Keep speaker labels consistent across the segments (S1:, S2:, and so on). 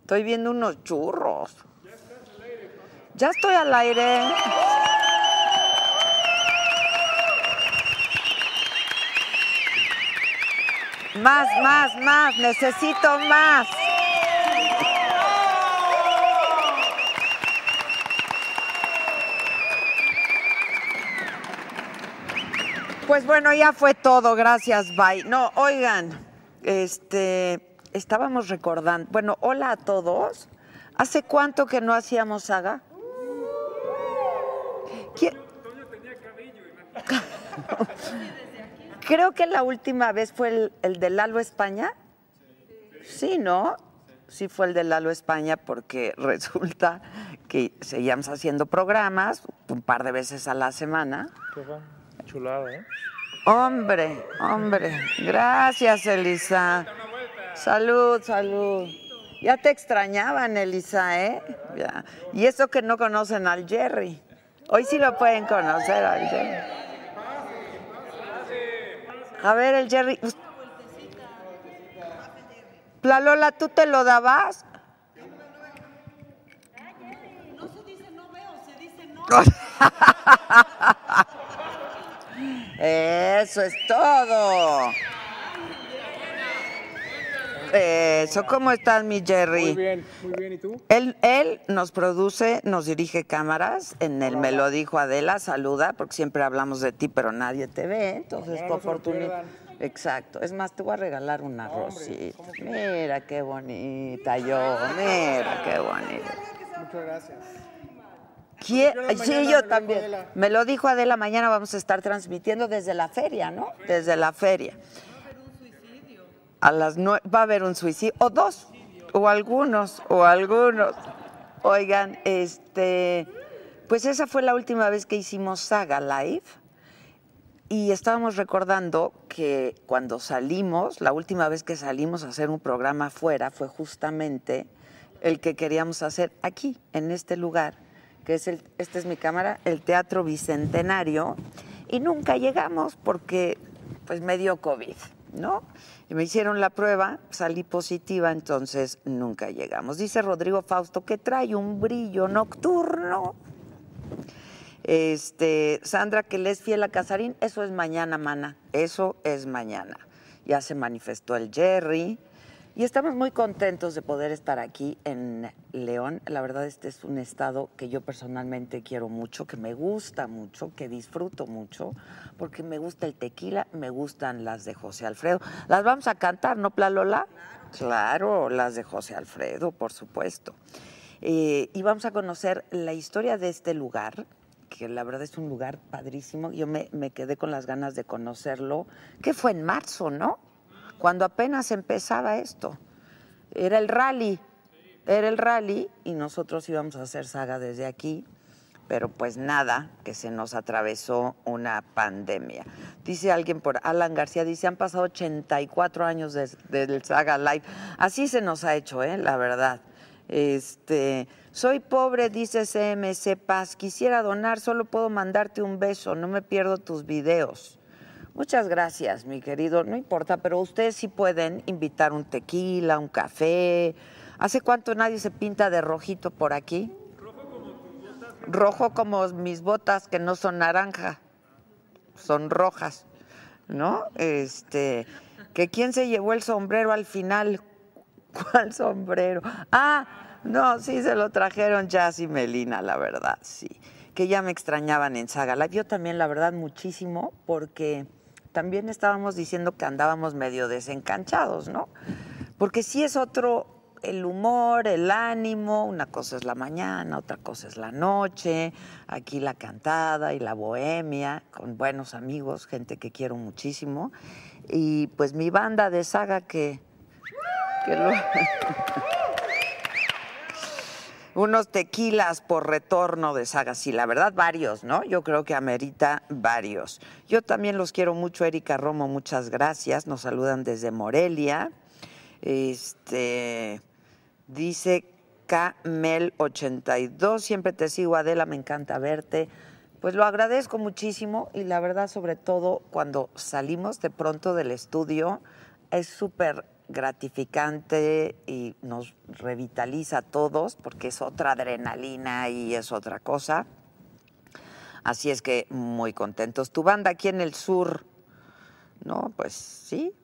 S1: Estoy viendo unos churros. Ya estoy al aire. Más, más, más. Necesito más. Pues bueno, ya fue todo. Gracias, bye. No, oigan, este estábamos recordando, bueno, hola a todos. ¿Hace cuánto que no hacíamos saga? ¿Quién? Creo que la última vez fue el, el de Lalo España. Sí, ¿no? Sí fue el de Lalo España porque resulta que seguíamos haciendo programas un par de veces a la semana.
S2: Chulada, ¿eh?
S1: Hombre, hombre. Gracias, Elisa. Salud, salud. Ya te extrañaban, Elisa, ¿eh? Ya. Y eso que no conocen al Jerry. Hoy sí lo pueden conocer al Jerry. A ver, el Jerry. La Lola, ¿tú te lo dabas?
S3: No se dice no veo, se dice no.
S1: Eso es todo. Eso, ¿cómo estás, mi
S2: Muy
S1: Jerry?
S2: bien, muy bien, ¿y tú?
S1: Él, él nos produce, nos dirige cámaras, en el Me lo dijo Adela, saluda, porque siempre hablamos de ti, pero nadie te ve,
S4: Pues
S1: entonces
S2: Ojalá
S1: tu
S2: no se lo
S1: oportunidad.
S2: pierdan.
S1: Exacto, es más, te voy a regalar una
S2: Hombre,
S1: rosita.
S2: ¿cómo
S1: Mira qué bonita yo, mira qué bonita.
S2: Muchas gracias.
S1: ¿Quién?
S2: Yo en la mañana
S1: Sí,
S2: me
S1: yo
S2: lo dijo
S1: también.
S2: Adela.
S1: Me lo dijo Adela, mañana vamos a estar transmitiendo desde la feria, ¿no? Desde la feria. A las nue- va a haber un suicidio, o dos, o algunos, o algunos. Oigan, este, pues esa fue la última vez que hicimos Saga Live y estábamos recordando que cuando salimos, la última vez que salimos a hacer un programa afuera fue justamente el que queríamos hacer aquí, en este lugar, que es el, esta es mi cámara, el Teatro Bicentenario, y nunca llegamos porque pues me dio COVID, ¿no? Y me hicieron la prueba, salí positiva, entonces nunca llegamos. Dice Rodrigo Fausto que trae un brillo nocturno. Este, Sandra, que le es fiel a Casarín, eso es mañana, mana. Eso es mañana. Ya se manifestó el Jerry. Y estamos muy contentos de poder estar aquí en León. La verdad, este es un estado que yo personalmente quiero mucho, que me gusta mucho, que disfruto mucho, porque me gusta el tequila, me gustan las de José Alfredo. Las vamos a cantar, ¿no, Plalola? Claro, las de José Alfredo, por supuesto. Eh, y vamos a conocer la historia de este lugar, que la verdad es un lugar padrísimo. Yo me, me quedé con las ganas de conocerlo, que fue en marzo, ¿no? Cuando apenas empezaba esto. Era el rally, era el rally y nosotros íbamos a hacer saga desde aquí, pero pues nada, que se nos atravesó una pandemia. Dice alguien por Alan García, dice, han pasado 84 años desde el Saga Live. Así se nos ha hecho, ¿eh? la verdad. Este, soy pobre, dice CMC Paz, quisiera donar, solo puedo mandarte un beso, no me pierdo tus videos. Muchas gracias, mi querido. No importa, pero ustedes sí pueden invitar un tequila, un café. ¿Hace cuánto nadie se pinta de rojito por aquí? Rojo como mis botas que no son naranja, son rojas, ¿no? Este, que quién se llevó el sombrero al final, ¿Cuál sombrero? Ah, no, sí se lo trajeron Jazz y Melina, la verdad, sí. Que ya me extrañaban en Saga Live. Yo también, la verdad, muchísimo, porque también estábamos diciendo que andábamos medio desencanchados, ¿no? Porque sí es otro el humor, el ánimo, una cosa es la mañana, otra cosa es la noche, aquí la cantada y la bohemia, con buenos amigos, gente que quiero muchísimo. Y pues mi banda de saga que que lo- Unos tequilas por retorno de saga, sí, la verdad varios, ¿no? Yo creo que amerita varios. Yo también los quiero mucho, Erika Romo, muchas gracias. Nos saludan desde Morelia. Este dice Camel82, siempre te sigo, Adela, me encanta verte. Pues lo agradezco muchísimo y la verdad, sobre todo cuando salimos de pronto del estudio, es súper gratificante y nos revitaliza a todos porque es otra adrenalina y es otra cosa. Así es que muy contentos. Tu banda aquí en el sur, ¿no? Pues sí.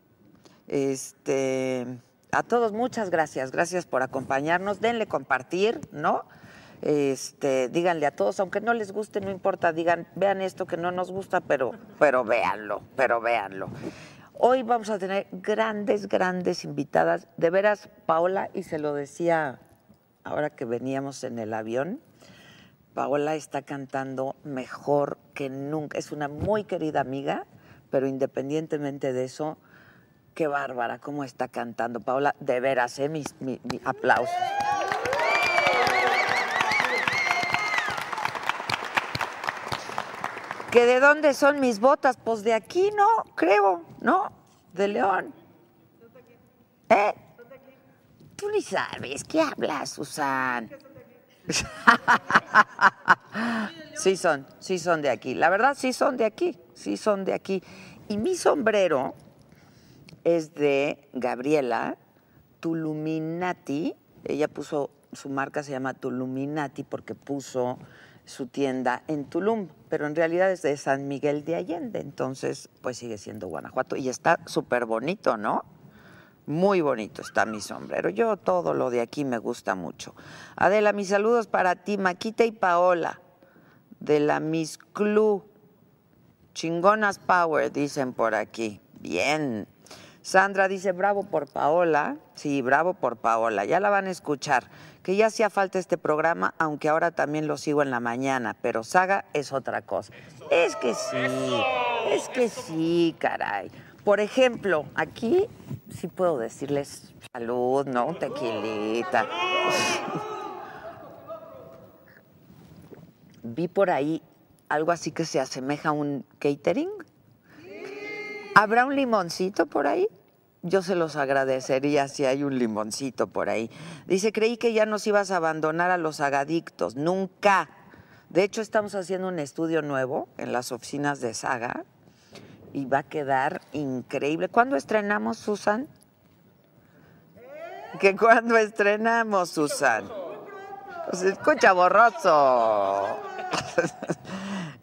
S1: Este, a todos muchas gracias, gracias por acompañarnos. Denle compartir, ¿no? Este, díganle a todos, aunque no les guste, no importa, digan, vean esto que no nos gusta, pero, pero véanlo, pero véanlo. Hoy vamos a tener grandes, grandes invitadas. De veras, Paola, y se lo decía ahora que veníamos en el avión, Paola está cantando mejor que nunca. Es una muy querida amiga, pero independientemente de eso, qué bárbara cómo está cantando. Paola, de veras, ¿eh? Mis, mi, mi aplauso. ¿Que de dónde son mis botas? Pues de aquí, ¿no? Creo, ¿no? De León. ¿Eh? Tú ni sabes, ¿qué hablas, Susan? Sí son, sí son de aquí. La verdad, sí son de aquí, sí son de aquí. Y mi sombrero es de Gabriela Tuluminati. Ella puso, su marca se llama Tuluminati porque puso su tienda en Tulum, pero en realidad es de San Miguel de Allende, entonces pues sigue siendo Guanajuato y está súper bonito, ¿no? Muy bonito está mi sombrero. Yo todo lo de aquí me gusta mucho. Adela, mis saludos para ti, Maquita y Paola, de la Miss Club. Chingonas Power, dicen por aquí. Bien. Sandra dice, bravo por Paola. Sí, bravo por Paola. Ya la van a escuchar. Que ya hacía falta este programa, aunque ahora también lo sigo en la mañana. Pero Saga es otra cosa. Es que sí. Es que sí, caray. Por ejemplo, aquí sí puedo decirles salud, ¿no? Un tequilita. vi por ahí algo así que se asemeja a un catering. ¿Habrá un limoncito por ahí? Yo se los agradecería si hay un limoncito por ahí. Dice, creí que ya nos ibas a abandonar a los agadictos. Nunca. De hecho, estamos haciendo un estudio nuevo en las oficinas de Saga y va a quedar increíble. ¿Cuándo estrenamos, Susan? ¿Que cuándo estrenamos, Susan? Pues, Se escucha borroso.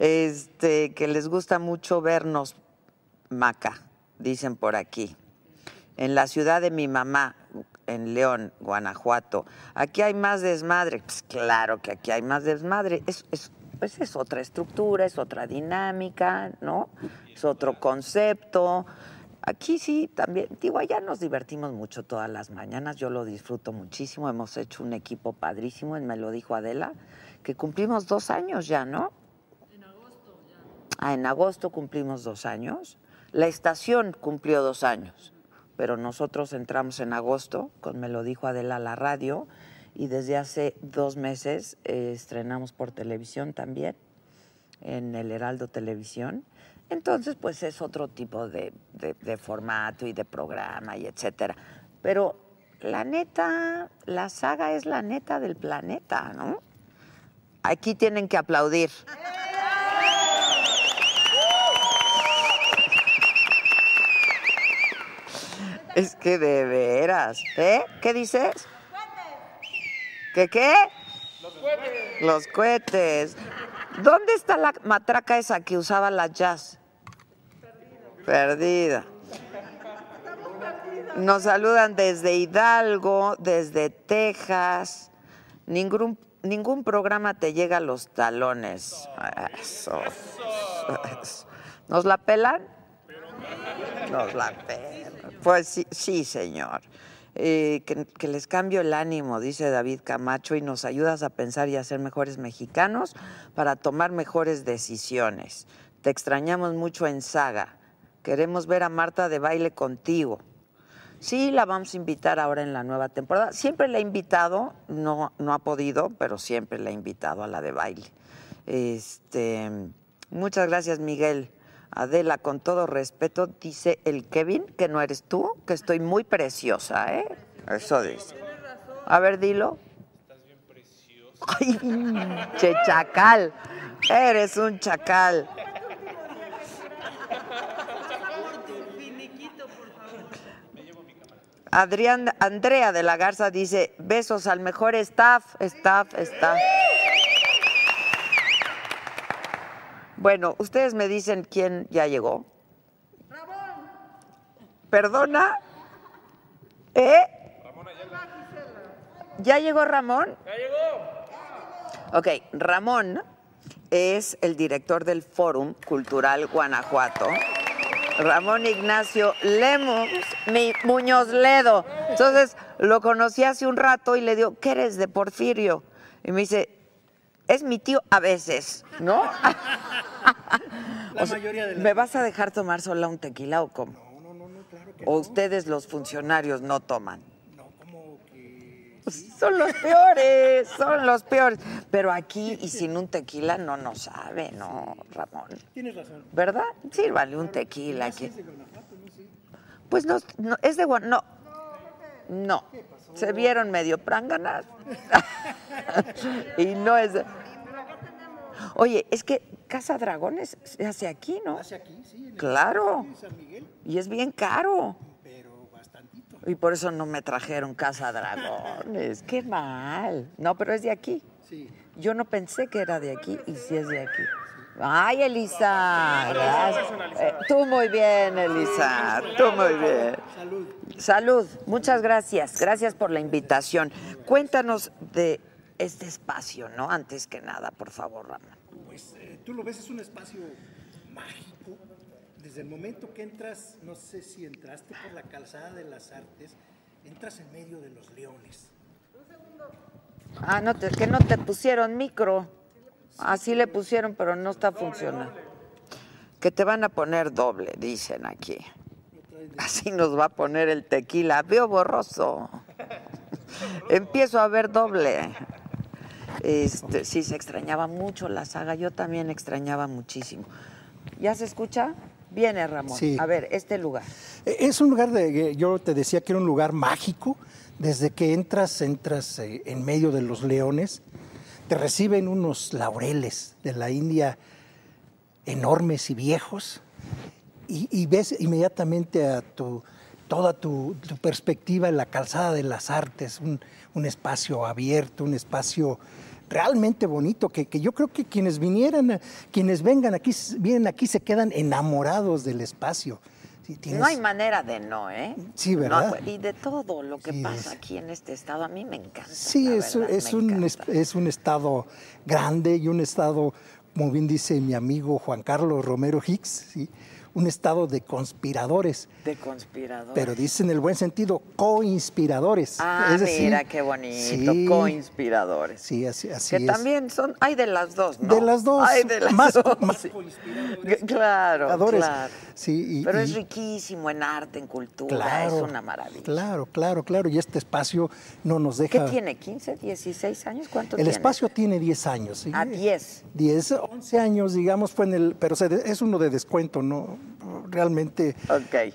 S1: Este, que les gusta mucho vernos, Maca, dicen por aquí. en la ciudad de mi mamá, en León, Guanajuato, aquí hay más desmadre. Pues claro que aquí hay más desmadre. Es, es, pues es otra estructura, es otra dinámica, ¿no? Es otro concepto. Aquí sí, también, digo, allá nos divertimos mucho todas las mañanas, yo lo disfruto muchísimo, hemos hecho un equipo padrísimo, y me lo dijo Adela, que cumplimos dos años ya, ¿no? Ah, en agosto cumplimos dos años. La estación cumplió dos años, pero nosotros entramos en agosto, con me lo dijo Adela a la radio, y desde hace dos meses eh, estrenamos por televisión también, en el Heraldo Televisión. Entonces, pues es otro tipo de, de- de formato y de programa y etcétera. Pero la neta, la saga es la neta del planeta, ¿no? Aquí tienen que aplaudir. Es que de veras, ¿eh? ¿Qué dices? ¿Qué qué? Los cohetes. ¿Dónde está la matraca esa que usaba la jazz? Perdida. Nos saludan desde Hidalgo, desde Texas. Ningún, ningún programa te llega a los talones. Eso. Eso. ¿Nos la pelan? Nos la pelan. Pues sí, sí señor. Eh, que, que les cambio el ánimo, dice David Camacho, y nos ayudas a pensar y a ser mejores mexicanos para tomar mejores decisiones. Te extrañamos mucho en Saga. Queremos ver a Marta de baile contigo. Sí, la vamos a invitar ahora en la nueva temporada. Siempre la he invitado, no, no ha podido, pero siempre la he invitado a la de baile. Este, muchas gracias, Miguel. Adela, con todo respeto, dice el Kevin que no eres tú, que estoy muy preciosa, ¿eh? Eso dice. A ver, dilo. Ay, che chacal. Eres un chacal. Adrián, Andrea de la Garza dice, besos al mejor staff, staff, staff. Bueno, ustedes me dicen quién ya llegó. ¿Perdona? ¿Eh? ¿Ya llegó Ramón? Ok, Ramón es el director del Fórum Cultural Guanajuato. Ramón Ignacio Lemus Mi- Muñoz Ledo. Entonces lo conocí hace un rato y le digo, ¿qué eres de Porfirio? Y me dice, es mi tío a veces, ¿no? O sea, ¿Me vas a dejar tomar sola un tequila o cómo? No, no, no, claro que ¿O ustedes los funcionarios no toman? Pues, Son los peores, son los peores. Pero aquí y sin un tequila no nos sabe, ¿no, Ramón?
S2: Tienes razón.
S1: ¿Verdad? Sírvale un tequila. aquí. Pues no, no, es de Guan... No, no. Se vieron medio pránganas. y no es... de- Oye, es que Casa Dragones se hace aquí, ¿no?
S2: Hace aquí, sí, en el
S1: Claro.
S2: San Miguel,
S1: Y es bien caro.
S2: pero bastantito.
S1: Y por eso no me trajeron Casa Dragones. Qué mal. No, pero es de aquí.
S2: Sí.
S1: Yo no pensé que era de aquí y sí es de aquí. Ay, Elisa. gracias. Eh, tú muy bien, Elisa. Tú muy bien.
S2: Salud.
S1: Salud. Muchas gracias. Gracias por la invitación. Cuéntanos de este espacio, ¿no? Antes que nada, por favor, Ramón.
S2: Pues eh, tú lo ves, es un espacio mágico. Desde el momento que entras, no sé si entraste por la calzada de las artes, entras en medio de los leones.
S1: Ah, no te- que no te pusieron micro. Así le pusieron, pero no está funcionando. Que te van a poner doble, dicen aquí. Así nos va a poner el tequila. Veo borroso. Empiezo a ver doble. Este, sí, se extrañaba mucho la saga. Yo también extrañaba muchísimo. ¿Ya se escucha? Viene Ramón.
S4: Sí.
S1: A ver, este lugar.
S4: Eh, Es un lugar de, que yo te decía que era un lugar mágico. Desde que entras, entras eh, en medio de los leones. Te reciben unos laureles de la India enormes y viejos. Y, y ves inmediatamente a tu, toda tu, tu perspectiva en la calzada de las artes, un, un espacio abierto, un espacio realmente bonito, que, que yo creo que quienes vinieran, a- quienes vengan aquí, s- vienen aquí, se quedan enamorados del espacio. Sí, Sí, tienes-
S1: No hay manera de no, ¿eh?
S4: Sí, ¿verdad?
S1: No, y de todo lo que
S4: Sí,
S1: pasa
S4: es-
S1: aquí en este estado, a mí me encanta.
S4: Sí,
S1: la
S4: es,
S1: verdad,
S4: es
S1: me
S4: un, es,
S1: encanta.
S4: es un estado grande y un estado, como bien dice mi amigo Juan Carlos Romero Hicks, ¿sí? un estado de conspiradores,
S1: De conspirador.
S4: pero dice en el buen sentido, coinspiradores.
S1: ah,
S4: Es decir,
S1: mira, qué bonito.
S4: sí,
S1: Coinspiradores.
S4: Sí, así, así
S1: que
S4: es.
S1: también son, hay de las dos, ¿no?
S4: De las dos,
S1: Hay de las
S4: más-
S1: dos.
S4: más
S1: sí. Claro,
S4: Adores.
S1: claro.
S4: Sí, y-
S1: Pero es
S4: y-
S1: riquísimo en arte, en cultura,
S4: Claro,
S1: es una maravilla.
S4: Claro, claro, claro. Y este espacio no nos
S1: ¿Qué
S4: deja.
S1: tiene? ¿15, 16 años? ¿Cuánto
S4: El
S1: tiene?
S4: espacio tiene 10 años. ¿sí?
S1: Ah, 10.
S4: 10, 11 años, digamos, fue en el. Pero se de- es uno de descuento, ¿no? Realmente.
S1: Ok. Eh,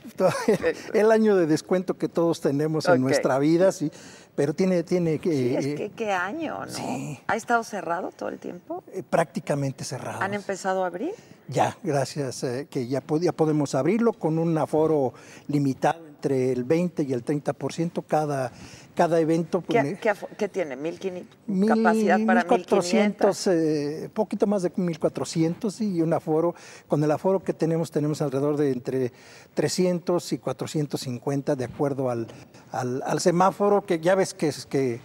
S4: El año de descuento que todos tenemos en
S1: Ok.
S4: nuestra vida, sí. Pero tiene. tiene
S1: Sí,
S4: eh,
S1: es
S4: eh,
S1: que qué año, ¿no?
S4: sí.
S1: ¿Ha estado cerrado todo el tiempo?
S4: eh, prácticamente cerrado.
S1: ¿Han empezado a abrir?
S4: Ya, gracias, eh, que ya, po- ya podemos abrirlo con un aforo limitado entre el 20 y el 30% cada, cada evento.
S1: ¿Qué,
S4: pues,
S1: qué afo- qué tiene? ¿1500?
S4: Mil-
S1: ¿Capacidad para
S4: 1400,
S1: 1400?
S4: eh, poquito más de 1400 y un aforo. Con el aforo que tenemos, tenemos alrededor de entre 300 y 450 de acuerdo al, al, al semáforo, que ya ves que es que.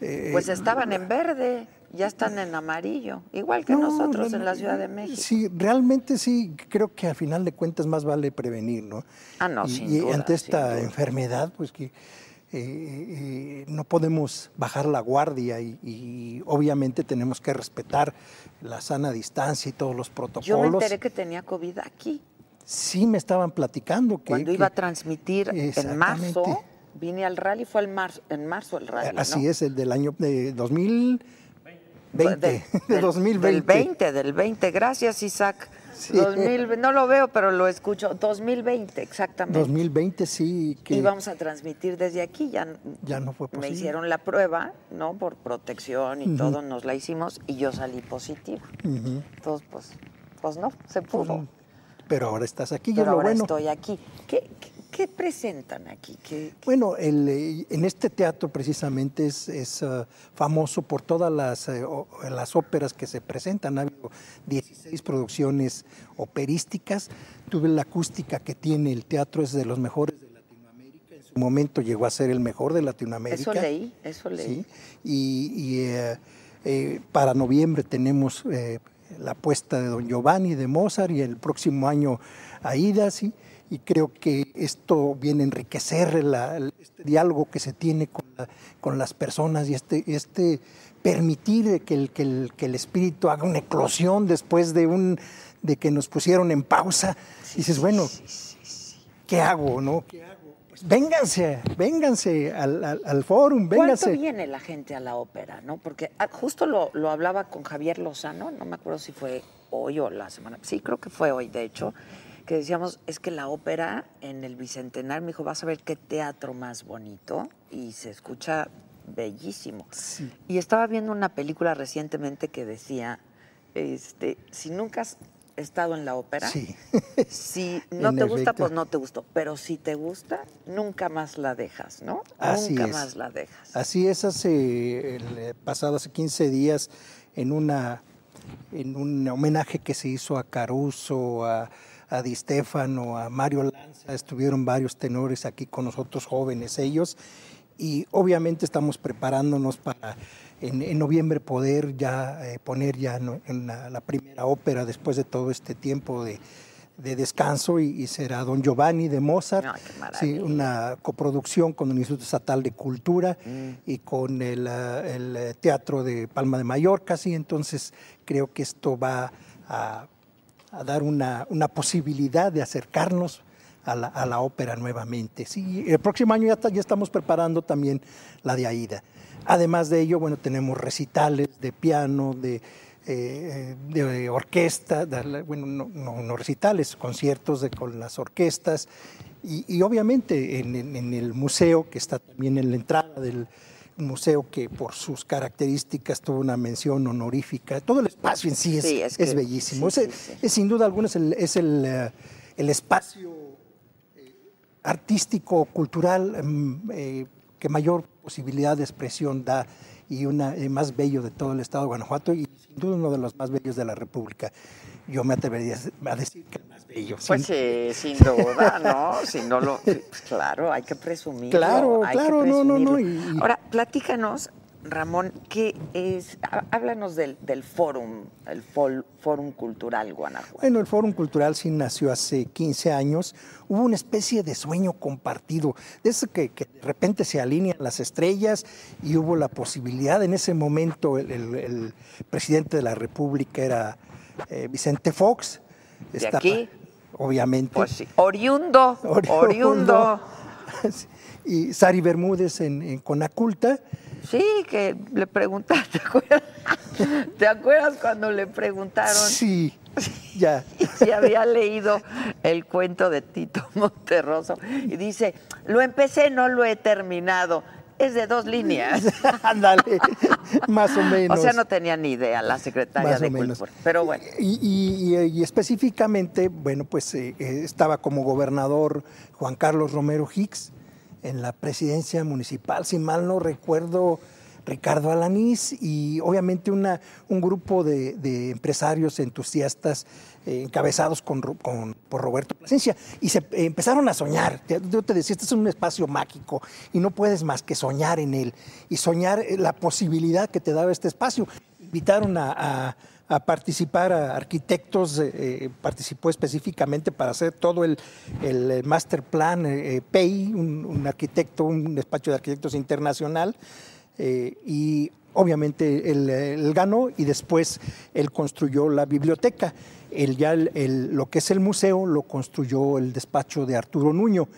S4: eh,
S1: Pues estaban en verde, ya están en amarillo, igual que
S4: no,
S1: nosotros
S4: no,
S1: en
S4: no,
S1: la Ciudad de México.
S4: Sí, realmente sí, creo que al final de cuentas más vale prevenir, ¿no?
S1: Ah, no,
S4: y,
S1: sin
S4: y
S1: duda,
S4: ante
S1: sin
S4: esta
S1: duda.
S4: enfermedad, pues que eh, eh, no podemos bajar la guardia y, y obviamente tenemos que respetar la sana distancia y todos los protocolos.
S1: Yo me enteré que tenía COVID aquí.
S4: Sí me estaban platicando que...
S1: Cuando
S4: que-
S1: iba a transmitir en
S4: Exactamente.
S1: marzo, vine al rally, fue el marzo, en marzo el rally. ¿no?
S4: Así es, el del año de 2020,
S1: Fue
S4: de,
S1: del-
S4: 2020.
S1: Del 20, del 20. Gracias, Isaac.
S4: Sí.
S1: 2000 no lo veo, pero lo escucho. 2020, exactamente.
S4: 2020 sí que...
S1: íbamos a transmitir desde aquí, ya, n-
S4: Ya no fue posible.
S1: Me hicieron la prueba, ¿no? Por protección y todo, nos la hicimos y yo salí positiva.
S4: Ujú.
S1: Entonces, pues, pues no, se pudo.
S4: Pero ahora estás aquí, y es
S1: Pero
S4: lo
S1: ahora
S4: bueno.
S1: estoy aquí. ¿Qué, qué, qué presentan aquí? ¿Qué- qué-
S4: Bueno, el, eh, en este teatro precisamente es, es, ah, famoso por todas las, eh, o- las óperas que se presentan. Ha habido 16 producciones operísticas. Tuve la acústica que tiene el teatro, es de los mejores de Latinoamérica. En su momento llegó a ser el mejor de Latinoamérica.
S1: eso leí, eso leí.
S4: ¿sí? Y, y, eh, eh, para noviembre tenemos eh, la apuesta de Don Giovanni de Mozart y el próximo año Aida, ¿sí? Y creo que esto viene a enriquecer la- el- este diálogo que se tiene con, la- con las personas y este, este permitir que el, que, el, que el espíritu haga una eclosión después de, un, de que nos pusieron en pausa. dices, bueno, ¿qué hago? No? vénganse, vénganse al, al, al fórum,
S1: ¿Cuánto
S4: vénganse.
S1: viene la gente a la ópera? ¿no? Porque ah, justo lo, lo hablaba con Javier Lozano, no me acuerdo si fue hoy o la semana. Sí, creo que fue hoy, de hecho, que decíamos, es que la ópera en el Bicentenario, me dijo, vas a ver qué teatro más bonito y se escucha bellísimo.
S4: Sí.
S1: Y estaba viendo una película recientemente que decía, este, si nunca has estado en la ópera,
S4: Sí.
S1: si no
S4: En
S1: te gusta,
S4: efecto.
S1: pues no te gustó. Pero si te gusta, nunca más la dejas, ¿no?
S4: Así
S1: nunca
S4: es.
S1: más la dejas.
S4: Así es, hace el, eh, pasado hace 15 días en una en un homenaje que se hizo a Caruso, a, a Di Stefano, a Mario Lanza, estuvieron varios tenores aquí con nosotros jóvenes ellos y obviamente estamos preparándonos para en, en noviembre poder ya eh, poner ya no- en la, la primera ópera después de todo este tiempo de, de descanso y, y será Don Giovanni de Mozart,
S1: Ay, qué
S4: Sí,
S1: maravilla.
S4: una coproducción con el Instituto Estatal de Cultura y con el, ah, el, eh, Teatro de Palma de Mallorca, sí, entonces creo que esto va a, a dar una, una posibilidad de acercarnos a la, a la ópera nuevamente. Sí, el próximo año ya, está- ya estamos preparando también la de Aida. Además de ello, bueno, tenemos recitales de piano, de, eh, de orquesta, de la- bueno, no, no- no recitales, conciertos de, con las orquestas y, y obviamente en, en- en el museo, que está también en la entrada del museo, que por sus características tuvo una mención honorífica, todo el espacio en sí es,
S1: Sí, es
S4: es
S1: que-
S4: bellísimo.
S1: sí,
S4: Es-
S1: sí, sí.
S4: es sin duda alguna es el, es el, eh, el espacio eh, artístico, cultural, mm, eh, que mayor posibilidad de expresión da y una eh, más bello de todo el estado de Guanajuato y sin duda uno de los más bellos de la República. Yo me atrevería a decir que el más bello. bello.
S1: Pues
S4: sin-
S1: sí, sin duda, ¿no? Si no lo. pues claro, hay que presumirlo.
S4: Claro,
S1: hay que
S4: claro, no, no, no,
S1: presumirlo.
S4: y- y-
S1: Ahora, platícanos, Ramón, ¿qué es? Há- Háblanos del, del fórum, el fol- Fórum Cultural Guanajuato.
S4: Bueno, el Fórum Cultural sí nació hace 15 años. Hubo una especie de sueño compartido, de eso que, que de repente se alinean las estrellas y hubo la posibilidad. En ese momento el, el- el presidente de la República era eh, Vicente Fox.
S1: ¿De aquí?
S4: Obviamente.
S1: Pues sí, oriundo, oriundo.
S4: y Sari Bermúdez en, en Conaculta.
S1: Sí, que le preguntaron, ¿te acuerdas? ¿Te acuerdas cuando le preguntaron
S4: Sí, ya.
S1: si había leído el cuento de Tito Monterroso? Y dice, lo empecé, no lo he terminado. Es de dos líneas.
S4: Ándale, más o menos.
S1: O sea, no tenía ni idea la secretaria
S4: Más o
S1: de
S4: menos.
S1: Cultura. Pero bueno,
S4: Y, y- y- y específicamente, bueno, pues eh, eh, estaba como gobernador Juan Carlos Romero Hicks en la presidencia municipal, si mal no recuerdo, Ricardo Alanís y obviamente una, un grupo de, de empresarios entusiastas eh, encabezados con, Ro- con- por Roberto Plasencia. Y se eh, empezaron a soñar. Te- Yo te decía, este es un espacio mágico y no puedes más que soñar en él y soñar eh, la posibilidad que te daba este espacio. Invitaron a- a a participar a arquitectos, eh, eh, participó específicamente para hacer todo el, el, eh, master plan eh, eh, PEI, un, un arquitecto, un despacho de arquitectos internacional, eh, y obviamente él, eh, él ganó y después él construyó la biblioteca. Él ya el- el- lo que es el museo lo construyó el despacho de Arturo Nuño.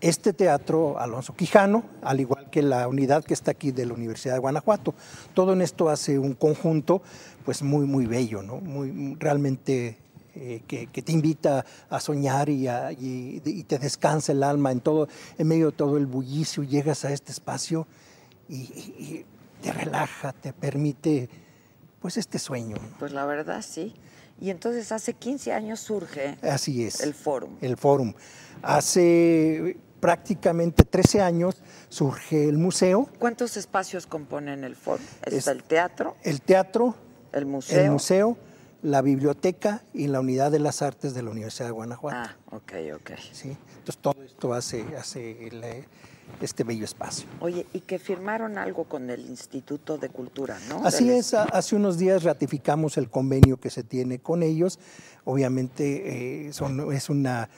S4: Este teatro, Alonso Quijano, al igual que la unidad que está aquí de la Universidad de Guanajuato. Todo en esto hace un conjunto pues muy, muy bello, ¿no? Muy, muy- realmente eh, que, que te invita a soñar y, a- y- y te descansa el alma en todo, en medio de todo el bullicio. Llegas a este espacio y, y- y te relaja, te permite pues este sueño. ¿no?
S1: pues la verdad sí. Y entonces hace 15 años surge
S4: Así es.
S1: el fórum.
S4: El Fórum. Hace prácticamente 13 años surge el museo,
S1: ¿Cuántos espacios componen el fórum? Está
S4: Es-
S1: el teatro,
S4: el teatro,
S1: el museo.
S4: el museo, la biblioteca y la unidad de las artes de la Universidad de Guanajuato.
S1: Ah, ok, ok.
S4: ¿sí? Entonces todo esto hace, hace el, eh, este bello espacio.
S1: Oye, y que firmaron algo con el Instituto de Cultura, ¿no?
S4: Así
S1: Del-
S4: es, a- hace unos días ratificamos el convenio que se tiene con ellos. Obviamente eh, son- es una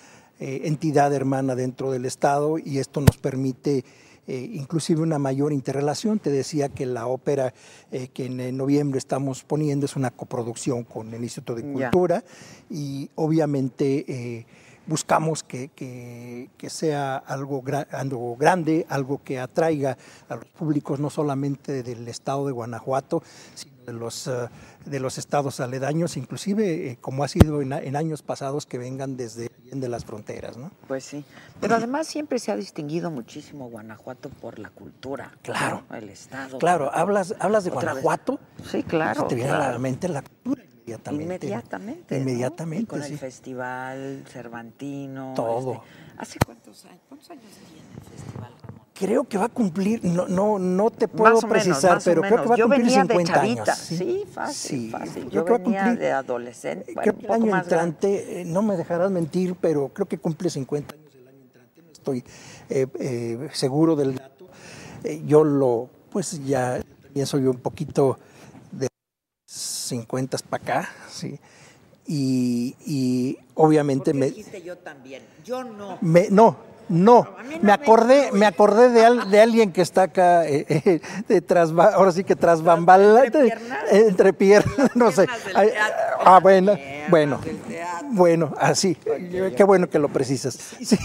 S4: eh, entidad hermana dentro del Estado y esto nos permite eh, inclusive una mayor interrelación. Te decía que la ópera eh, que en eh, noviembre estamos poniendo es una coproducción con el Instituto de
S1: Ya.
S4: Cultura y obviamente... eh, Buscamos que, que- que sea algo, gra- algo grande, algo que atraiga a los públicos no solamente del estado de Guanajuato, sino de los, eh, de los estados aledaños, inclusive eh, como ha sido en, a- en años pasados que vengan desde de las fronteras. ¿no?
S1: Pues sí. Pero además siempre se ha distinguido muchísimo Guanajuato por la cultura.
S4: Claro.
S1: ¿no? El Estado.
S4: Claro, hablas, hablas de
S1: Otra vez.
S4: Guanajuato,
S1: Sí, claro.
S4: se te viene a la
S1: claro.
S4: mente la cultura inmediatamente. ¿no?
S1: Inmediatamente. ¿no? Y
S4: Inmediatamente,
S1: Con el
S4: sí.
S1: festival Cervantino.
S4: Todo.
S1: este, ¿Hace cuántos años? ¿Cuántos años tiene el festival, Ramón?
S4: Creo que va a cumplir, no, no, no te puedo
S1: Más o menos,
S4: precisar,
S1: más o
S4: pero creo que
S1: menos.
S4: va a
S1: Yo
S4: cumplir
S1: venía
S4: 50
S1: de chavita.
S4: años.
S1: Sí, fácil,
S4: Sí,
S1: fácil.
S4: yo
S1: Yo,
S4: creo que va a
S1: venía
S4: cumplir-
S1: de adolescente. Bueno,
S4: creo
S1: un
S4: que el
S1: poco
S4: año
S1: más grande.
S4: entrante, eh, no me dejarás mentir, pero creo que cumple 50 años el año entrante, no estoy eh, eh, seguro del dato. Eh, yo lo, pues ya también soy un poquito de 50 para acá, ¿sí? Y, y obviamente me,
S1: Dijiste yo también. Yo no.
S4: me- no, no. Me acordé, me acordé de, al- de alguien que está acá, eh, eh, de tras ba- ahora sí que tras bambala,
S1: entre
S4: de-
S1: piernas?
S4: entre piernas, no sé.
S1: piernas del
S4: Ay,
S1: teatro,
S4: Ah,
S1: las
S4: bueno,
S1: piernas
S4: bueno,
S1: del teatro.
S4: bueno, así. Qué bueno que lo precisas. Sí.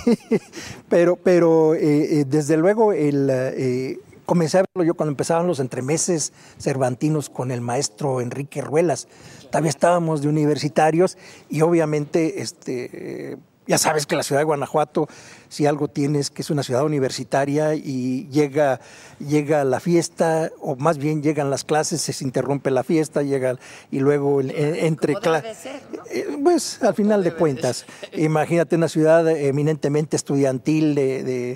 S4: Pero, pero eh, eh, desde luego el eh, comencé a verlo yo cuando empezaban los entremeses cervantinos con el maestro Enrique Ruelas. Todavía estábamos de universitarios y obviamente este eh, ya sabes que la ciudad de Guanajuato, si algo tienes, que es una ciudad universitaria y llega, llega la fiesta, o más bien llegan las clases, se interrumpe la fiesta, llega y luego el- eh, entre clases. Pues al final de cuentas, imagínate una ciudad eminentemente estudiantil de, de,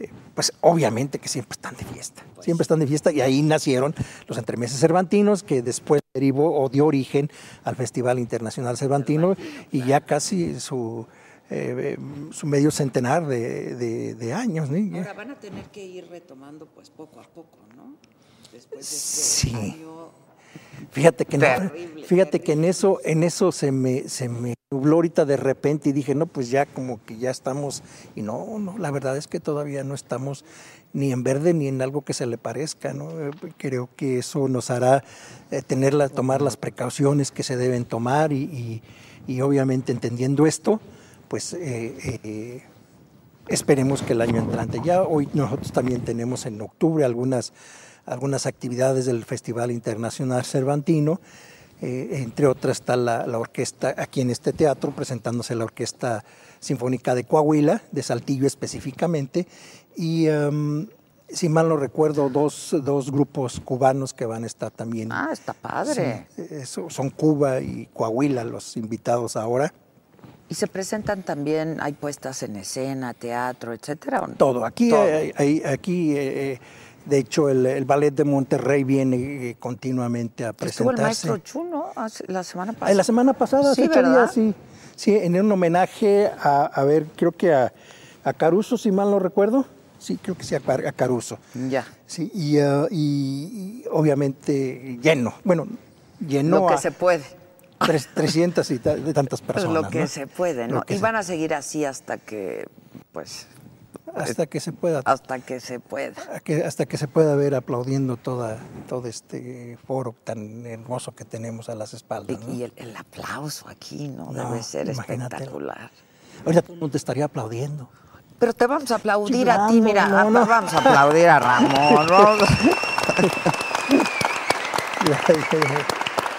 S4: eh, pues obviamente que siempre están de fiesta, siempre están de fiesta y ahí nacieron los entremeses cervantinos que después derivó o dio origen al Festival Internacional Cervantino y ya casi su, eh, su medio centenar de, de- de años. ¿no?
S5: Ahora van a tener que ir retomando pues poco a poco, ¿no? Después de este
S4: Sí.
S5: año.
S4: Fíjate que, no-
S5: Terrible,
S4: fíjate que en eso, en eso se me, se me nubló ahorita de repente y dije, no, pues ya como que ya estamos, y no, no, la verdad es que todavía no estamos ni en verde ni en algo que se le parezca, ¿no? Eh, Creo que eso nos hará eh, tener la- tomar las precauciones que se deben tomar y, y- y obviamente entendiendo esto, pues eh, eh, esperemos que el año entrante. Ya hoy nosotros también tenemos en octubre algunas, algunas actividades del Festival Internacional Cervantino. Eh, entre otras está la, la orquesta aquí en este teatro, presentándose la Orquesta Sinfónica de Coahuila, de Saltillo específicamente, y em, si mal no recuerdo, dos, dos grupos cubanos que van a estar también
S1: Ah, está padre.
S4: Sí, eso son Cuba y Coahuila los invitados ahora.
S1: Y se presentan también, hay puestas en escena, teatro, etcétera. ¿o no?
S4: Todo. Aquí,
S1: Todo.
S4: eh, hay- aquí eh, eh, de hecho, el, el ballet de Monterrey viene eh, continuamente a
S1: Estuvo el
S4: presentarse.
S1: maestro Chuno la semana pasada.
S4: Ah, la semana pasada, hace
S1: Sí,
S4: ocho días,
S1: ¿verdad?
S4: sí. Sí, en un homenaje a, a ver, creo que a, a Caruso, si mal no recuerdo. Sí, creo que sí, a, Car- a Caruso.
S1: Ya.
S4: Sí, y, ah, y- y obviamente lleno. Bueno, lleno
S1: lo que
S4: a
S1: se puede.
S4: tres- 300 y ta- de tantas personas.
S1: lo que
S4: ¿no?
S1: se puede,
S4: Lo
S1: ¿no?
S4: que
S1: Y
S4: se-
S1: van a seguir así hasta que, pues,
S4: hasta que se pueda
S1: hasta que se pueda.
S4: a que- hasta que se pueda ver aplaudiendo toda, todo este foro tan hermoso que tenemos a las
S1: Y,
S4: espaldas. ¿no?
S1: y el, el aplauso aquí, ¿no?
S4: No,
S1: Debe ser
S4: imagínatelo.
S1: espectacular.
S4: Ahorita todo el mundo estaría aplaudiendo.
S1: Pero te vamos a aplaudir a ti,
S4: Chiflando,
S1: mira,
S4: no,
S1: a-
S4: no.
S1: vamos a aplaudir a Ramón. vamos a-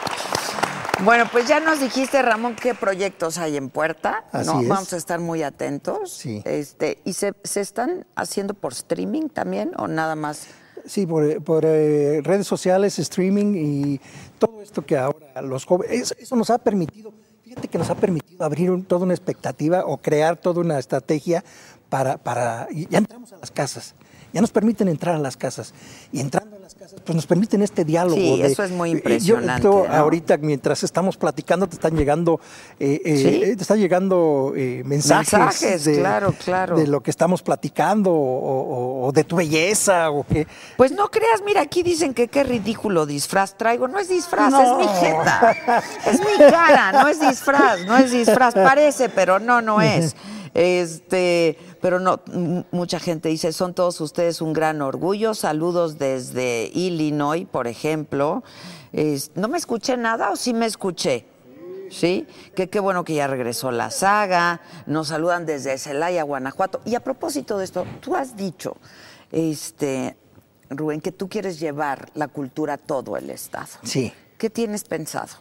S1: Bueno, pues ya nos dijiste, Ramón, qué proyectos hay en puerta.
S4: Así
S1: ¿no?
S4: es.
S1: Vamos a estar muy atentos.
S4: Sí.
S1: Este, ¿Y se, se están haciendo por streaming también o nada más?
S4: Sí, por, eh, por, eh, redes sociales, streaming y todo esto que ahora los jóvenes, eso, eso nos ha permitido, fíjate que nos ha permitido abrir un- toda una expectativa o crear toda una estrategia para, para, y ya entramos a las casas, ya nos permiten entrar a las casas y entrando a las casas, pues nos permiten este diálogo.
S1: Sí,
S4: de-
S1: eso es muy
S4: y- y yo-
S1: impresionante,
S4: esto
S1: ¿no?
S4: Ahorita, mientras estamos platicando, te están llegando, eh, eh,
S1: Sí.
S4: eh, te están llegando eh, mensajes,
S1: Mensajes,
S4: de,
S1: claro, claro.
S4: de lo que estamos platicando o, o- o de tu belleza o que...
S1: Pues no creas, mira, aquí dicen que qué ridículo disfraz traigo. No es disfraz, es mi
S4: No.
S1: jeta. Es mi cara, no es disfraz, no es disfraz. Parece, pero no, no es. Este, pero no, m- mucha gente dice, son todos ustedes un gran orgullo. Saludos desde Illinois, por ejemplo. Es- ¿No me escuché nada o sí me escuché? ¿Sí? Que qué bueno que ya regresó la saga. Nos saludan desde Celaya, Guanajuato. Y a propósito de esto, tú has dicho, este, Rubén, que tú quieres llevar la cultura a todo el Estado.
S4: Sí.
S1: ¿Qué tienes pensado?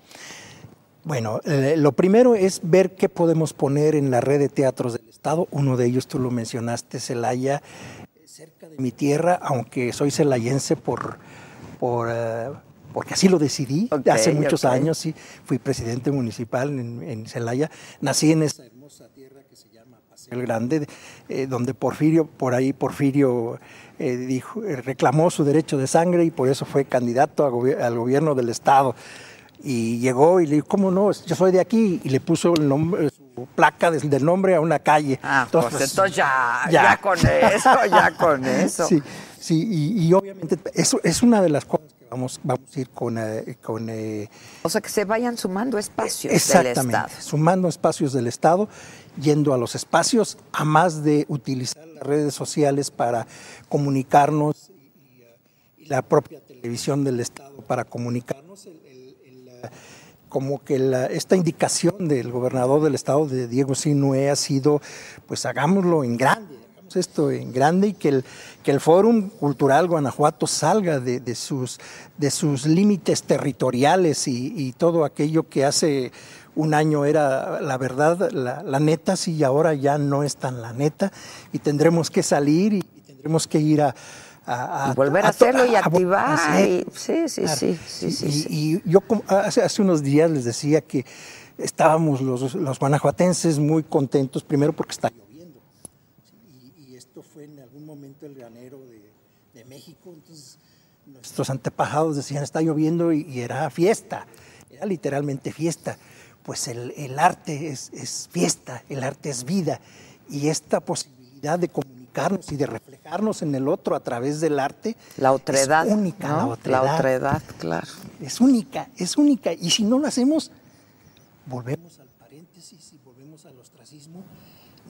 S4: Bueno, eh, lo primero es ver qué podemos poner en la red de teatros del Estado. Uno de ellos, tú lo mencionaste, Celaya, eh, cerca de mi tierra, aunque soy celayense por, por, eh, porque así lo decidí
S1: Ok,
S4: hace muchos
S1: ok.
S4: años. Sí, fui presidente municipal en, en Celaya. Nací en esa hermosa tierra que se llama Paseo el Grande, eh, donde Porfirio, por ahí Porfirio eh, dijo, eh, reclamó su derecho de sangre y por eso fue candidato a gobi- al gobierno del Estado. Y llegó y le dijo, ¿cómo no? Yo soy de aquí. Y le puso el nombre, su placa del, del nombre a una calle.
S1: Ah, pues, entonces ya, ya.
S4: ya.
S1: con eso, ya con eso.
S4: Sí, sí y, y obviamente eso es una de las cosas que vamos, vamos a ir con, eh, con eh,
S1: O sea, que se vayan sumando espacios del
S4: Exactamente,
S1: Estado.
S4: sumando espacios del Estado, yendo a los espacios, a más de utilizar las redes sociales para comunicarnos y, y, eh, y la propia televisión del Estado para comunicarnos. el- el- el, eh, como que la- esta indicación del gobernador del Estado, de Diego Sinue, ha sido, pues hagámoslo en grande, hagamos esto en grande y que el, que el Fórum Cultural Guanajuato salga de, de sus, de sus límites territoriales y, y todo aquello que hace un año era la verdad, la, la neta, sí, y ahora ya no es tan la neta y tendremos que salir y, tendremos que ir a... a- a-
S1: Y volver a
S4: to-
S1: hacerlo y
S4: a- a-
S1: activar,
S4: a hacer-
S1: y- sí, sí, sí, sí,
S4: y,
S1: sí,
S4: y-
S1: sí.
S4: y yo como- ah, hace, hace unos días les decía que estábamos los, los guanajuatenses muy contentos, primero porque está lloviendo. Y, y esto fue en algún momento el granero de, de México, entonces Nuestros antepajados decían, está lloviendo y, y era fiesta, era literalmente fiesta. Pues el, el arte es, es fiesta, el arte es vida y esta posibilidad de comunicarnos y de reflejarnos en el otro a través del arte
S1: La otredad.
S4: es única,
S1: ¿no?
S4: la otredad.
S1: La otredad, claro.
S4: Es única, es única. Y si no lo hacemos, volvemos al paréntesis y volvemos al ostracismo.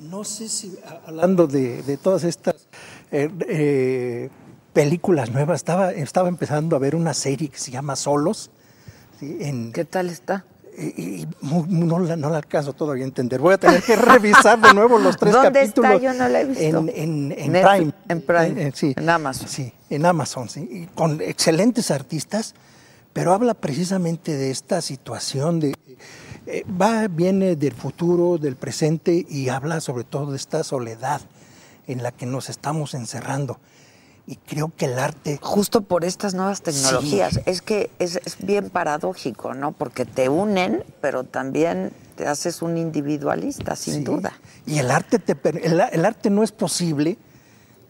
S4: No sé si, a- hablando de, de todas estas eh, eh, películas nuevas, estaba, estaba empezando a ver una serie que se llama Solos. ¿sí? En,
S1: ¿Qué tal está?
S4: y- y mu- mu- no, la, no la alcanzo todavía a entender. Voy a tener que revisar de nuevo los tres
S1: ¿Dónde está?
S4: capítulos.
S1: Yo no la he visto.
S4: En, en- en
S1: Netflix,
S4: Prime.
S1: en Prime,
S4: sí.
S1: en Amazon.
S4: Sí, en Amazon, sí. Y con excelentes artistas, pero habla precisamente de esta situación de. eh, va, viene del futuro, del presente y habla sobre todo de esta soledad en la que nos estamos encerrando. Y creo que el arte
S1: Justo por estas nuevas tecnologías.
S4: Sí.
S1: Es que es, es bien paradójico, ¿no? Porque te unen, pero también te haces un individualista, sin
S4: Sí.
S1: duda.
S4: Y el arte, te per- el, a- el arte no es posible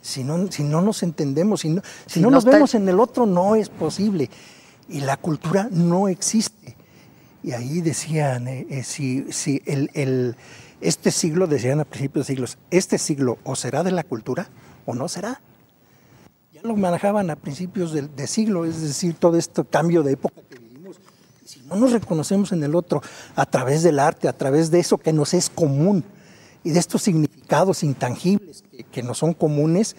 S4: si no, si no nos entendemos, si no, si
S1: Si
S4: no
S1: no
S4: nos
S1: está-
S4: vemos en el otro, no es posible. Y la cultura no existe. Y ahí decían, eh, eh, si, si el, el- este siglo, decían a principios de siglos, este siglo o será de la cultura o no será. Ya lo manejaban a principios del de siglo, es decir, todo este cambio de época que vivimos. Si no nos reconocemos en el otro a través del arte, a través de eso que nos es común y de estos significados intangibles que, que nos son comunes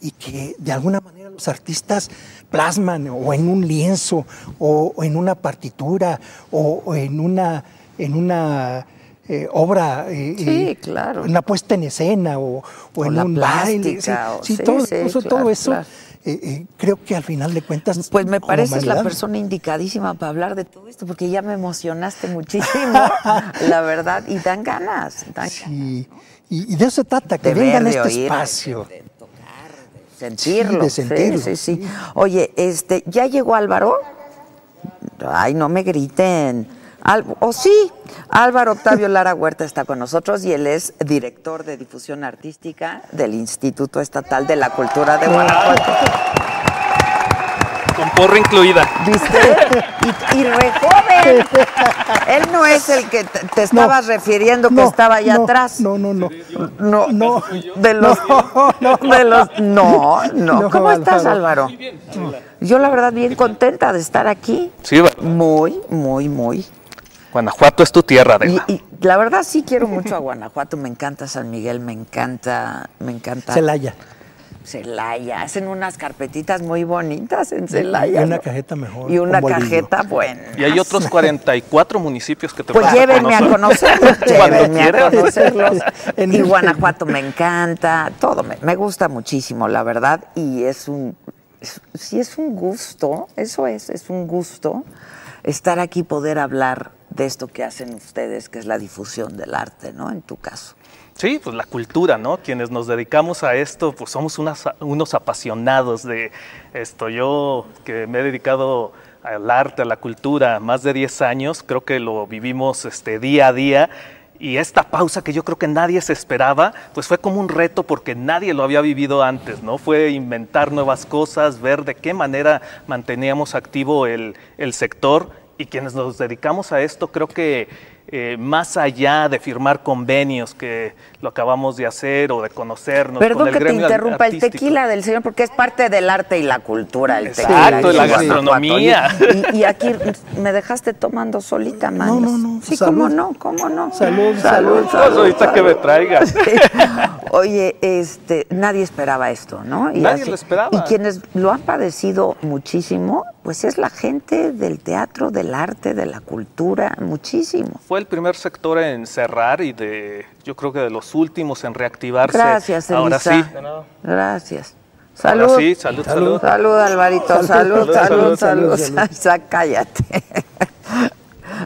S4: y que de alguna manera los artistas plasman o en un lienzo o, o en una partitura o, o en una, en una eh, obra, eh,
S1: Sí,
S4: eh,
S1: claro.
S4: una puesta en escena o, o en
S1: la
S4: un baile. Sí,
S1: plástica, o-
S4: sí,
S1: sí,
S4: todo,
S1: sí,
S4: eso- todo
S1: claro,
S4: eso
S1: claro.
S4: eh, eh, creo que al final de cuentas.
S1: Pues me
S4: como
S1: pareces la
S4: humanidad-
S1: persona indicadísima para hablar de todo esto, porque ya me emocionaste muchísimo, la verdad, y dan ganas, dan ganas
S4: Sí, y, y de eso se trata, que
S1: De
S4: vengan
S1: ver,
S4: a
S1: de
S4: este
S1: oír,
S4: espacio.
S1: sentirlo.
S4: de sentirlo.
S1: Sí, sí, sí. Oye, este, ¿ya llegó Álvaro? Ay, no me griten. Al- o sí, Álvaro Octavio Lara Huerta está con nosotros y él es director de difusión artística del Instituto Estatal de la Cultura de Guanajuato.
S6: Con porra incluida.
S1: ¿Viste? Y, y re joven. Él no es el que te, te estabas refiriendo que
S4: No,
S1: estaba allá
S4: no,
S1: atrás.
S4: No, no, no.
S1: No,
S4: No.
S1: de los, no, de los, no, no.
S4: No,
S1: ¿Cómo estás,
S4: Álvaro.
S1: Álvaro? Yo la verdad bien contenta de estar aquí.
S6: Sí, va-
S1: Muy, muy, muy.
S6: Guanajuato es tu tierra,
S1: Y,
S6: Adela.
S1: y la verdad sí quiero mucho a Guanajuato, me encanta San Miguel, me encanta, me encanta
S4: Celaya.
S1: Celaya. Hacen unas carpetitas muy bonitas en Celaya.
S4: Y una
S1: ¿no?
S4: cajeta mejor,
S1: Y una
S4: con bolillo.
S1: cajeta buena.
S6: Y hay otros 44 municipios que te
S1: Pues
S6: pueden
S1: llévenme a conocerlos,
S6: Cuando
S1: llévenme a
S6: quieras.
S1: conocerlos.
S4: En
S1: Y
S4: el-
S1: Guanajuato me encanta, todo me, me gusta muchísimo, la verdad, y es un, es- sí es un gusto, eso es, es un gusto estar aquí, poder hablar de esto que hacen ustedes, que es la difusión del arte, ¿no? En tu caso.
S6: Sí, pues la cultura, ¿no? Quienes nos dedicamos a esto, pues somos unas- unos apasionados de esto. Yo que me he dedicado al arte, a la cultura, más de 10 años, creo que lo vivimos este, día a día. Y esta pausa que yo creo que nadie se esperaba, pues fue como un reto porque nadie lo había vivido antes, ¿no? Fue inventar nuevas cosas, ver de qué manera manteníamos activo el, el sector y quienes nos dedicamos a esto, creo que eh, más allá de firmar convenios que lo acabamos de hacer o de conocernos con
S1: Perdón
S6: el
S1: que te
S6: gremio
S1: interrumpa, el
S6: artístico.
S1: tequila del señor, porque es parte del arte y la cultura, el
S6: Exacto,
S1: tequila.
S4: y la
S1: en Guanajuato. Y-
S6: gastronomía.
S1: Y, y aquí me dejaste tomando solita, man.
S4: no, no,
S1: Sí,
S4: salud.
S1: cómo no, cómo no.
S4: Salud, salud.
S6: Pues ahorita que me traigas.
S1: Oye, este, nadie esperaba esto, ¿no? Y
S6: Nadie lo esperaba.
S1: Y quienes lo han padecido muchísimo, pues es la gente del teatro, del arte, de la cultura, muchísimo.
S6: Fue el primer sector en cerrar y de, yo creo que de los últimos en reactivarse.
S1: Gracias, Elisa.
S6: Ahora sí.
S1: Gracias.
S6: Ahora
S1: Salud.
S6: sí, salud, salud.
S1: Salud, Alvarito. Salud,
S6: Salud, salud,
S1: salud, salud.
S4: salud,
S1: Sa- Cállate.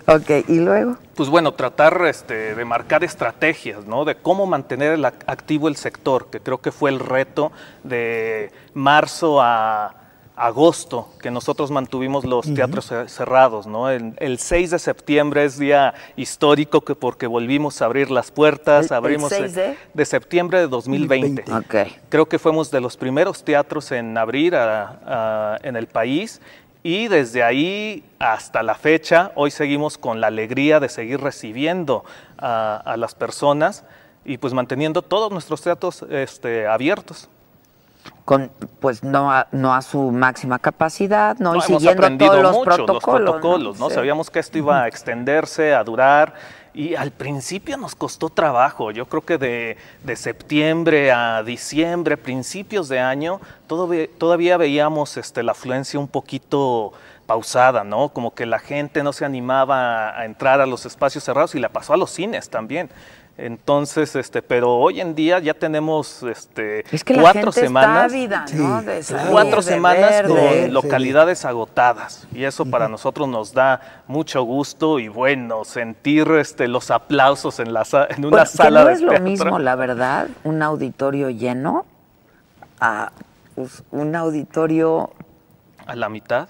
S1: ok, y luego.
S6: pues bueno, tratar este, de marcar estrategias, ¿no? De cómo mantener el ac- activo el sector, que creo que fue el reto de marzo a, a agosto, que nosotros mantuvimos los teatros cer- cerrados, ¿no? El, el 6 de septiembre es día histórico que porque volvimos a abrir las puertas,
S1: El- el
S6: abrimos e-,
S1: 6 de-
S6: de septiembre de 2020.
S4: 2020.
S1: Ok.
S6: Creo que fuimos de los primeros teatros en abrir a- a- en el país y desde ahí hasta la fecha, hoy seguimos con la alegría de seguir recibiendo a, a las personas y pues manteniendo todos nuestros teatros este, abiertos.
S1: con pues no a, no a su máxima capacidad, no, y
S6: No, hemos
S1: siguiendo
S6: aprendido
S1: todos los
S6: mucho
S1: protocolos.
S6: los protocolos, ¿no?
S1: Sí.
S6: Sabíamos que esto iba a extenderse, a durar. Y al principio nos costó trabajo. Yo creo que de, de septiembre a diciembre, principios de año, todavía, todavía veíamos este, la afluencia un poquito pausada, ¿no? Como que la gente no se animaba a entrar a los espacios cerrados y la pasó a los cines también. Entonces, este, pero hoy en día ya tenemos este,
S1: Es que
S6: cuatro
S1: la gente
S6: semanas
S1: está ávida,
S4: Sí,
S1: ¿no? De
S4: claro.
S1: salir,
S6: cuatro
S1: de
S6: semanas
S1: verde.
S6: con localidades agotadas y eso para nosotros nos da mucho gusto y bueno sentir este los aplausos en la sa- en una
S1: Bueno, que
S6: sala
S1: no
S6: de
S1: es lo
S6: teatro.
S1: mismo, la verdad, un auditorio lleno a pues, un auditorio
S6: a la mitad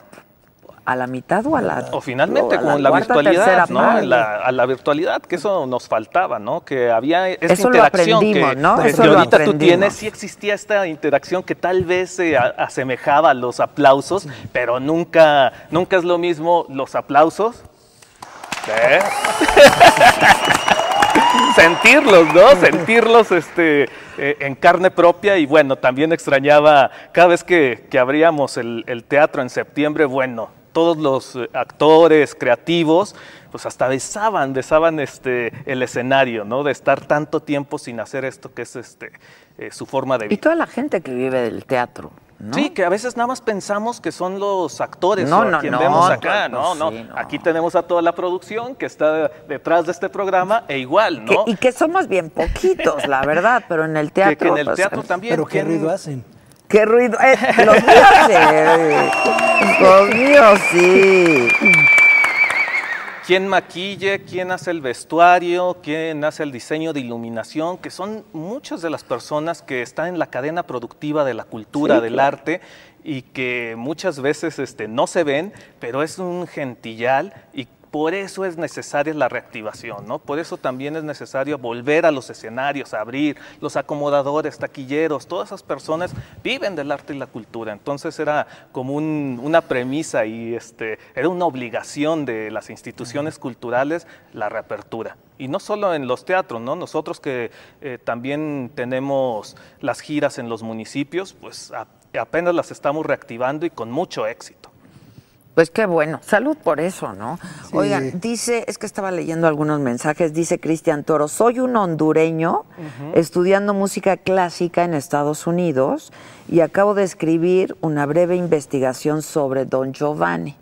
S1: a la mitad o a la
S6: o finalmente
S1: o a
S6: con la,
S1: cuarta, tercera
S6: virtualidad no
S1: parte.
S6: En la- a la virtualidad que eso nos faltaba no que había esta
S1: Eso lo
S6: interacción
S1: aprendimos,
S6: que,
S1: ¿no?
S6: que
S1: Eso lo
S6: ahorita tú
S1: aprendimos.
S6: tienes sí existía esta interacción que tal vez se a- asemejaba a los aplausos pero nunca nunca es lo mismo los aplausos ¿Eh? sentirlos, ¿no? Sentirlos este, eh, en carne propia y bueno, también extrañaba cada vez que, que abríamos el, el teatro en septiembre, bueno, todos los eh, actores creativos pues hasta besaban, besaban este, el escenario, ¿no? De estar tanto tiempo sin hacer esto que es este, eh, su forma de
S1: Y
S6: vida.
S1: toda la gente que vive del teatro, ¿no?
S6: Sí, que a veces nada más pensamos que son los actores
S1: No,
S6: o a
S1: no,
S6: quien
S1: no,
S6: vemos acá.
S1: no,
S6: No, no,
S1: sí, no.
S6: Aquí tenemos a toda la producción que está detrás de este programa e igual,
S1: Que-
S6: ¿no?
S1: y que somos bien poquitos, la verdad, pero en el
S6: Que- que
S1: teatro.
S6: en el
S1: pues,
S6: teatro también.
S4: Pero qué
S6: ¿quién-
S4: ruido hacen.
S1: ¡Qué ruido! Eh, ¡Los míos sí! ¡Los míos sí!
S6: quién maquille, quién hace el vestuario, quién hace el diseño de iluminación, que son muchas de las personas que están en la cadena productiva de la cultura, del arte y que muchas veces este, no se ven, pero es un gentillal y por eso es necesaria la reactivación, ¿no? Por eso también es necesario volver a los escenarios, abrir los acomodadores, taquilleros, todas esas personas viven del arte y la cultura. Entonces era como un- una premisa y este, era una obligación de las instituciones culturales la reapertura. Y no solo en los teatros, ¿no? Nosotros que eh, también tenemos las giras en los municipios, pues a- apenas las estamos reactivando y con mucho éxito.
S1: Pues qué bueno, salud por eso, ¿no?
S4: Sí.
S1: Oigan, dice, es que estaba leyendo algunos mensajes, dice Cristian Toro, soy un hondureño estudiando música clásica en Estados Unidos y acabo de escribir una breve investigación sobre Don Giovanni.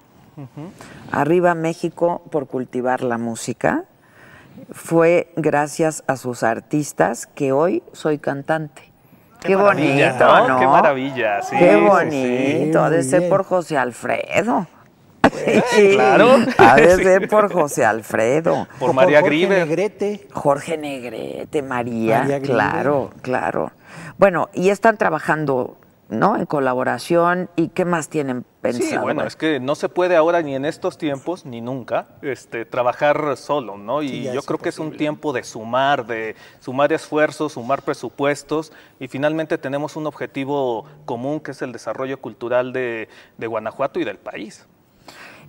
S1: Arriba México por cultivar la música. Fue gracias a sus artistas que hoy soy cantante. Qué,
S6: maravilla,
S1: bonito,
S6: ¿no?
S1: ¿no?
S6: Ah, Qué maravilla, sí,
S1: Qué
S6: sí, sí.
S1: bonito, ha de
S4: Muy
S1: ser
S4: bien.
S1: por José Alfredo.
S6: Sí, Pues, claro.
S1: Ha de
S6: Sí.
S1: ser por José Alfredo.
S6: Por
S4: O
S6: María
S4: Jorge
S6: Griver.
S4: Negrete.
S1: Jorge Negrete, María,
S4: María Griver.
S1: claro, claro. Bueno, y están trabajando, ¿no? En colaboración. ¿Y qué más tienen pensado?
S6: Sí, bueno, es que no se puede ahora ni en estos tiempos ni nunca este, trabajar solo, ¿no? Y
S4: Sí, ya
S6: yo
S4: es
S6: creo que es un tiempo de sumar, de sumar esfuerzos, sumar presupuestos y finalmente tenemos un objetivo común que es el desarrollo cultural de, de Guanajuato y del país.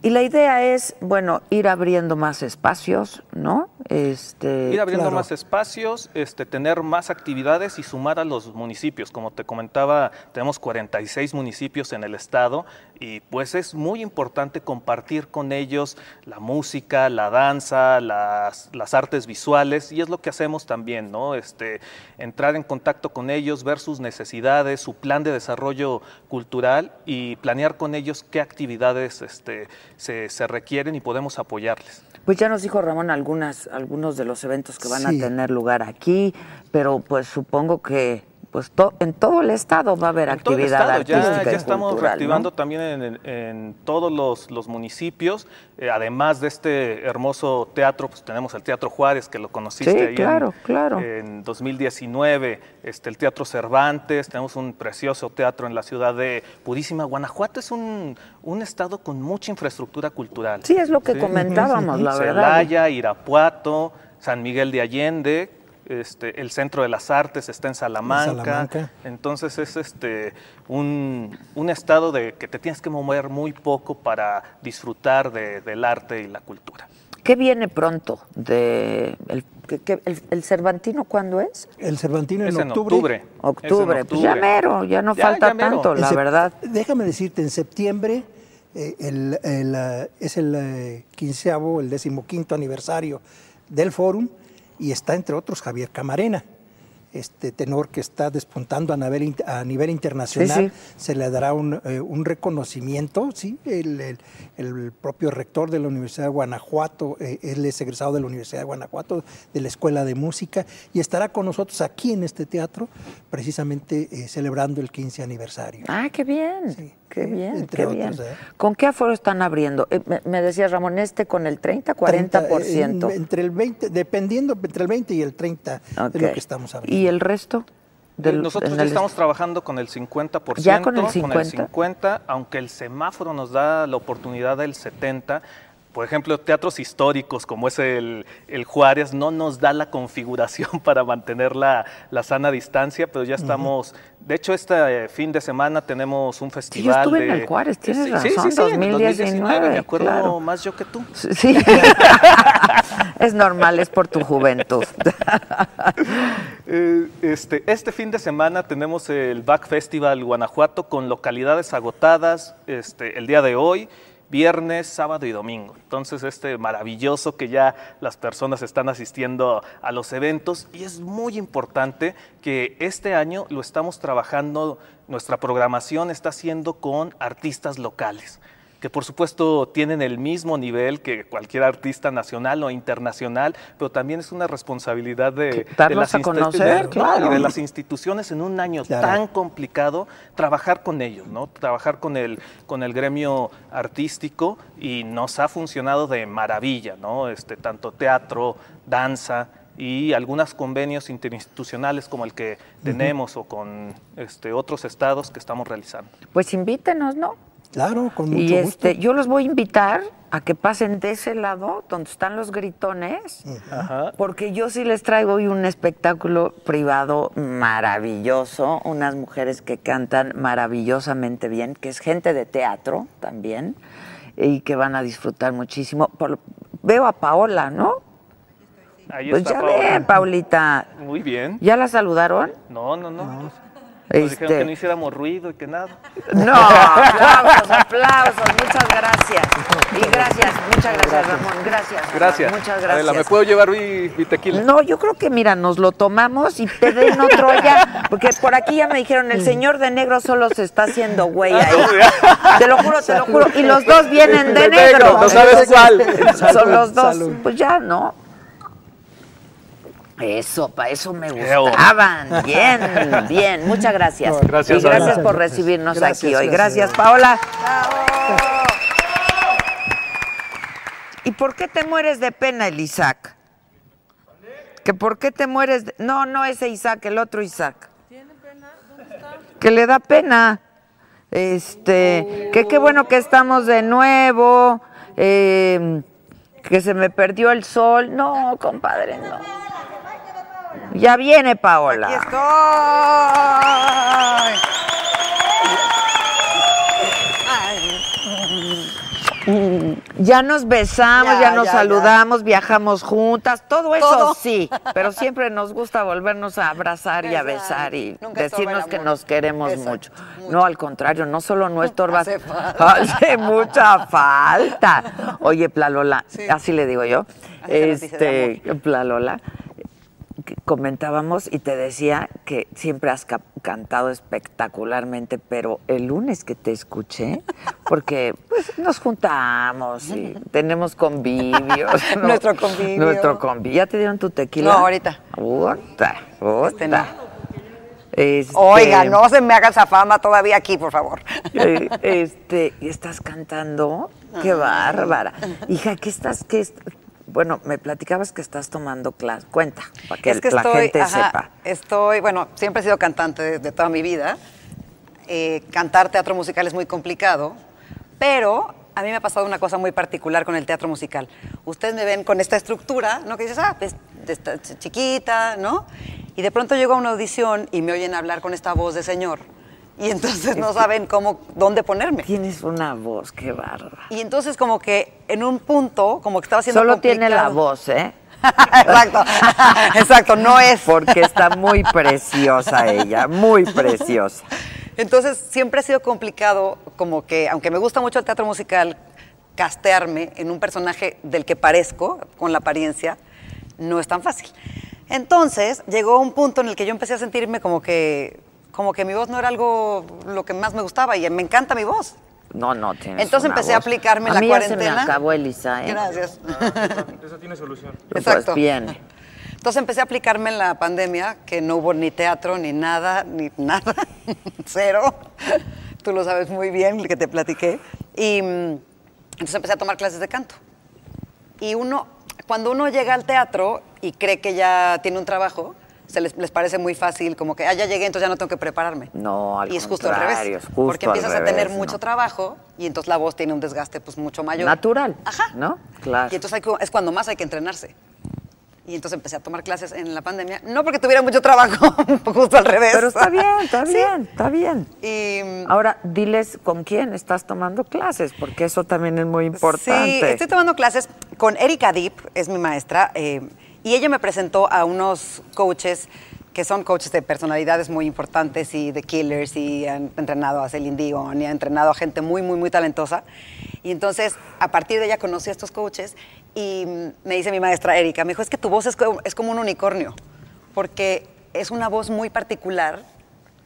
S1: Y la idea es, bueno, ir abriendo más espacios, ¿no? Este,
S6: Ir abriendo
S4: claro.
S6: más espacios, este, tener más actividades y sumar a los municipios. Como te comentaba, tenemos 46 municipios en el estado y pues es muy importante compartir con ellos la música, la danza, las, las artes visuales y es lo que hacemos también, ¿no? Este, entrar en contacto con ellos, ver sus necesidades, su plan de desarrollo cultural y planear con ellos qué actividades este, se- se requieren y podemos apoyarles.
S1: Pues ya nos dijo Ramón algunas, algunos de los eventos que van a
S4: Sí.
S1: tener lugar aquí, pero pues supongo que pues to- en todo el estado va a haber
S6: En todo el
S1: actividad
S6: estado, ya-
S1: artística
S6: Ya,
S1: y
S6: estamos
S1: cultural, ¿no?
S6: reactivando también en, en todos los, los municipios. Eh, además de este hermoso teatro, pues tenemos el Teatro Juárez, que lo conociste
S1: Sí,
S6: ahí en-
S1: claro, claro.
S6: en 2019. Este, el Teatro Cervantes, tenemos un precioso teatro en la ciudad de Purísima. Guanajuato es un, un estado con mucha infraestructura cultural.
S1: Sí, es lo que comentábamos, la verdad.
S6: Celaya, Irapuato, San Miguel de Allende, este, el Centro de las Artes está en Salamanca.
S4: Salamanca.
S6: Entonces es este un, un estado de que te tienes que mover muy poco para disfrutar de- del arte y la cultura.
S1: ¿Qué viene pronto de el, que- que- el- el Cervantino cuándo es?
S4: El Cervantino
S6: es
S4: en octubre.
S6: Es en
S1: Octubre, pues ya
S6: octubre.
S1: mero, ya no
S6: Ya,
S1: falta
S6: ya mero.
S1: tanto,
S4: En
S1: la
S4: sep-
S1: verdad.
S4: Déjame decirte, en septiembre eh, el- el, eh, es el eh, quinceavo, el decimoquinto aniversario del Fórum y está entre otros Javier Camarena, este tenor que está despuntando a nivel, in- a nivel internacional.
S1: Sí,
S4: Se le dará un, eh, un reconocimiento, ¿sí? El, el- el propio rector de la Universidad de Guanajuato, eh, él es egresado de la Universidad de Guanajuato, de la Escuela de Música, y estará con nosotros aquí en este teatro, precisamente eh, celebrando el 15 aniversario.
S1: Ah, qué bien,
S4: Sí,
S1: qué
S4: sí,
S1: bien,
S4: entre
S1: qué bien.
S4: otros, ¿eh?
S1: ¿Con qué aforo están abriendo? Eh, me, me decía Ramón, este con el 30, 40%.
S4: 30, eh, entre el 20, dependiendo entre el 20 y el 30 es lo
S1: Ok.
S4: que estamos
S1: ¿Y
S4: abriendo.
S1: el resto?
S6: Eh,
S1: del-
S6: Nosotros
S1: en
S6: ya
S1: el-
S6: estamos trabajando con el 50%,
S1: ¿Ya con el 50?
S6: 50, aunque el semáforo nos da la oportunidad del 70%. Por ejemplo, teatros históricos como es el, el Juárez no nos da la configuración para mantener la, la sana distancia, pero ya estamos... De hecho, este eh, fin de semana tenemos un festival
S1: estuve en
S6: de-
S1: el Juárez, tienes
S6: Sí,
S1: razón,
S6: sí, sí, sí, en el
S1: 2019,
S6: me acuerdo
S1: claro.
S6: más yo que tú.
S1: Sí. es normal, es por tu juventud.
S6: Eh, este, este fin de semana tenemos el Back Festival Guanajuato con localidades agotadas este, el día de hoy, viernes, sábado y domingo. Entonces, este maravilloso que ya las personas están asistiendo a los eventos y es muy importante que este año lo estamos trabajando, nuestra programación está siendo con artistas locales que por supuesto tienen el mismo nivel que cualquier artista nacional o internacional, pero también es una responsabilidad de, de
S1: Darlos
S6: las
S1: a
S6: insti-
S1: conocer,
S6: de- claro,
S1: claro.
S6: y de las instituciones en un año
S4: Claro.
S6: tan complicado, trabajar con ellos, ¿no? Trabajar con el, con el gremio artístico y nos ha funcionado de maravilla, ¿no? Este, tanto teatro, danza y algunos convenios interinstitucionales como el que tenemos o con este, otros estados que estamos realizando.
S1: Pues invítenos, ¿no?
S4: Claro, con mucho
S1: Y este,
S4: gusto.
S1: yo los voy a invitar a que pasen de ese lado donde están los gritones,
S6: Ajá.
S1: porque yo sí les traigo hoy un espectáculo privado maravilloso, unas mujeres que cantan maravillosamente bien, que es gente de teatro también y que van a disfrutar muchísimo. Por- veo a Paola, ¿no?
S6: Ahí
S1: Pues
S6: está
S1: ya
S6: Paola.
S1: ven, Paulita.
S6: Muy bien.
S1: ¿Ya la saludaron?
S6: No, no, no. Nos dijeron
S1: Este-
S6: que no hiciéramos ruido y que nada.
S1: No, aplausos, aplausos, muchas gracias. Y gracias, muchas gracias, Ramón. Gracias. Ramón,
S6: Gracias.
S1: Muchas gracias.
S6: Adela, ¿me puedo llevar mi, mi tequila?
S1: No, yo creo que mira, nos lo tomamos y te den otro ya, porque por aquí ya me dijeron, el señor de negro solo se está haciendo güey
S6: Ah,
S1: ahí. Te lo juro, te lo juro. Y los dos vienen de
S6: De negro,
S1: negro.
S6: no sabes cuál.
S1: Son los dos.
S4: Salud.
S1: Pues ya, ¿no? Eso, para eso me
S6: Creo.
S1: gustaban. Bien, bien. Muchas gracias.
S4: No,
S6: gracias,
S1: y gracias
S4: Adela.
S1: por recibirnos
S4: Gracias,
S1: aquí hoy. Gracias,
S4: gracias.
S1: Paola. ¿Y por qué te mueres de pena, el Isaac? ¿Que por qué te mueres de... No, no ese Isaac, el otro Isaac. Que le da pena. Este, que qué bueno que estamos de nuevo. eh, que se me perdió el sol. No, compadre, no. Ya viene Paola. Aquí estoy. Mm, Ya nos besamos, ya,
S5: Ya,
S1: nos
S5: ya,
S1: saludamos, viajamos juntas, todo eso
S5: Todo.
S1: sí, pero siempre nos gusta volvernos a abrazar y a besar
S5: Besar.
S1: y
S5: Nunca estorba
S1: decirnos
S5: el
S1: que
S5: amor.
S1: nos queremos
S5: Exacto,
S1: mucho.
S5: mucho.
S1: No, al contrario, no solo no estorbas,
S5: Hace falta.
S1: hace mucha falta. Oye, Plalola,
S5: Sí.
S1: así le digo yo,
S5: Así se las dice de
S1: este, Plalola, que comentábamos y te decía que siempre has cap- cantado espectacularmente, pero el lunes que te escuché, porque pues, nos juntamos y tenemos convivios. ¿no?
S5: Nuestro convivio.
S1: Nuestro convivio. ¿Ya te dieron tu tequila?
S5: No, ahorita.
S1: Puta, puta.
S5: Este no.
S1: Este,
S7: Oiga, no se me haga esa fama todavía aquí, por favor.
S1: eh, Este, ¿y estás cantando?
S7: Ah.
S1: Qué bárbara. Hija, ¿qué estás? Qué est- bueno, me platicabas que estás tomando clase. Cuenta, para que,
S7: es que
S1: la
S7: estoy,
S1: gente
S7: ajá,
S1: sepa.
S7: Estoy, bueno, siempre he sido cantante de, de toda mi vida. Eh, cantar teatro musical es muy complicado, pero a mí me ha pasado una cosa muy particular con el teatro musical. Ustedes me ven con esta estructura, ¿no? Que dices, ah, pues está ch- chiquita, ¿no? Y de pronto llego a una audición y me oyen hablar con esta voz de señor. Y entonces no saben cómo, dónde ponerme.
S1: Tienes una voz, qué bárbara.
S7: Y entonces como que en un punto, como que estaba siendo
S1: Solo tiene la
S7: complicado.
S1: voz, ¿eh?
S7: exacto, exacto, no es.
S1: Porque está muy preciosa ella, muy preciosa.
S7: Entonces siempre ha sido complicado, como que, aunque me gusta mucho el teatro musical, castearme en un personaje del que parezco, con la apariencia, no es tan fácil. Entonces llegó un punto en el que yo empecé a sentirme como que, como que mi voz no era algo lo que más me gustaba y me encanta mi voz.
S1: No, no, tienes
S7: Entonces
S1: una
S7: empecé a
S1: voz.
S7: aplicarme
S1: a
S7: la
S1: mí Ya se me
S7: cuarentena.
S1: acabó Elisa, ¿eh?
S7: Gracias.
S1: Pues
S7: Exacto.
S1: bien.
S7: Entonces empecé a aplicarme en la pandemia, que no hubo ni teatro, ni nada, ni nada, cero. Tú lo sabes muy bien, que te platiqué. Y mm, entonces empecé a tomar clases de canto. Y uno, cuando uno llega al teatro y cree que ya tiene un trabajo, se les, les parece muy fácil, como que, ah, ya llegué, entonces ya no tengo que prepararme.
S1: No, al
S7: Y es justo al
S1: contrario,
S7: revés.
S1: es justo
S7: porque
S1: al
S7: empiezas a
S1: revés,
S7: tener
S1: ¿no?
S7: mucho trabajo y entonces la voz tiene un desgaste pues mucho mayor.
S1: Natural,
S7: Ajá.
S1: ¿no? Claro.
S7: Y entonces hay que- es cuando más hay que entrenarse. Y entonces empecé a tomar clases en la pandemia, no porque tuviera mucho trabajo, justo al revés.
S1: Pero está bien, está
S7: Sí.
S1: bien, está bien.
S7: Y mm,
S1: Ahora, diles con quién estás tomando clases, porque eso también es muy
S7: Sí, este
S1: importante.
S7: estoy tomando clases con Erika Deep, es mi maestra, eh, y ella me presentó a unos coaches que son coaches de personalidades muy importantes y de killers, y han entrenado a Celine Dion, y han entrenado a gente muy, muy, muy talentosa. Y entonces, a partir de ella conocí a estos coaches, y mm, me dice mi maestra Erika, me dijo, es que tu voz es co- es como un unicornio, porque es una voz muy particular,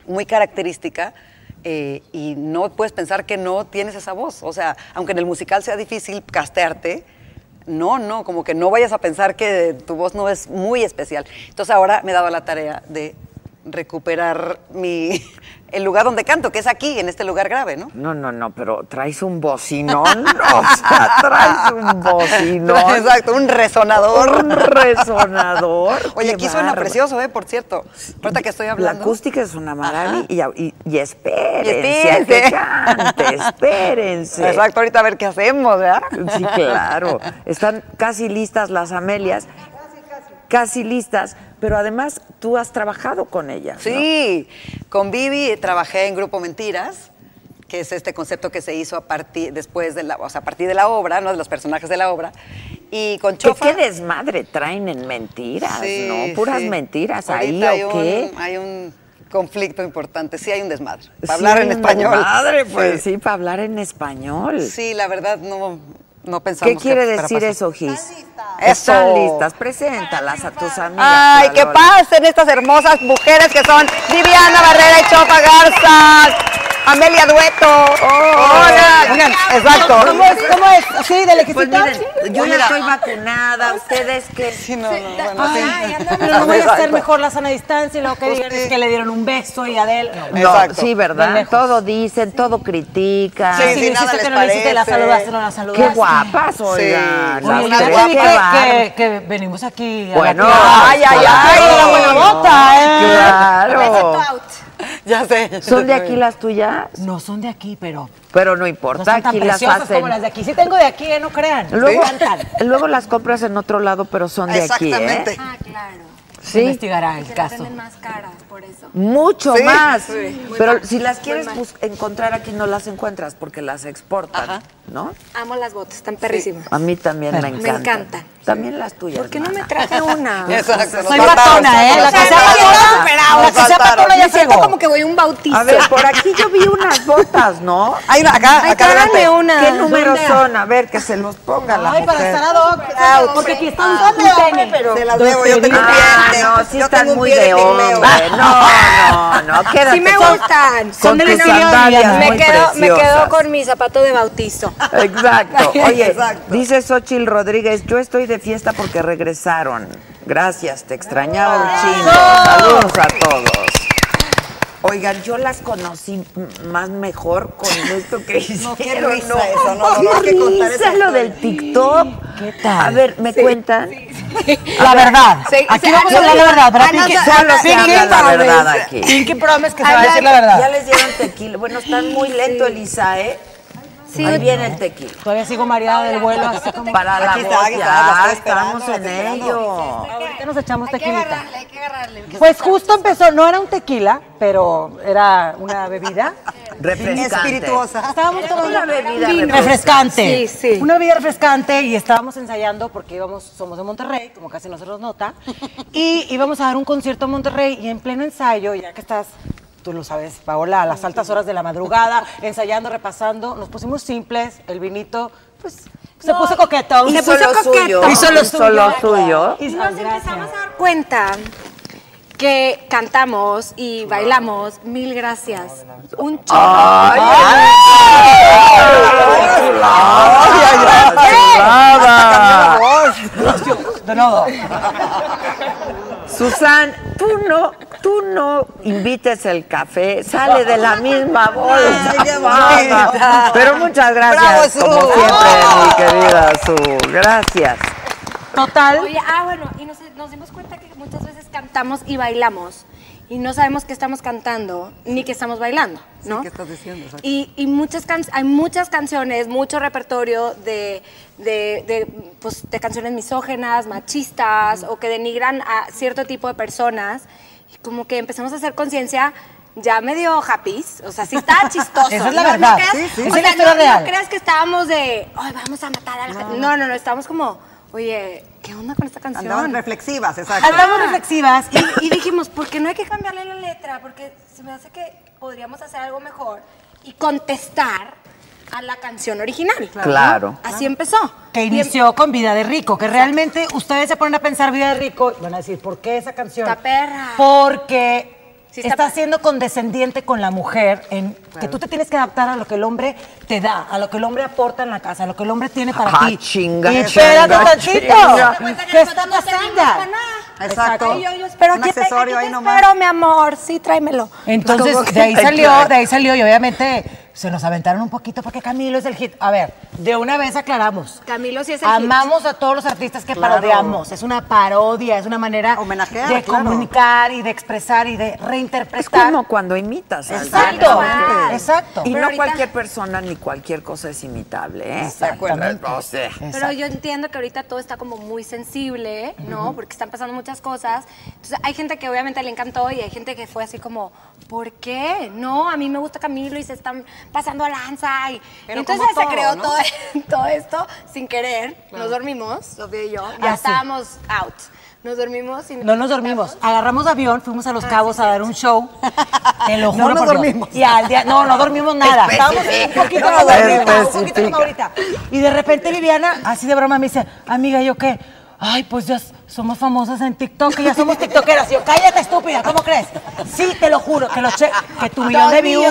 S7: muy característica eh, y no puedes pensar que no tienes esa voz. O sea, aunque en el musical sea difícil castearte, no, no, como que no vayas a pensar que tu voz no es muy especial. Entonces ahora me he dado a la tarea de recuperar mi, el lugar donde canto, que es aquí, en este lugar grave, ¿no?
S1: No, no, no, pero traes un bocinón, o sea, traes un bocinón.
S7: Exacto, un resonador.
S1: Un resonador.
S7: Oye,
S1: qué
S7: aquí suena
S1: bárbaro.
S7: precioso, ¿eh? Por cierto, ahorita que estoy hablando.
S1: La acústica es una maravilla. Y, y, y espérense,
S7: Y
S1: a que
S7: espérense.
S1: cante, espérense.
S7: Exacto, ahorita a ver qué hacemos, ¿verdad?
S1: Sí, claro. Están casi listas las Amelias. Casi listas, pero además tú has trabajado con ellas. ¿no?
S7: Sí, con Vivi eh, trabajé en Grupo Mentiras, que es este concepto que se hizo a partir después de la, o sea, a partir de la obra, ¿no? De los personajes de la obra. Y con
S1: Que
S7: Chofa.
S1: qué desmadre traen en mentiras,
S7: Sí,
S1: ¿no? Puras
S7: sí.
S1: mentiras
S7: Ahorita
S1: ahí
S7: hay
S1: o qué.
S7: Un, hay un conflicto importante, sí hay un desmadre. Para
S1: Sí,
S7: hablar en
S1: un
S7: español.
S1: Desmadre, pues sí, para hablar en español.
S7: Sí, la verdad no, no pensamos
S1: ¿Qué quiere
S7: que fuera a
S1: decir
S7: pasar.
S1: eso, Gis?
S7: Eso.
S1: Están listas. Preséntalas a tus amigas.
S7: ¡Ay, que
S1: Lalola.
S7: pasen estas hermosas mujeres que son Viviana Barrera y Chopa Garza! Amelia Dueto. Hola. Miren, exacto. Oh, ¿Cómo es? ¿Cómo es? Sí, del
S1: Pues miren, yo ya estoy vacunada, ustedes qué.
S7: Ah, Sí, no, no, bueno, sí. Pues
S3: Pero no voy a hacer mejor la sana distancia y lo que digan es que le dieron un beso y a Adel.
S1: No,
S7: Exacto.
S1: sí,
S3: De
S1: ¿verdad?
S3: lejos.
S1: Todo dicen, todo critican.
S7: Sí,
S3: Si
S7: sí,
S3: le
S7: nada
S3: hiciste
S7: les
S3: Ah, que no le hiciste, la
S7: parece.
S3: saludaste, no la saludaste.
S1: Qué guapas, oigan.
S7: Sí.
S3: Oye,
S1: las
S3: ya te
S1: tres,
S3: dije
S1: qué
S3: que,
S1: bárbaro.
S3: que venimos aquí a
S1: Bueno,
S3: la
S7: Ay, ay, ay.
S3: la buena bota, ¿eh?
S1: Claro.
S7: Ya sé.
S1: ¿Son de aquí las tuyas?
S3: No son de aquí, pero
S1: Pero no
S3: no
S1: importa,
S3: son tan
S1: aquí las
S3: preciosas
S1: hacen.
S3: como las de aquí. Sí tengo de aquí, ¿eh? No crean.
S1: Luego,
S3: Me encantan.
S1: luego las compras en otro lado, pero son de aquí, ¿eh?
S7: Exactamente.
S8: Ah, claro.
S1: Sí,
S3: Investigará el
S8: Se las
S3: caso.
S8: venden más caras, por eso.
S1: mucho
S7: Sí,
S1: más.
S7: sí. Muy
S1: Pero
S8: mal,
S1: si las
S8: muy
S1: quieres
S8: mal.
S1: bus- encontrar aquí, no las encuentras porque las exportan,
S7: Ajá.
S1: ¿no?
S8: Amo las botas, están perrísimas.
S1: A mí también me encanta.
S8: Me encantan.
S1: También las tuyas.
S8: ¿Por qué no
S1: mana.
S8: me traje una?
S7: Exacto.
S3: Soy
S7: nos faltaron,
S3: matona, ¿eh? La
S7: nos
S3: que sea
S7: faltaron.
S3: matona, la
S7: Nos
S3: que sea
S7: faltaron.
S3: matona ya
S8: Me siento
S3: llegó.
S8: como que voy a un bautizo.
S1: A ver, por aquí yo vi unas botas, ¿no?
S7: Hay una acá,
S8: Ay,
S7: acá
S8: trágame
S7: adelante.
S8: una.
S1: ¿Qué números
S8: ¿Dónde?
S1: son? A ver, que se los ponga la
S3: Ay, para
S1: mujer.
S3: estar ad
S7: Ah,
S3: hoc. Porque aquí están usando tenis.
S7: Se las debo, yo tengo un pie.
S1: Ah,
S7: de-
S1: no, sí
S7: yo
S1: están
S7: tengo un
S1: muy
S7: pie de
S1: de
S7: pigmeo.
S1: hombre. No, no, no, quédate.
S8: Sí me
S1: con-
S8: gustan.
S1: Con tus
S3: Silvio
S1: sandalias
S8: me
S1: muy
S8: quedo, me quedo
S1: preciosas.
S8: con mi zapato de bautizo.
S1: Exacto. Oye,
S7: Exacto.
S1: dice Xochil Rodríguez, yo estoy de fiesta porque regresaron. Gracias, te extrañaba un chingo. Saludos a todos. Oigan, yo las conocí más mejor con esto que hicieron.
S7: No, qué risa eso, no, no, no, hay
S1: Qué
S7: que contar
S1: risa
S7: esa
S1: lo del TikTok. ¿Qué tal? A ver, ¿me cuentan?
S3: La verdad. Aquí vamos a hablar la verdad. Pero
S1: Ana,
S3: Pinky,
S1: solo se
S3: Pinky
S1: habla la
S3: promise.
S1: verdad aquí.
S3: Pinky promise que se va a
S1: Ana,
S3: decir la
S1: Ya
S3: verdad.
S1: les dieron tequila. Bueno, están muy lento, Elisa, ¿eh? Sí, Ahí viene el tequila.
S3: Todavía sigo mareada del vuelo. así como-
S1: Para la
S7: Aquí
S1: voz,
S7: está, aquí está, la
S1: ya
S7: estoy esperando,
S1: estamos
S7: la
S1: en
S7: estoy esperando.
S1: ello.
S3: Ahorita nos echamos tequilita. Pues justo empezó, no era un tequila, pero era una bebida.
S1: Refrescante.
S7: Espirituosa.
S3: Estábamos tomando
S1: una bebida
S3: vino.
S1: refrescante.
S3: refrescante.
S8: Sí, sí.
S3: Una bebida refrescante y estábamos ensayando porque íbamos, somos de Monterrey, como casi no se nos nota, y íbamos a dar un concierto en Monterrey y en pleno ensayo, ya que estás, tú lo sabes, Paola, a las altas horas de la madrugada, ensayando, repasando, nos pusimos simples, el vinito, pues se puso coquetón.
S1: Hizo
S3: se puso
S1: lo suyo. Hizo lo Hizo lo suyo. suyo.
S3: Y
S8: Y nos
S3: gracias.
S8: empezamos a dar cuenta que cantamos y bailamos. Mil gracias. Un chorro.
S1: Nada.
S3: De nuevo.
S1: Susan, tú no, tú no invites el café, sale de la misma bolsa.
S7: Ay, qué
S1: Bárbara.
S7: bonita.
S1: Pero muchas gracias,
S7: Bravo, Oh. Su.
S1: como siempre, mi querida Su. Gracias.
S3: Total.
S8: Oye, ah, bueno, y nos, nos dimos cuenta que muchas veces cantamos y bailamos y no sabemos que estamos cantando ni que estamos bailando, ¿no?
S7: ¿qué estás diciendo? Exacto.
S8: Y, y muchas can- hay muchas canciones, mucho repertorio de, de, de, pues, de canciones misógenas, machistas o que denigran a cierto tipo de personas. Y como que empezamos a hacer conciencia. Ya medio happies, o sea, sí está chistoso.
S3: Esa es la
S8: ¿no? No
S3: verdad,
S8: creas-
S3: sí, sí. Esa
S8: o
S3: es
S8: sea,
S3: la historia
S8: no-
S3: real.
S8: No creas que estábamos de, ay, vamos a matar a la gente. No, no, no, estábamos como, oye, ¿qué onda con esta canción?
S7: Andaban reflexivas, exacto.
S3: Andamos reflexivas y
S8: Y, y dijimos, ¿por qué no hay que cambiarle la letra? Porque se me hace que podríamos hacer algo mejor y contestar a la canción original.
S1: Claro.
S8: Así empezó.
S3: Que inició con Vida de Rico, que realmente ustedes se ponen a pensar Vida de Rico, y van a decir, ¿por qué esa canción?
S8: Está perra.
S3: Porque
S8: Sí, está
S3: está
S8: perra.
S3: siendo condescendiente con la mujer, en que tú te tienes que adaptar a lo que el hombre te da, a lo que el hombre aporta en la casa, a lo que el hombre tiene para
S1: Ah,
S3: ti.
S1: chinga,
S3: Y
S1: chinga,
S3: espérate
S1: chinga. Haz de
S3: tantito. ¿Qué está pasando?
S7: Exacto.
S8: Ay, yo, yo espero
S7: Un
S8: aquí te- aquí
S7: accesorio
S8: te
S7: ahí nomás.
S8: espero, mi amor. Sí, tráemelo.
S1: Como que-
S3: Entonces, de ahí
S1: Ay,
S3: salió,
S1: claro.
S3: de ahí salió, y obviamente se nos aventaron un poquito porque Camilo es el hit. A ver, de una vez aclaramos.
S8: Camilo sí es el hit.
S3: Amamos a todos los artistas que
S7: Claro.
S3: parodiamos. Es una parodia, es una manera
S7: Homenajear,
S3: de
S7: claro.
S3: comunicar y de expresar y de reinterpretar.
S1: Es como cuando imitas a alguien.
S3: Exacto,
S8: Tal cual.
S3: exacto.
S1: Y
S8: Pero
S1: no
S8: ahorita-
S1: cualquier persona ni cualquier cosa es imitable, ¿eh?
S3: Exactamente.
S1: O sea,
S8: Pero yo entiendo que ahorita todo está como muy sensible, ¿no? Porque están pasando muchas cosas. Entonces, hay gente que obviamente le encantó y hay gente que fue así como, ¿por qué? No, a mí me gusta Camilo y se están pasando lanza. Y
S7: Pero
S8: entonces
S7: como
S8: se
S7: todo,
S8: creó
S7: ¿no?
S8: todo, e-, todo esto sin querer. Nos dormimos, Sofía y yo. Ya
S3: Ah, sí.
S8: estábamos out. Nos dormimos y
S3: No nos dormimos. Agarramos avión, fuimos a
S8: Ah,
S3: Los Cabos a dar un show. Te lo juro
S7: nos
S3: por Dios.
S7: dormimos.
S3: Y al día, no, no dormimos nada. Estábamos un poquito como ahorita, un poquito como ahorita. Y de repente Viviana, así de broma, me dice, amiga, ¿yo qué? Ay, pues ya somos famosas en TikTok, que ya somos tiktokeras. Y yo, cállate, estúpida, ¿cómo crees? Sí, te lo juro, que lo che que tu millón de views.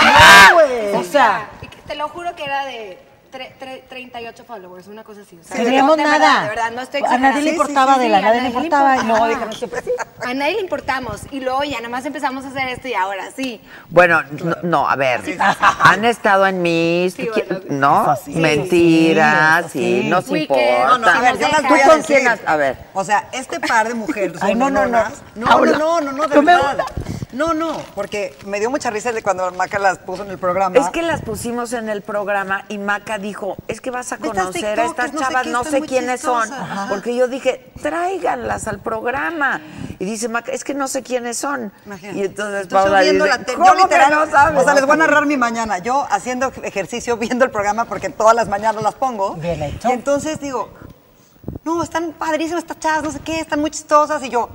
S3: ¡Ah, güey! O sea,
S8: Y que- Te lo juro que era de tre- tre- 38 followers, una cosa así. O sea,
S3: teníamos
S8: de
S3: nada.
S8: verdad, De verdad, no estoy
S3: a nadie le
S8: exagerando.
S3: importaba,
S8: Sí, sí,
S3: de
S8: sí,
S3: la
S8: a
S3: nadie le
S8: nadie le
S3: importaba. Y luego
S8: importaba.
S3: dijeron
S7: pues
S3: siempre sí.
S8: A nadie le importamos. Y luego ya nada más empezamos a hacer esto y ahora sí.
S1: Bueno, no, no, a ver, han estado en mis,
S8: Sí, bueno.
S1: ¿no?
S3: Eso sí. Sí,
S1: Mentiras,
S3: eso
S1: sí,
S3: sí.
S1: nos
S8: Uy, que-
S1: importa.
S8: No, no,
S7: a ver, yo las
S8: ¿Tú
S7: voy a
S1: con
S7: decir.
S1: quién has- a ver.
S7: O sea, este par de mujeres.
S3: Ay, no, no, no.
S7: hormononas- No,
S3: Paula.
S7: no, no, no, de
S3: No me
S7: verdad.
S3: gusta.
S7: No, no, porque me dio mucha risa de cuando Maca las puso en el programa.
S1: Es que las pusimos en el programa y Maca dijo, es que vas a
S7: Estas
S1: conocer a
S7: tiktokers,
S1: estas
S7: no sé
S1: chavas,
S7: qué,
S1: no
S7: están
S1: sé
S7: muy
S1: quiénes son.
S7: chistosas. Ajá.
S1: Porque yo dije, tráiganlas al programa. Y dice Maca, es que no sé quiénes son.
S7: Imagínate.
S1: Y entonces
S7: Estoy
S1: Paula
S7: viendo
S1: dice,
S7: la tele-
S1: ¿cómo
S7: yo literal,
S1: que no sabes?
S7: O sea, les voy a narrar mi mañana. Yo haciendo ejercicio, viendo el programa, porque todas las mañanas las pongo.
S3: Bien hecho.
S7: Y entonces digo, no, están padrísimas estas chavas, no sé qué, están muy chistosas. Y yo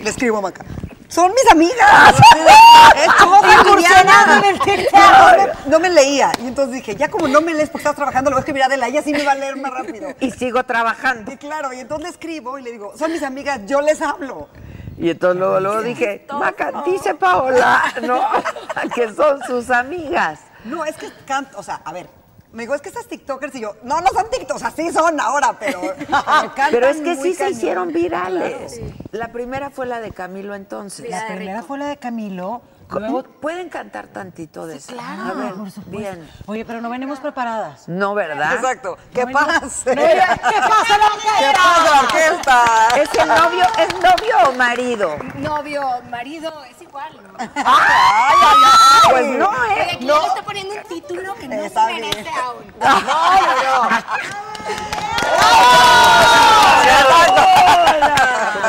S7: le escribo a Maca. Son mis amigas. ¿Cómo
S3: Incursionando en el TikTok.
S7: No me leía. Y entonces dije, ya como no me lees porque estás trabajando, lo voy a escribir a Adela. Ella sí me va a leer más rápido.
S1: Y sigo trabajando.
S7: Y claro, y entonces le escribo y le digo, son mis amigas, yo les hablo.
S1: Y entonces luego, luego dije, Maca, dice Paola, ¿no? que son sus amigas.
S7: No, es que canto, o sea, a ver, me digo, es que estas TikTokers y yo, no, no son TikToks, así son ahora, pero. cantan
S1: Pero es que
S7: muy
S1: sí se
S7: cañón.
S1: hicieron virales. La primera fue la de Camilo entonces.
S8: Sí.
S3: La primera fue la de Camilo,
S1: Luego, ¿Pueden cantar tantito de eso? A ver, Ah, bien.
S3: Oye, pero no venimos preparadas.
S1: No, ¿verdad?
S7: Exacto.
S3: No,
S7: ¿Qué
S3: no,
S7: pasa?
S3: no, ya, ¿qué pasa, la
S7: ¿Qué pasa, la orquesta?
S1: ¿Es el novio, es novio o marido?
S8: Novio, marido, es igual. ¿no?
S1: ¡Ay, ay,
S3: Ah,
S1: ay! Pues no,
S8: Oye,
S1: ¿eh?
S8: aquí ya le está poniendo un título que no se merece aún.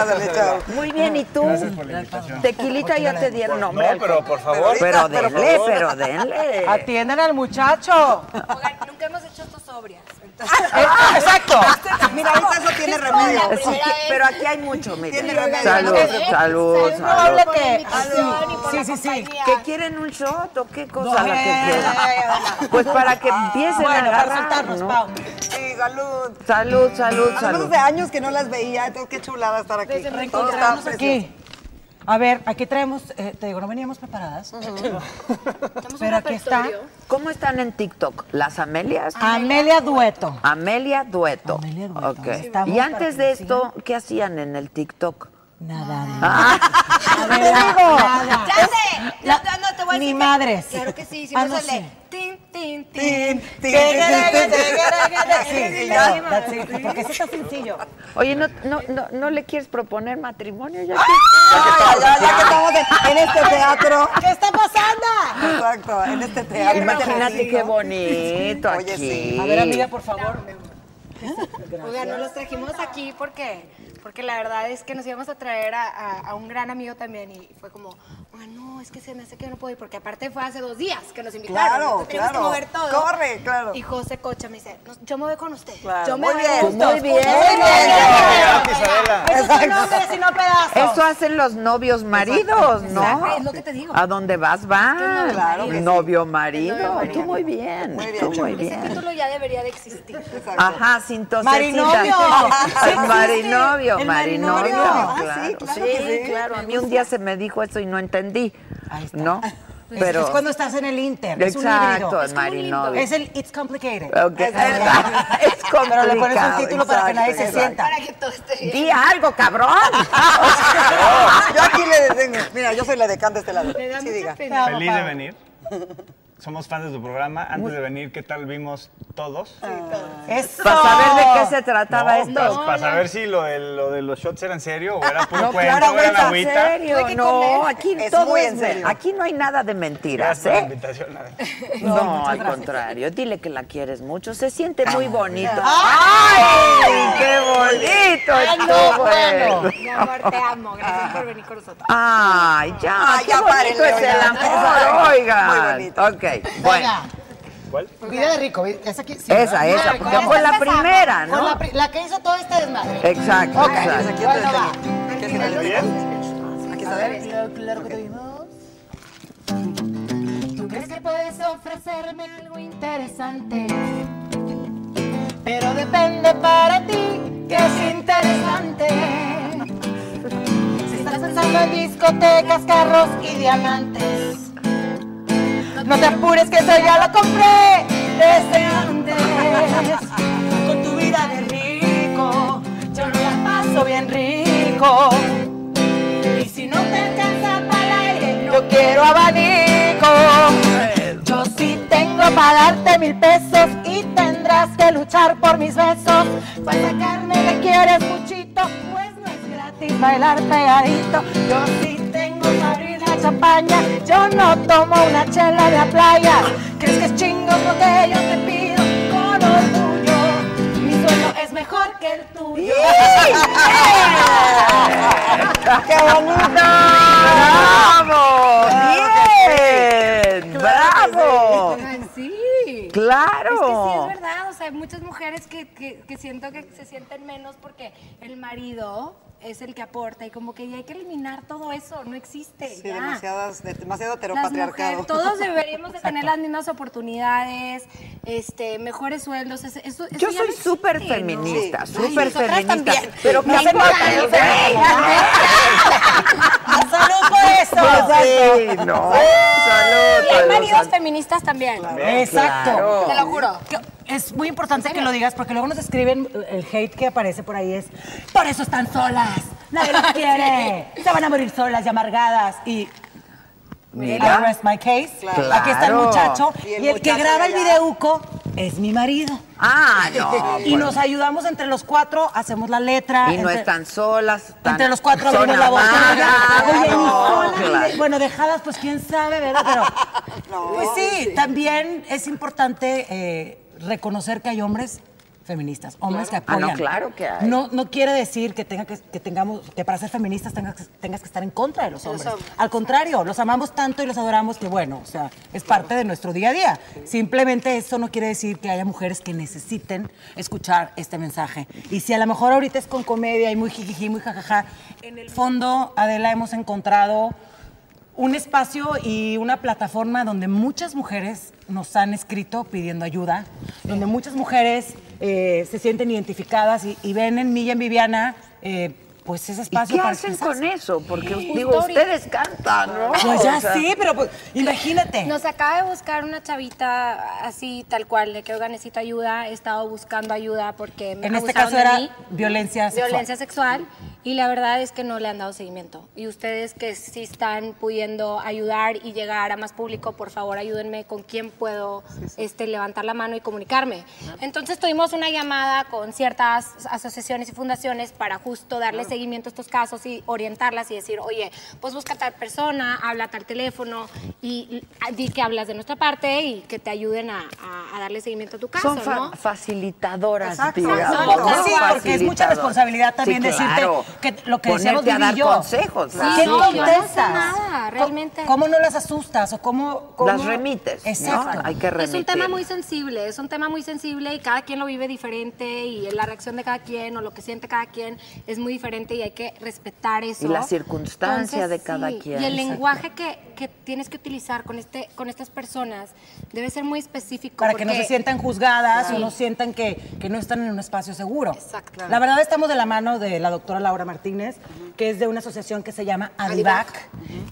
S7: Ándale, chao.
S1: Muy bien, ¿y tú?
S9: Gracias por la invitación.
S1: Tequilita ya te dieron nombre.
S9: No, pero por favor.
S1: Pero
S7: pero por
S1: denle, pero denle.
S3: Atiendan al muchacho.
S8: Oigan, nunca hemos hecho esto sobrias. Entonces,
S1: Eh,
S3: Ah, exacto.
S7: Mira, ahorita eso tiene remedio.
S1: Así
S8: la
S1: que-
S8: primera vez.
S1: pero aquí hay mucho, mira.
S7: Tiene remedio.
S1: Salud,
S8: ¿eh?
S1: salud,
S3: Es probable
S1: salud.
S8: por la
S3: que.
S8: invitación y por
S3: Sí,
S8: la
S3: sí, sí.
S8: compañía. eh,
S1: ¿Que quieren un shot o qué cosa
S3: No,
S1: la
S3: ya, ya,
S1: que
S3: ya,
S1: quieran?
S3: ya, ya, ya.
S1: Pues para que empiecen a
S3: Bueno, para
S1: agarrar,
S3: soltarnos,
S1: ¿no?
S3: Pau.
S7: Sí, salud.
S1: Salud, salud,
S7: Hace
S1: salud.
S7: de años que no las veía, entonces qué chulada estar aquí.
S3: Desde
S7: Todo está
S3: reencontrarnos
S7: precioso.
S3: aquí. A ver, aquí traemos, eh, te digo, no veníamos preparadas, Pues
S8: Tenemos un
S3: pero aquí está
S8: repertorio.
S1: ¿Cómo están en TikTok? ¿Las Amelias?
S3: Amelia Dueto.
S1: Amelia Dueto.
S3: Amelia Dueto,
S1: Ok.
S3: estamos
S1: Y antes
S3: para
S1: de
S3: que
S1: esto, ¿qué hacían en el TikTok? Ah.
S3: Nada.
S8: A ver,
S3: nada.
S8: Ya sé.
S3: La-
S8: no, no, te voy a
S3: ni
S8: decir que-
S3: madres.
S8: Claro que sí.
S3: Ah,
S8: Hicimos
S3: no,
S8: el de
S3: sí.
S8: tin, tin, tin.
S7: Tin, tin, tin, tin, tin.
S3: Sí,
S7: Sí,
S3: ya,
S7: ya.
S3: that's it, Porque eso está sencillo.
S1: Oye, ¿no, no, no, no le quieres proponer matrimonio?
S7: Ya,
S1: Ya
S7: ya, ya que estamos en- en este teatro.
S3: ¿Qué está pasando?
S7: Exacto, en este
S1: que-
S7: teatro.
S1: Imagínate qué bonito
S7: Oye,
S1: aquí.
S7: sí.
S3: A ver, amiga, por favor.
S8: Oigan, no los trajimos aquí porque, porque la verdad es que nos íbamos a traer a, a- a un gran amigo también y fue como, oigan, no, es que se me hace que no puedo ir porque aparte fue hace dos días que nos invitaron.
S7: Claro,
S8: entonces teníamos
S7: claro.
S8: que mover todo.
S7: Corre, claro.
S8: Y José Cocha me dice, "No, yo me voy con usted.
S7: Claro,
S8: Yo me
S7: muy
S8: voy
S7: bien.
S8: con
S1: Muy bien.
S3: Eso son hombres y no pedazos.
S1: Eso hacen los novios maridos, ¿no?
S8: Exacto, es lo que te digo.
S1: ¿A dónde vas? Va.
S8: novio Claro marido. que sí.
S1: Novio marido.
S8: El novio marido.
S1: Tú muy bien.
S7: Muy bien,
S1: Tú muy
S8: Ese
S1: bien.
S8: título ya debería de existir.
S1: Ajá, sin tosecita.
S3: Marinovio. Ah, Sí, sí,
S1: marinovio,
S3: sí. El
S1: marinovio.
S3: marinovio. Ah,
S1: Claro.
S7: sí, claro
S1: sí,
S7: que sí.
S1: claro. A mí un día se me dijo eso y no entendí.
S3: Ahí está. Pues
S1: ¿No? Pues Pero.
S3: Es cuando estás en el Inter. Es un
S1: Exacto,
S3: híbrido.
S1: el marinovio.
S3: Es el It's Complicated.
S1: Ok. Es
S3: Pero le pones un
S1: complicado,
S3: título para que nadie se
S1: exacto,
S3: sienta.
S8: Para que todo
S7: este
S8: esté bien.
S1: Di algo, cabrón.
S7: Yo aquí le detengo. Mira, yo soy la decana de este lado.
S8: Me da
S7: Sí,
S8: mucha
S7: diga.
S8: pena.
S9: Feliz de venir. Somos fans de tu programa. Antes de venir, ¿qué tal vimos todos?
S3: Eso.
S1: Para saber de qué se trataba
S9: No,
S1: esto.
S9: Para, para saber si lo de, lo de los shots era en serio o era puro
S1: Ah, No,
S9: cuento,
S1: claro,
S9: era la
S1: güey, en
S9: agüita.
S8: Hay
S1: serio.
S8: que
S1: No,
S8: comer.
S1: aquí
S7: Es
S1: todo
S7: muy
S1: es
S7: en
S1: ver-
S7: serio.
S1: Aquí no hay nada de mentiras,
S9: Gracias por la
S1: ¿eh?
S9: invitación. la verdad.
S1: No, al contrario. Dile que la quieres mucho. Se siente muy bonito. Ah, ¡Ay! ¡Qué bonito estuvo él!
S8: Mi amor, te amo. Gracias por venir con nosotros.
S1: ¡Ay, Ah, ya!
S7: Ay,
S1: ¡Qué
S7: ya
S1: bonito
S7: párenle,
S1: es el
S7: oigan.
S1: amor!
S7: Muy
S1: Oigan.
S7: bonito.
S1: Ok, bueno.
S9: ¿Cuál?
S3: Vida de rico. ¿Es aquí?
S1: Esa, esa, porque fue la pues primera, ¿no?
S3: que hizo todo este desmadre.
S1: Exacto, exacto.
S7: Aquí yo te detengo. ¿Qué final es? Aquí está.
S3: Claro que tuvimos.
S10: Tú crees que puedes ofrecerme algo interesante, pero depende para ti que es interesante. Si estás pensando en discotecas, carros y diamantes, no te apures que eso ya lo compré desde antes. Con tu vida de rico, yo no la paso bien rico. Y si no te alcanza para el aire, yo quiero abanico. Yo sí tengo para darte mil pesos y tendrás que luchar por mis besos. Pues sacarme que quieres muchito, pues no es gratis bailar pegadito. Yo sí tengo para abrir la champaña, yo no tomo una chela de la playa. ¿Crees que es chingo lo que yo te pido con orgullo? Mi sueño es mejor que el tuyo.
S1: ¡Bravo! ¡Bien! ¡Bravo!
S8: Oigan, sí. Es que sí es
S1: ¡Claro!
S8: verdad, o sea, hay muchas mujeres que, que- que siento que se sienten menos porque el marido es el que aporta y como que ya hay que eliminar todo eso, no existe.
S7: Sí,
S8: ya.
S7: demasiadas, de- demasiado
S8: Las mujeres,
S7: heteropatriarcado.
S8: todos deberíamos de tener las mismas oportunidades, este, mejores sueldos. Eso, eso- eso
S1: Yo
S8: ya
S1: soy
S8: no
S1: súper
S8: existe, ¿no?
S1: feminista,
S7: Sí.
S1: súper
S7: Ay, nosotras
S1: feminista.
S7: también.
S1: Pero que
S7: No
S1: se
S7: importa,
S1: note,
S7: yo
S1: ¿eh?
S3: ¡Salud por eso!
S1: Sí, no. Salud.
S8: Y hay
S1: salud,
S8: maridos
S1: salud.
S8: feministas también.
S3: Exacto.
S1: Claro.
S8: Te lo juro.
S3: Que- Es muy importante que lo digas porque luego nos escriben eh, el hate que aparece por ahí es por eso están solas, nadie las quiere, se van a morir solas y amargadas y Mira. I rest my case.
S1: Claro.
S3: Aquí está el muchacho.
S1: Y
S3: Y
S1: el
S3: el, que
S1: muchacho
S3: graba el
S1: allá.
S3: videuco es mi marido.
S1: Ah, no,
S3: y
S1: pues.
S3: nos ayudamos entre los cuatro, hacemos la letra.
S1: Y no
S3: entre-
S1: están solas. están-
S3: Entre los cuatro
S1: son
S3: abrimos la boca.
S1: amadas,
S3: Oye, ni
S1: no,
S3: sola, ni de-
S1: claro.
S3: Bueno, dejadas, pues quién sabe, ¿verdad? Pero, pues sí, también es importante eh, reconocer que hay hombres feministas, hombres
S1: Claro.
S3: que apoyan.
S1: Ah, no, claro que hay.
S3: No, no quiere decir que, tenga que, que tengamos, que para ser feministas tengas que, tengas que estar en contra de los hombres. Al contrario, los amamos tanto y los adoramos que, bueno, o sea, es parte de nuestro día a día. Simplemente eso no quiere decir que haya mujeres que necesiten escuchar este mensaje. Y si a lo mejor ahorita es con comedia y muy jijiji, muy jajaja, en el fondo, Adela, hemos encontrado un espacio y una plataforma donde muchas mujeres nos han escrito pidiendo ayuda, donde muchas mujeres eh, se sienten identificadas y, y ven en mí y en Viviana, eh, pues ese espacio
S1: ¿Qué
S3: para
S1: hacen
S3: expresarse.
S1: con eso? Porque
S3: Sí.
S1: digo, ustedes cantan, ¿no?
S3: Pues ya
S1: O sea,
S3: sí, pero pues, imagínate.
S8: Nos acaba de buscar una chavita así, tal cual, de que oiga, necesito ayuda. He estado buscando ayuda porque me
S3: en este
S8: abusaron
S3: caso
S8: de
S3: era
S8: mí.
S3: violencia sexual.
S8: Violencia sexual. Y la verdad es que no le han dado seguimiento. Y ustedes que sí están pudiendo ayudar y llegar a más público, por favor ayúdenme con quién puedo Este, levantar la mano y comunicarme. Entonces tuvimos una llamada con ciertas asociaciones y fundaciones para justo darle seguimiento a estos casos y orientarlas y decir, oye, pues busca tal persona, habla tal teléfono y y di que hablas de nuestra parte y que te ayuden a, a- a darle seguimiento a tu caso.
S1: Son fa-
S8: ¿no?
S1: facilitadoras,
S8: Exacto.
S1: digamos,
S8: Son
S1: ¿no?
S3: Pues Sí, porque es mucha
S1: Facilitadoras.
S3: responsabilidad también
S1: Sí,
S3: decirte
S1: claro.
S3: que lo que
S1: Ponerte
S3: decíamos
S1: a
S3: Vivi
S1: dar
S3: y yo.
S1: consejos, ¿no?
S3: ¿Qué
S1: Sí, claro.
S3: contestas?
S8: No hacen nada, realmente.
S3: ¿Cómo no las asustas o cómo, cómo-
S1: Las remites, ¿no?
S3: Exacto.
S1: Hay que
S8: Es un
S1: remitir.
S8: tema muy sensible, es un tema muy sensible y cada quien lo vive diferente y la reacción de cada quien o lo que siente cada quien es muy diferente y hay que respetar eso.
S1: Y la circunstancia
S8: Entonces,
S1: de cada
S8: sí,
S1: quien.
S8: Y el
S1: Exacto.
S8: lenguaje que, que tienes que utilizar con, este, con estas personas debe ser muy específico.
S3: Para que no se
S8: porque-
S3: sientan juzgadas
S8: Claro.
S3: o no sientan que, que no están en un espacio seguro.
S8: Exacto. Claro.
S3: La verdad estamos de la mano de la doctora Laura Martínez, que es de una asociación que se llama Adivac,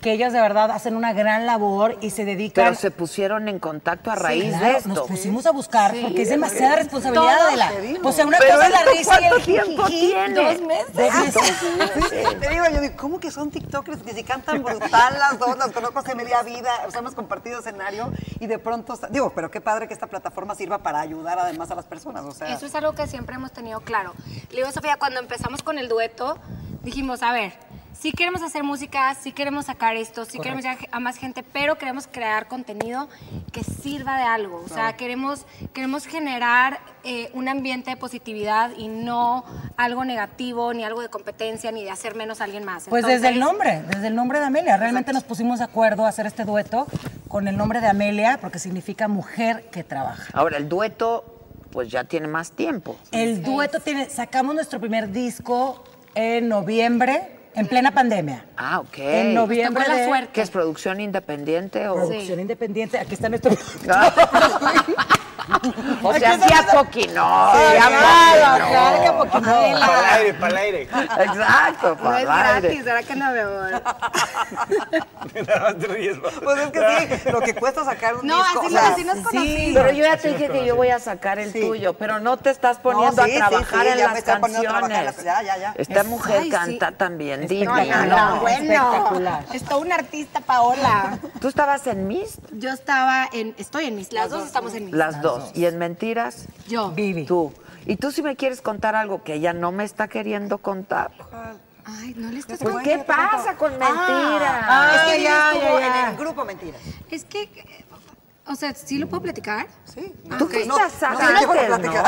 S3: que ellas de verdad hacen una gran labor y se dedican...
S1: Pero se pusieron en contacto a
S3: Sí,
S1: raíz
S3: claro,
S1: de esto.
S3: Nos pusimos a buscar porque es demasiada responsabilidad
S1: Todo
S3: de la.
S1: te digo.
S3: O sea, una
S1: Pero
S3: cosa es la
S1: ¿esto
S3: risa y el
S1: cuánto tiempo
S3: jijiji,
S1: tiene? Ah,
S3: Dos meses.
S1: Dos
S7: Te digo, yo digo, ¿cómo que son TikTokers que se cantan brutal las dos? Las conozco hace media vida, o sea, hemos compartido escenario y de pronto, sa- digo, pero qué padre que esta plataforma sirva para ayudar además a las personas, o sea.
S8: Eso es algo que siempre hemos tenido claro. Le digo, Sofía, cuando empezamos con el dueto, dijimos, a ver, sí queremos hacer música, sí queremos sacar esto, sí queremos
S3: Correcto.
S8: llegar a más gente, pero queremos crear contenido que sirva de algo. O sea,
S3: Claro.
S8: queremos, queremos generar eh, un ambiente de positividad y no algo negativo, ni algo de competencia, ni de hacer menos a alguien más.
S3: Pues desde el
S8: Entonces,
S3: nombre, desde el nombre de Amelia. Realmente nos pusimos de acuerdo a hacer este dueto con el nombre de Amelia porque significa mujer que trabaja.
S1: Ahora, el dueto, pues ya tiene más tiempo.
S3: El dueto tiene, sacamos nuestro primer disco en noviembre, en plena pandemia.
S1: Ah, ok.
S3: En noviembre
S1: Tocó la
S3: de-
S1: suerte. ¿Que es producción independiente o...?
S3: Producción independiente, aquí está nuestro.
S1: O
S3: Aquí
S1: sea,
S3: está
S1: sí a
S3: nuestro-
S1: poquino.
S3: Sí,
S1: sí a
S3: claro,
S1: poquino.
S3: claro que a poquino.
S9: Para el aire, para el aire.
S1: Exacto,
S8: No es
S1: para
S8: gratis, ahora que no veo.
S9: Nada más te ríes, va.
S7: Pues es que sí, lo que cuesta sacar un
S8: No,
S7: disco.
S8: así,
S7: o sea,
S8: no, así nos
S1: Sí,
S8: conocimos.
S1: pero yo ya te dije que yo voy a sacar el tuyo, pero no te estás poniendo
S7: sí, sí,
S1: a trabajar
S7: sí,
S1: en
S7: ya
S1: las
S7: me estoy poniendo a trabajar en las-
S1: canciones.
S7: ya, ya, ya.
S1: Esta
S3: Es-
S1: mujer
S3: ay, sí.
S1: canta también, divina.
S3: Espectacular,
S1: No,
S3: espectacular.
S8: Es toda una artista, Paola.
S1: Tú estabas en Mist,
S8: Yo estaba en, estoy en mis, las, dos, estamos en mis.
S1: las dos, y en Mentiras,
S8: Yo.
S3: Vivi.
S1: tú. Y tú si me quieres contar algo que ella no me está queriendo contar.
S8: Ay, no le estás
S1: Pues,
S8: contando.
S1: ¿qué pasa con Mentiras?
S3: Ah,
S7: es que Vivi
S3: ya,
S7: estuvo
S3: ya,
S7: en
S3: ya.
S7: el grupo Mentiras.
S8: Es que, eh, o sea, ¿sí lo puedo platicar?
S7: Sí.
S1: Tú
S7: No,
S1: fuiste
S7: no,
S1: a
S7: no sé qué voy a
S1: Zacatecas, ¿no?
S7: platicar.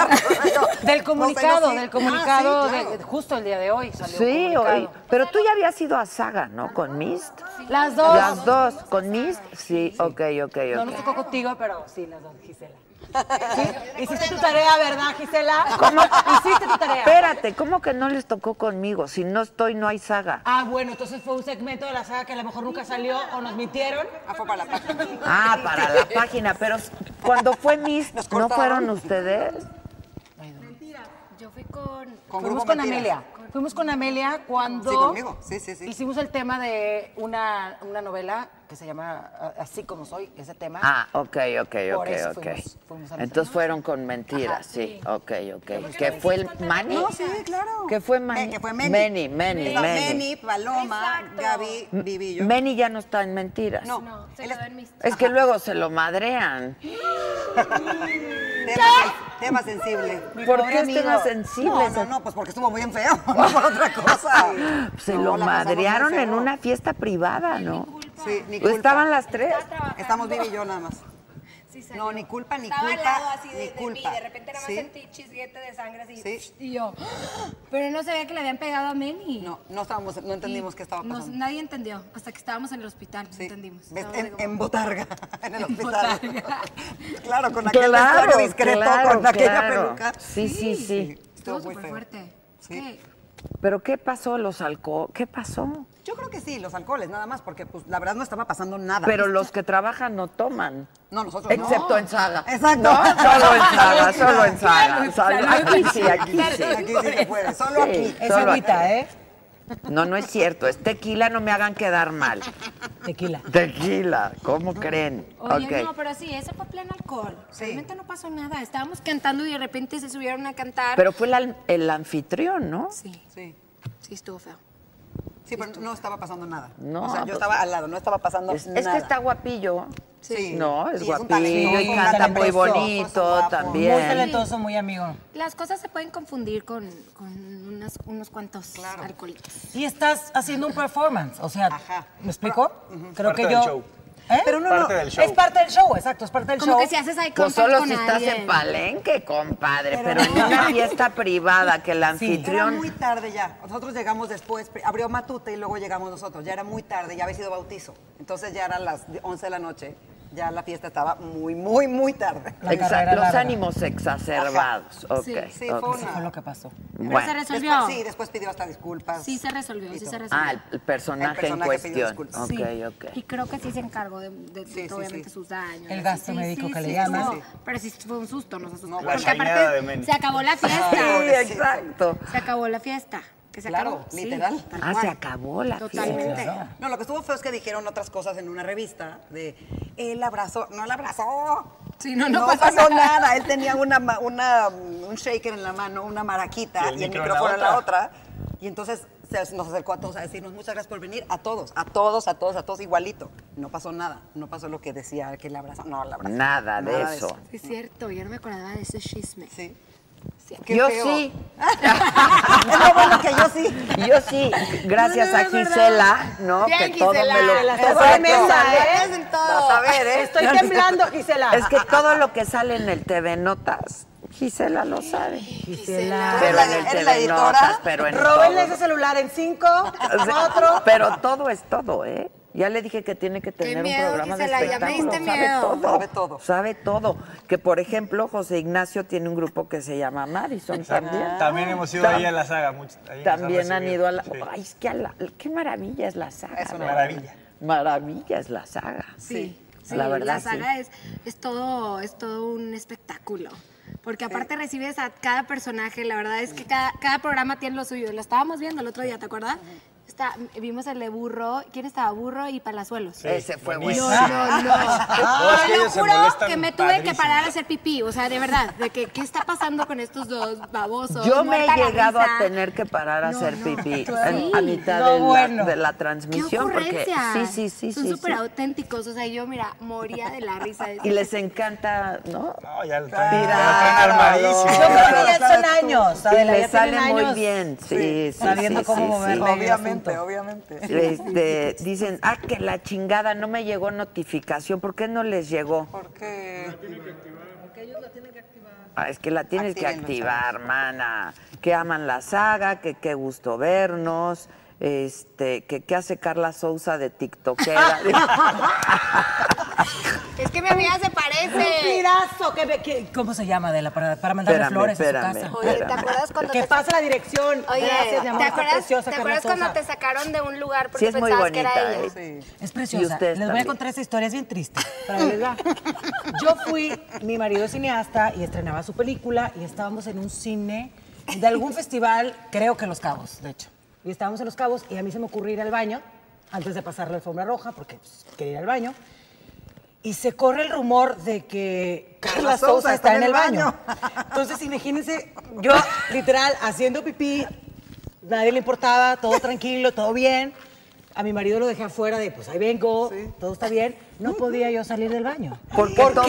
S7: No, no sé,
S11: Del comunicado,
S7: sí.
S11: del comunicado,
S7: Ah, sí, claro.
S11: de- justo el día de hoy salió
S1: Sí,
S11: el comunicado.
S1: oye, pero tú ya habías ido a Saga, ¿no? Con Mist.
S11: Las dos.
S1: Las dos, con Mist. Sí, ok, ok,
S11: No
S1: ok.
S11: nos tocó contigo, pero sí, las dos, Gisela.
S3: Hiciste tu tarea, ¿verdad, Gisela?
S1: ¿Cómo?
S3: Hiciste tu tarea.
S1: Espérate, ¿cómo que no les tocó conmigo? Si no estoy, no hay Saga.
S3: Ah, bueno, entonces fue un segmento de la saga que a lo mejor nunca salió o nos mintieron.
S7: Ah, fue para la página.
S1: Ah, para la página, pero cuando fue Mist,
S7: Nos
S1: ¿no
S7: cortaron.
S1: fueron ustedes?
S8: Yo fui con...
S7: Con
S3: Fuimos
S7: Grupo
S3: con
S7: Mentiras.
S3: Amelia.
S8: con
S3: Fuimos con Amelia cuando
S7: Sí, conmigo. Sí, sí, sí.
S3: hicimos el tema de una, una novela que se llama ah, Así como soy, ese tema.
S1: Ah, ok, ok,
S3: Por
S1: ok,
S3: eso
S1: ok.
S3: fuimos- fuimos a los
S1: Entonces fueron con mentiras,
S3: Ajá,
S1: sí.
S3: sí.
S1: Ok, ok.
S7: porque
S1: ¿Qué
S7: lo
S1: fue el
S7: hiciste en la
S1: Manny?
S7: novela. No, sí, claro.
S1: ¿Qué fue Manny?
S7: Eh, que fue Manny.
S1: Meni, Meni,
S7: Está
S1: Meni.
S7: Manny, Paloma, Gaby, Vivi, yo.
S1: Meni ya no está en mentiras.
S7: No, se quedó en mis...
S1: Es que luego se lo madrean.
S7: Tema, tema sensible.
S1: Mi ¿Por pobre qué es amigo. tema sensible?
S7: No, no, no, pues porque estuvo muy feo, no por otra cosa.
S1: Se
S7: No,
S1: lo
S7: la pasamos muy
S1: madrearon en
S7: feo.
S1: una fiesta privada, ¿no?
S7: Sí, ni
S1: ¿O
S7: culpa.
S1: Estaban las tres.
S7: Estamos Vivi y yo nada más. no, ni culpa, ni
S8: Estaba
S7: culpa,
S8: al lado así de,
S7: ni
S8: de mí,
S7: culpa.
S8: de repente nada más
S7: Sí.
S8: sentí chisguete de sangre así.
S7: Sí.
S8: Y yo, ¡ah! pero no sabía que le habían pegado a Meni.
S7: No, no estábamos, no entendimos qué estaba
S8: Nos-
S7: pasando.
S8: nadie entendió, hasta que estábamos en el hospital, entendimos.
S7: ¿Ves?
S8: Estábamos
S7: En,
S8: de como-
S7: en botarga, en el
S8: En
S7: hospital.
S8: botarga.
S7: claro, con aquel vestuario discreto,
S1: claro,
S7: con aquella
S1: claro.
S7: peluca.
S1: Sí, sí, sí.
S7: Estuvo muy
S8: súper
S7: feo.
S8: fuerte.
S7: Sí.
S1: ¿Pero qué pasó? ¿Los alcohol? ¿Qué pasó?
S7: Yo creo que sí, los alcoholes, nada más, porque pues Ah, la verdad no estaba pasando nada.
S1: Pero los que trabajan no toman.
S7: No, nosotros no.
S1: Excepto en saga.
S7: Exacto.
S1: No, solo en saga, solo en saga. Solo- aquí sí, aquí
S7: Claro,
S1: sí.
S7: Aquí sí se puede, solo
S1: Sí,
S7: aquí.
S1: solo aquí.
S3: ¿eh?
S1: No, no es cierto. Es tequila, no me hagan quedar mal.
S3: Tequila.
S1: Tequila, ¿cómo creen?
S8: Oye,
S1: Ok.
S8: no, pero sí, ese fue pleno alcohol. Realmente no pasó nada. Estábamos cantando y de repente se subieron a cantar.
S1: Pero fue el, al- el anfitrión, ¿no?
S8: Sí,
S7: Sí.
S8: sí estuvo feo.
S7: Sí, pero no estaba pasando nada.
S1: No,
S7: O sea, yo
S1: pues-
S7: estaba al lado, no estaba pasando
S1: Es, es
S7: nada.
S1: que está guapillo.
S7: Sí.
S1: No, es
S7: Sí, un
S1: guapillo y
S7: talentoso,
S1: canta muy
S7: talentoso.
S1: bonito
S7: Guapo.
S1: también.
S3: Muy talentoso, muy amigo.
S8: Las cosas se pueden confundir con, con unas- unos cuantos alcoholitos.
S3: Y estás haciendo un performance, o sea, ¿me explico? Creo
S9: Parte
S3: que
S9: del
S3: yo...
S9: show.
S3: ¿Eh?
S7: Pero no,
S9: Parte
S7: no,
S9: del show.
S3: Es parte del show, exacto, es parte del
S8: Como
S3: show.
S8: que si haces ahí
S1: Pues solo si estás en palenque, compadre, pero, en una fiesta privada que el
S7: Era
S1: anfitrión.
S7: muy tarde ya. Nosotros llegamos después, pri- abrió Matute y luego llegamos nosotros. Ya era muy tarde, ya había sido bautizo. Entonces ya eran las 11 de la noche. Ya la fiesta estaba muy, muy, muy tarde.
S3: La
S1: Exa-
S3: carrera
S1: los
S3: larga.
S1: ánimos exacerbados. Ok.
S7: Sí,
S1: ok.
S7: fue
S3: Eso
S7: una-
S3: fue lo que pasó.
S8: Pero se
S1: Bueno.
S8: resolvió.
S7: Después- sí, después pidió hasta disculpas.
S8: Sí se resolvió, sí se resolvió.
S1: Ah, el, el personaje
S7: El personaje
S1: en
S7: pidió
S1: cuestión.
S7: disculpas.
S1: Ok,
S8: Sí. Y
S1: ok.
S8: creo que sí se encargó de, de- de-
S7: sí,
S8: obviamente
S7: sí.
S8: sus daños.
S3: El gasto médico que le llaman.
S8: estuvo-
S3: Sí,
S8: Pero sí fue un susto, nos asustó.
S7: No, la
S8: porque
S9: chañada de
S8: aparte
S9: Meni.
S8: se acabó la
S1: Sí,
S8: fiesta.
S1: exacto.
S8: se acabó la fiesta. Que se
S7: Claro,
S8: acabó. Sí,
S7: literal.
S8: tal
S1: Ah,
S8: cual.
S1: se acabó la fiesta.
S8: Totalmente.
S7: No, lo que estuvo feo es que dijeron otras cosas en una revista de él abrazó, no la abrazó.
S8: Sí, no, no pasó
S7: pasó, nada. Él tenía una, ma- una, mm, un shaker en la mano, una maraquita y el, micrófono en la otra. Y entonces se- nos acercó a todos a decirnos muchas gracias por venir, a todos, a todos, a todos, a todos igualito. No pasó nada, no pasó lo que decía que la abrazó, no la abrazó.
S1: Nada de eso.
S8: Sí, Es cierto, yo no me acordaba de ese chisme.
S7: Sí. Qué
S1: Yo
S7: feo.
S1: sí,
S7: es lo bueno que yo sí.
S1: yo sí, gracias
S8: No, no,
S1: a
S8: no, no.
S1: Gisela, ¿no?
S8: Bien,
S1: que todo
S8: Gisela.
S1: me lo.
S8: Gisela,
S1: todo
S7: estás
S1: lo
S7: en
S1: que
S7: esa,
S1: sale-
S7: ¿eh? En todo.
S1: Vas a ver, ¿eh?
S3: Estoy temblando, Gisela.
S1: Es que todo lo que sale en el TV Notas, Gisela lo sabe.
S3: Gisela.
S1: Pero
S7: la-
S1: en el
S7: eres
S1: TV
S7: la editora.
S1: Notas, pero en
S3: Róbenle
S1: todo.
S3: ese celular en cinco,
S1: O sea,
S3: cuatro.
S1: Pero todo es todo, ¿eh? Ya le dije que tiene que tener
S8: miedo,
S1: un programa
S8: Gisela,
S1: de
S8: ya me
S1: espectáculo.
S8: diste
S1: sabe
S8: miedo.
S1: todo.
S7: Sabe todo.
S1: Sabe todo. Que, por ejemplo, José Ignacio tiene un grupo que se llama Madison también.
S9: También hemos ido
S1: Tam-
S9: ahí a la saga. mucho- ahí nos han
S1: También han
S9: recibido.
S1: ido a la...
S9: Sí.
S1: Ay, es que a la- qué maravilla es la saga.
S7: Es una
S1: ¿verdad?
S9: maravilla.
S1: Maravilla es la saga.
S8: Sí, sí,
S1: la
S8: la,
S1: verdad
S8: saga
S1: sí.
S8: es, es todo es todo un espectáculo. Porque aparte recibes a cada personaje, la verdad es que cada, cada programa tiene lo suyo. Lo estábamos viendo el otro día, ¿te acuerdas? Está- vimos el de Burro, ¿quién estaba? Burro y Palazuelos.
S1: Ese fue
S9: buenísimo.
S1: bueno.
S8: No, no, no.
S9: es que
S8: Te lo
S9: ellos se
S8: juro
S9: molestan
S8: que me tuve que
S9: padrísimo.
S8: parar a hacer pipí, o sea, de verdad, de que qué está pasando con estos dos babosos.
S1: Yo me
S8: Muerta
S1: he
S8: la
S1: llegado a
S8: risa.
S1: tener que parar a
S8: No,
S1: hacer
S8: no,
S1: pipí
S8: claro.
S1: en- a mitad
S3: No,
S1: de, la-
S3: bueno.
S1: de la
S8: ¿Qué
S1: transmisión. Porque,
S8: ocurrencia?
S1: sí, sí, sí.
S8: Son
S1: sí,
S8: súper
S1: sí.
S8: auténticos, o sea, yo, mira, moría de la risa.
S1: Y les encanta, ¿no?
S9: No, ya lo
S1: Claro.
S9: traen, ya lo traen armadísimo.
S3: Yo creo que ya son años.
S1: Y
S3: Adela,
S1: le
S3: ya
S1: sale
S3: tienen
S1: muy
S3: años
S1: bien. Sí, sí, sí.
S3: Sabiendo
S1: sí,
S3: cómo
S1: sí.
S3: moverle el
S7: Obviamente,
S3: asunto.
S7: obviamente.
S1: Este, dicen, ah, que la chingada no me llegó notificación. ¿Por qué no les llegó?
S7: Porque
S1: Ah, es que la tienes que
S7: Actívenlo,
S1: activar, hermana. Que aman la saga, que qué gusto vernos. Este, que qué hace Carla Souza de TikTokera.
S8: Es que mi amiga se parece.
S3: Mirazo, que, me- que- ¿cómo se llama Adela? Para, para mandarle
S1: Espérame,
S3: flores a
S1: espérame.
S3: su casa.
S8: Oye, ¿te acuerdas cuando
S3: Que
S8: te
S3: pase la dirección.
S8: Oye,
S3: Gracias, mi amor. Está
S8: ¿te acuerdas,
S3: preciosa,
S8: ¿te
S3: Carla
S8: acuerdas cuando te
S3: Sousa.
S8: sacaron de un lugar
S1: Sí,
S8: porque
S1: es muy
S8: pensabas que era
S1: bonita,
S8: ella?
S1: ¿eh?
S3: Es
S1: Y
S3: preciosa. Les
S1: ustedes
S3: voy a
S1: también.
S3: contar esta historia, es bien triste. Para verdad. Yo fui, mi marido es cineasta y estrenaba su película y estábamos en un cine de algún festival, creo que en Los Cabos, de hecho. Y estábamos en Los Cabos y a mí se me ocurrió ir al baño antes de pasar la alfombra roja porque pues, quería ir al baño. Y se corre el rumor de que Carla Sousa está en el baño. Entonces, imagínense, yo literal haciendo pipí, nadie le importaba, todo tranquilo, todo bien. A mi marido lo dejé afuera de, pues ahí vengo, todo está bien. No podía yo salir del baño.
S1: ¿Por qué todo?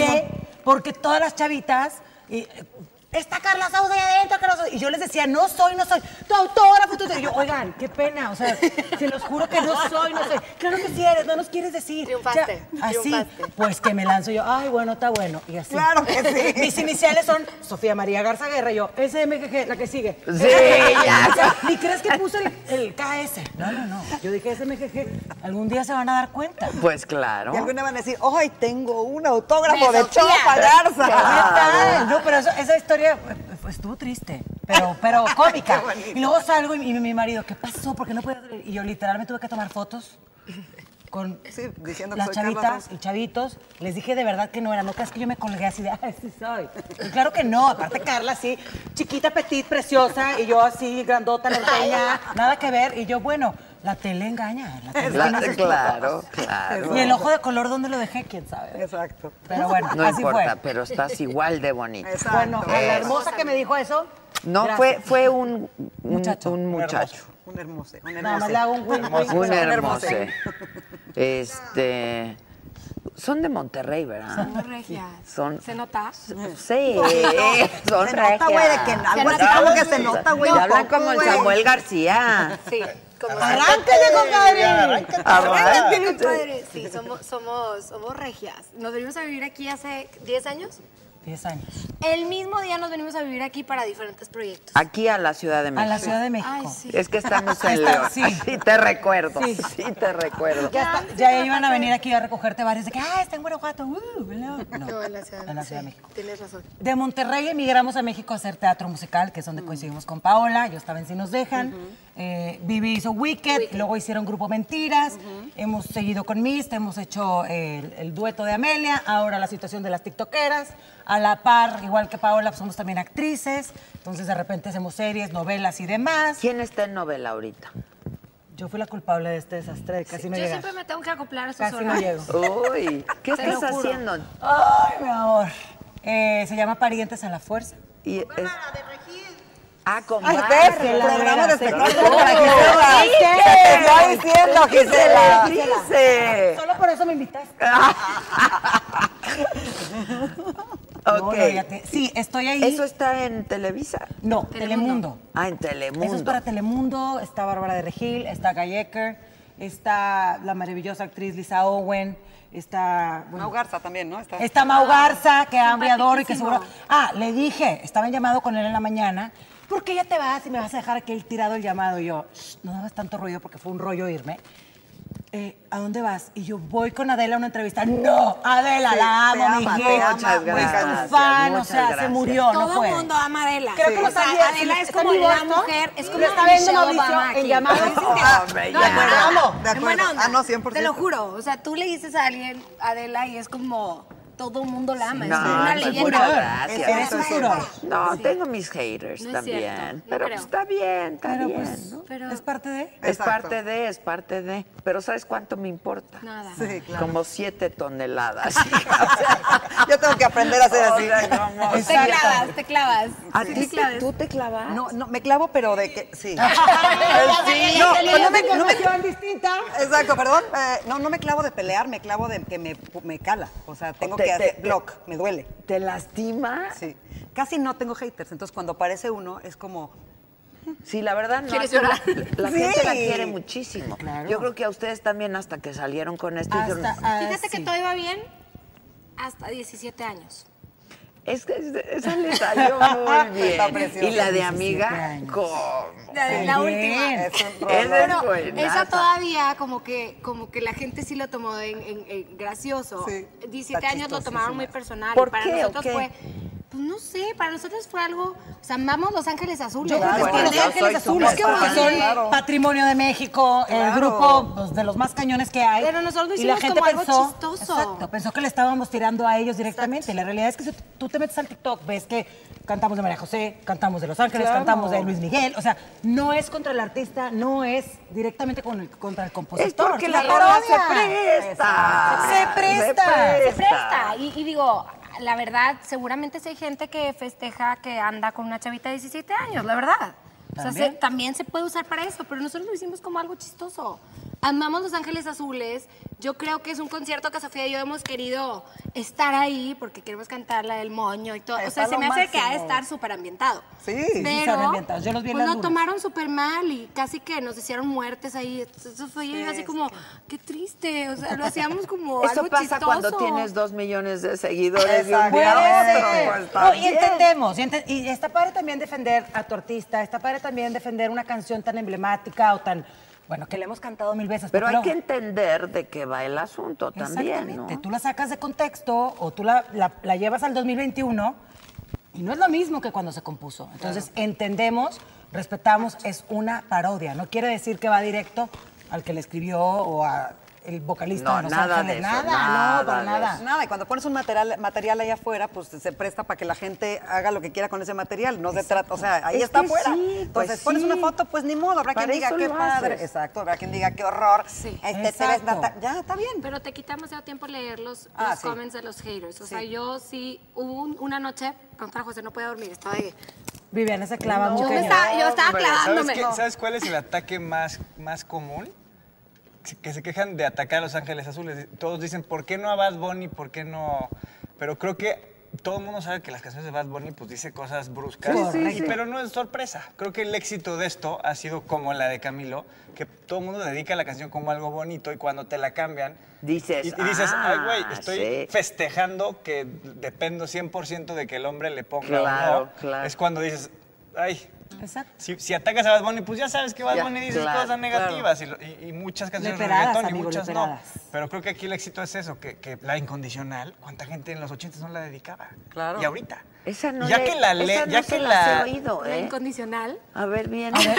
S3: Porque todas las chavitas, y, eh, está Carla Sousa ahí adentro, Carla Sousa. Y yo les decía, no soy, no soy. Tu autógrafo, tu... Y yo, oigan, qué pena, o sea, se los juro que no soy, no soy. Claro que sí eres, no nos quieres decir.
S8: Triunfaste,
S3: O sea, así,
S8: triunfaste.
S3: pues que me lanzo yo, ay, bueno, está bueno. Y así.
S1: Claro que sí.
S3: Mis iniciales son Sofía María Garza Guerra, y yo, SMGG, la que sigue.
S1: Sí, ya.
S3: O sea, Ni crees que puse el, el KS. No, no, no. Yo dije SMGG, algún día se van a dar cuenta.
S1: Pues claro.
S7: Y alguna van a decir, ¡ay, tengo un autógrafo
S3: Me
S7: de
S3: Sofía.
S7: Chopa Garza!
S3: Ah, No, pero eso- esa historia eh, fue- estuvo triste, pero, pero cómica. Y luego salgo y, y mi marido, ¿qué pasó? Porque no podía salir?" Y yo literalmente tuve que tomar fotos con
S7: diciendo que
S3: las
S7: soy Carla
S3: chavitas
S7: Sousa.
S3: y chavitos. Les dije de verdad que no era. No creas que yo me colgué así de, ay, sí soy. Y claro que no. Aparte Carla así, chiquita, petit, preciosa. Y yo así, grandota, norteña. Nada que ver. Y yo, bueno, la tele engaña. La tele tiene
S1: Claro,
S3: sus
S1: claro,
S3: trucos.
S1: claro.
S3: Y el ojo de color, ¿dónde lo dejé? ¿Quién sabe?
S7: Exacto.
S3: Pero bueno,
S1: No
S3: así
S1: importa,
S3: fue.
S1: pero estás igual de bonita.
S3: Bueno, a la
S1: Eso.
S3: hermosa que me dijo eso.
S1: No,
S3: gracias.
S1: fue, fue un, un muchacho. Un
S7: muchacho.
S1: muchacho.
S7: Un hermoso. Un
S3: Nada más le hago un win, win,
S1: Un
S3: win.
S1: hermoso. Este. Son de Monterrey, ¿verdad?
S8: Somos regias.
S1: Son.
S8: ¿Se nota?
S1: Sí, son
S7: Se nota, güey, de que algo así como que se nota, güey.
S1: Le
S7: de
S1: hablan
S7: poco,
S1: como el
S7: güey.
S1: Samuel García.
S8: Sí. Como
S3: ¡Arráncale, compadre!
S1: Arráncate.
S8: compadre, sí, somos, somos, somos regias. Nos venimos a vivir aquí hace 10 años.
S3: Diez años.
S8: El mismo día nos venimos a vivir aquí para diferentes proyectos.
S1: Aquí a la Ciudad de
S3: A
S1: México.
S3: la Ciudad de México.
S8: Ay,
S7: Ah,
S8: sí.
S1: Es que estamos en
S3: Está-
S1: León.
S3: sí.
S1: Sí. te recuerdo.
S3: Sí.
S1: Sí, te recuerdo.
S3: Ya, está- ya iban a venir aquí a recogerte varios de que, ah, está en Guanajuato. uh, no.
S8: No, en la Ciudad,
S3: En la Ciudad de
S8: sí,
S3: México.
S8: Tienes razón.
S3: De Monterrey emigramos a México a hacer teatro musical, que es
S8: Mm.
S3: donde coincidimos con Paola. Yo estaba en Si Nos Dejan. Eh, Vivi hizo Wicked, luego hicieron Grupo Mentiras. Hemos seguido con Mist, hemos hecho el, el dueto de Amelia. Ahora la situación de las tiktokeras. A la par, igual que Paola, pues somos también actrices. Entonces, de repente hacemos series, novelas y demás.
S1: ¿Quién está en novela ahorita?
S3: Yo fui la culpable de este desastre, de casi me
S8: Yo
S3: llega.
S8: siempre me tengo que acoplar a sus
S3: Casi no
S8: horas.
S3: llego.
S1: Uy, ¿qué
S8: Te lo
S1: estás
S8: juro.
S1: haciendo?
S3: Ay, mi amor. Eh, se llama Parientes a la Fuerza.
S1: Y es- Ah, con
S7: Ay,
S1: Bárbara. Oh,
S7: ves,
S3: Gisela,
S7: programa
S3: mira,
S7: de espectáculo para Gisela. Te estoy diciendo, Gisela.
S1: ¿Qué dice?
S3: Solo por eso me invitaste. No,
S1: Ok.
S3: no, ya te- sí, estoy ahí.
S1: Eso está en Televisa.
S3: No, Telemundo.
S1: Ah, en Oh, Telemundo.
S3: Eso es para Telemundo. Está Bárbara de Regil, está Gallecker, está la maravillosa actriz Lisa Owen, está... bueno,
S7: Mau Garza también, ¿no? Está-
S3: Está Mau Garza, que hambre adoro y que seguro...
S8: Simpaticísimo.
S3: Ah, le dije, estaba en llamado con él en la mañana, ¿por qué ya te vas y me vas a dejar aquel tirado el llamado? Y yo, "Shh, no hagas tanto ruido porque fue un rollo irme. Eh, ¿A dónde vas? Y yo voy con Adela a una entrevista. ¡No! Adela,
S7: Sí,
S3: la
S7: te
S3: amo, mi
S7: ama, te
S3: hija.
S7: ama,
S3: Es tu
S1: gracias,
S3: fan, o
S1: muchas
S3: sea, se
S1: gracias.
S3: murió, no
S8: Todo
S3: fue.
S8: el mundo ama a Adela.
S3: Creo que
S8: O
S3: lo
S8: sea,
S3: sabía, sí,
S8: Adela es
S3: está
S8: como
S3: vivo
S8: la
S3: esto.
S8: mujer, es
S3: Lo
S8: como
S3: está viendo
S8: Michelle
S3: Mauricio
S8: Obama
S3: en
S8: aquí.
S3: llamada.
S8: ¿Sabes?
S3: No,
S1: hombre,
S8: No,
S1: ya.
S8: en buena
S7: De
S8: onda.
S7: acuerdo.
S8: En buena onda.
S7: Ah, no, 100%.
S8: Te lo juro. O sea, tú le dices a alguien, Adela, y es como todo el mundo la ama.
S1: No,
S8: es una
S1: pues
S8: leyenda.
S1: muchas
S3: Eres
S1: gracias.
S3: un
S7: Sí.
S3: furor.
S1: No, tengo mis haters
S8: No es
S1: también.
S8: cierto, no
S1: pero
S8: creo.
S1: pues, está bien, está
S3: Pero
S1: bien.
S3: pues,
S1: ¿no?
S8: Pero-
S3: es parte de...
S1: Es
S7: Exacto.
S1: parte de, es parte de. Pero ¿sabes cuánto me importa?
S8: Nada.
S7: Sí, claro.
S1: Como siete toneladas.
S7: Yo tengo que aprender a hacer así.
S8: Te clavas, te clavas.
S1: ¿A
S8: Sí,
S1: ti
S8: te
S1: te-
S8: clavas.
S1: tú te clavas?
S7: No, no, me clavo, pero de que. Sí.
S1: Sí,
S7: No, pues no me, no me-
S3: distinta.
S7: exacto, perdón. eh, no, no me clavo de pelear, me clavo de que me, me cala. O sea, tengo
S1: Te-
S7: que
S1: te-
S7: hacer block, me duele.
S1: ¿Te lastima? Sí.
S7: Sí. Casi no tengo haters, entonces cuando aparece uno es como.
S1: la verdad no.
S8: ¿Quieres llorar?
S1: La
S7: Sí.
S1: gente la quiere muchísimo. Yo creo que a ustedes también hasta que salieron con esto dijeron,
S8: Fíjate que todo iba bien hasta 17 años.
S1: es que es- esa le salió muy
S7: Está
S1: bien.
S7: preciosa.
S1: Y la de
S7: 17
S1: amiga,
S3: años.
S1: ¿cómo?
S8: La, la última.
S7: Es un rollo.
S1: Esa es
S8: Pero esa
S1: buenaza.
S8: todavía como que como que la gente sí lo tomó en, en- en gracioso.
S7: Sí,
S8: 17
S7: está
S8: años lo tomaron
S7: chistosísima.
S8: muy personal. y
S1: ¿Por
S8: para
S1: qué o
S8: nosotros
S1: qué?
S8: fue Pues no sé, para nosotros fue algo. O sea, amamos Los Ángeles Azules.
S3: Yo
S1: Ah,
S3: creo que es por Los Ángeles Azules, que son patrimonio de México, el
S8: Claro.
S3: grupo pues, de los más cañones que hay.
S8: Pero nosotros lo
S3: Y la
S8: hicimos
S3: gente
S8: como algo
S3: pensó-
S8: chistoso.
S3: Exacto, pensó que le estábamos tirando a ellos directamente. La realidad es que si tú te metes al TikTok, ves que cantamos de María José, cantamos de Los Ángeles,
S1: Claro.
S3: cantamos de Luis Miguel. O sea, no es contra el artista, no es directamente con el- contra el
S1: Es
S3: compositor.
S1: porque
S3: es
S1: la
S3: una
S1: parodia se
S3: parodia.
S1: presta.
S3: Se presta.
S8: Se presta. Y, y digo, la verdad, seguramente si hay gente que festeja que anda con una chavita de 17 años, la verdad. O sea, se-
S3: También.
S8: también se puede usar para eso, pero nosotros lo hicimos como algo chistoso. Amamos Los Ángeles Azules. Yo creo que es un concierto que Sofía y yo hemos querido estar ahí porque queremos cantar la del moño y todo. o
S3: Está
S8: sea, se
S3: lo
S8: me hace que ha de
S3: máximo.
S8: estar súper ambientado.
S3: Sí, sí
S8: pero
S3: están ambientados. Yo los vi en
S8: pues,
S3: las
S8: lo
S3: dunas.
S8: tomaron súper mal y casi que nos hicieron muertes ahí. Eso fue yo así como, qué triste. O sea, lo hacíamos como
S1: Eso
S8: algo
S1: pasa
S8: chistoso.
S1: cuando tienes dos millones de seguidores de un
S3: Exacto.
S1: día a otro.
S3: Puede ser.
S1: pues, está
S3: No, y
S1: bien.
S3: entendemos. Y, ente- y está padre también defender a tu artista, está padre también defender una canción tan emblemática o tan. Bueno, que le hemos cantado mil veces.
S1: Pero
S3: porque
S1: hay que
S3: luego-
S1: entender de qué va el asunto también, ¿no?
S3: Exactamente. Tú la sacas de contexto o tú la, la- la llevas al 2021 y no es lo mismo que cuando se compuso. Entonces entendemos, respetamos, es una parodia. No quiere decir que va directo al que le escribió o a el vocalista
S1: No,
S3: de Los
S1: nada
S3: Ángeles.
S1: de
S3: nada,
S1: eso,
S3: no, para
S1: nada de
S3: nada.
S1: eso.
S7: Nada, y cuando pones un material, material allá afuera, pues se presta para que la gente haga lo que quiera con ese material. No se trata, o sea, ahí
S1: Es
S7: está
S1: que
S7: afuera.
S1: sí, pues
S7: Entonces pones una
S1: sí.
S7: foto, pues ni modo, habrá
S1: Para
S7: quien diga
S1: eso
S7: qué
S1: lo
S7: padre.
S1: haces.
S7: Exacto, habrá quien diga qué horror. Este, te ves
S8: Exacto.
S7: nata- ya está bien.
S8: Pero te quita demasiado tiempo leer los, los
S7: Ah, sí.
S8: comments de los haters. O sea,
S7: Sí.
S8: yo sí, hubo un- una noche, contra José, no podía dormir, estaba ahí.
S3: Viviana se clava
S8: No,
S3: mucho.
S8: me está- yo estaba
S9: Hombre,
S8: clavándome.
S9: ¿sabes, qué- sabes cuál es el ataque más, más común? Se- Que se quejan de atacar a Los Ángeles Azules. Todos dicen, ¿por qué no a Bad Bunny? ¿Por qué no...? Pero creo que todo el mundo sabe que las canciones de Bad Bunny pues dice cosas bruscas.
S12: Sí, sí,
S9: Y-
S12: sí.
S9: Pero no es sorpresa. Creo que el éxito de esto ha sido como la de Camilo, que todo el mundo dedica la canción como algo bonito y cuando te la cambian...
S1: Dices,
S9: Y, y dices,
S1: "Ah,
S9: ay, güey, estoy
S1: sí".
S9: festejando que dependo 100% de que el hombre le ponga o
S1: Claro,
S9: no".
S1: claro.
S9: Es cuando dices, ay,
S3: Exacto.
S9: si, si atacas a Bad Bunny, pues ya sabes que Bad
S1: Ya,
S9: Bunny dice
S1: claro,
S9: cosas negativas y lo- y, y muchas canciones de
S3: Leperadas,
S9: reggaetón y
S3: amigo,
S9: muchas
S3: leperadas.
S9: no. Pero creo que aquí el éxito es eso, que, que la incondicional, ¿cuánta gente en los 80 no la dedicaba?
S1: Claro.
S9: Y ahorita.
S1: Esa no
S9: ya
S1: le-
S9: que la
S1: esa
S9: le-
S1: no
S9: ya
S1: se
S9: que
S1: las
S9: la...
S1: he oído,
S8: La
S1: ¿eh?
S8: incondicional.
S1: A ver, bien.
S7: ¿eh?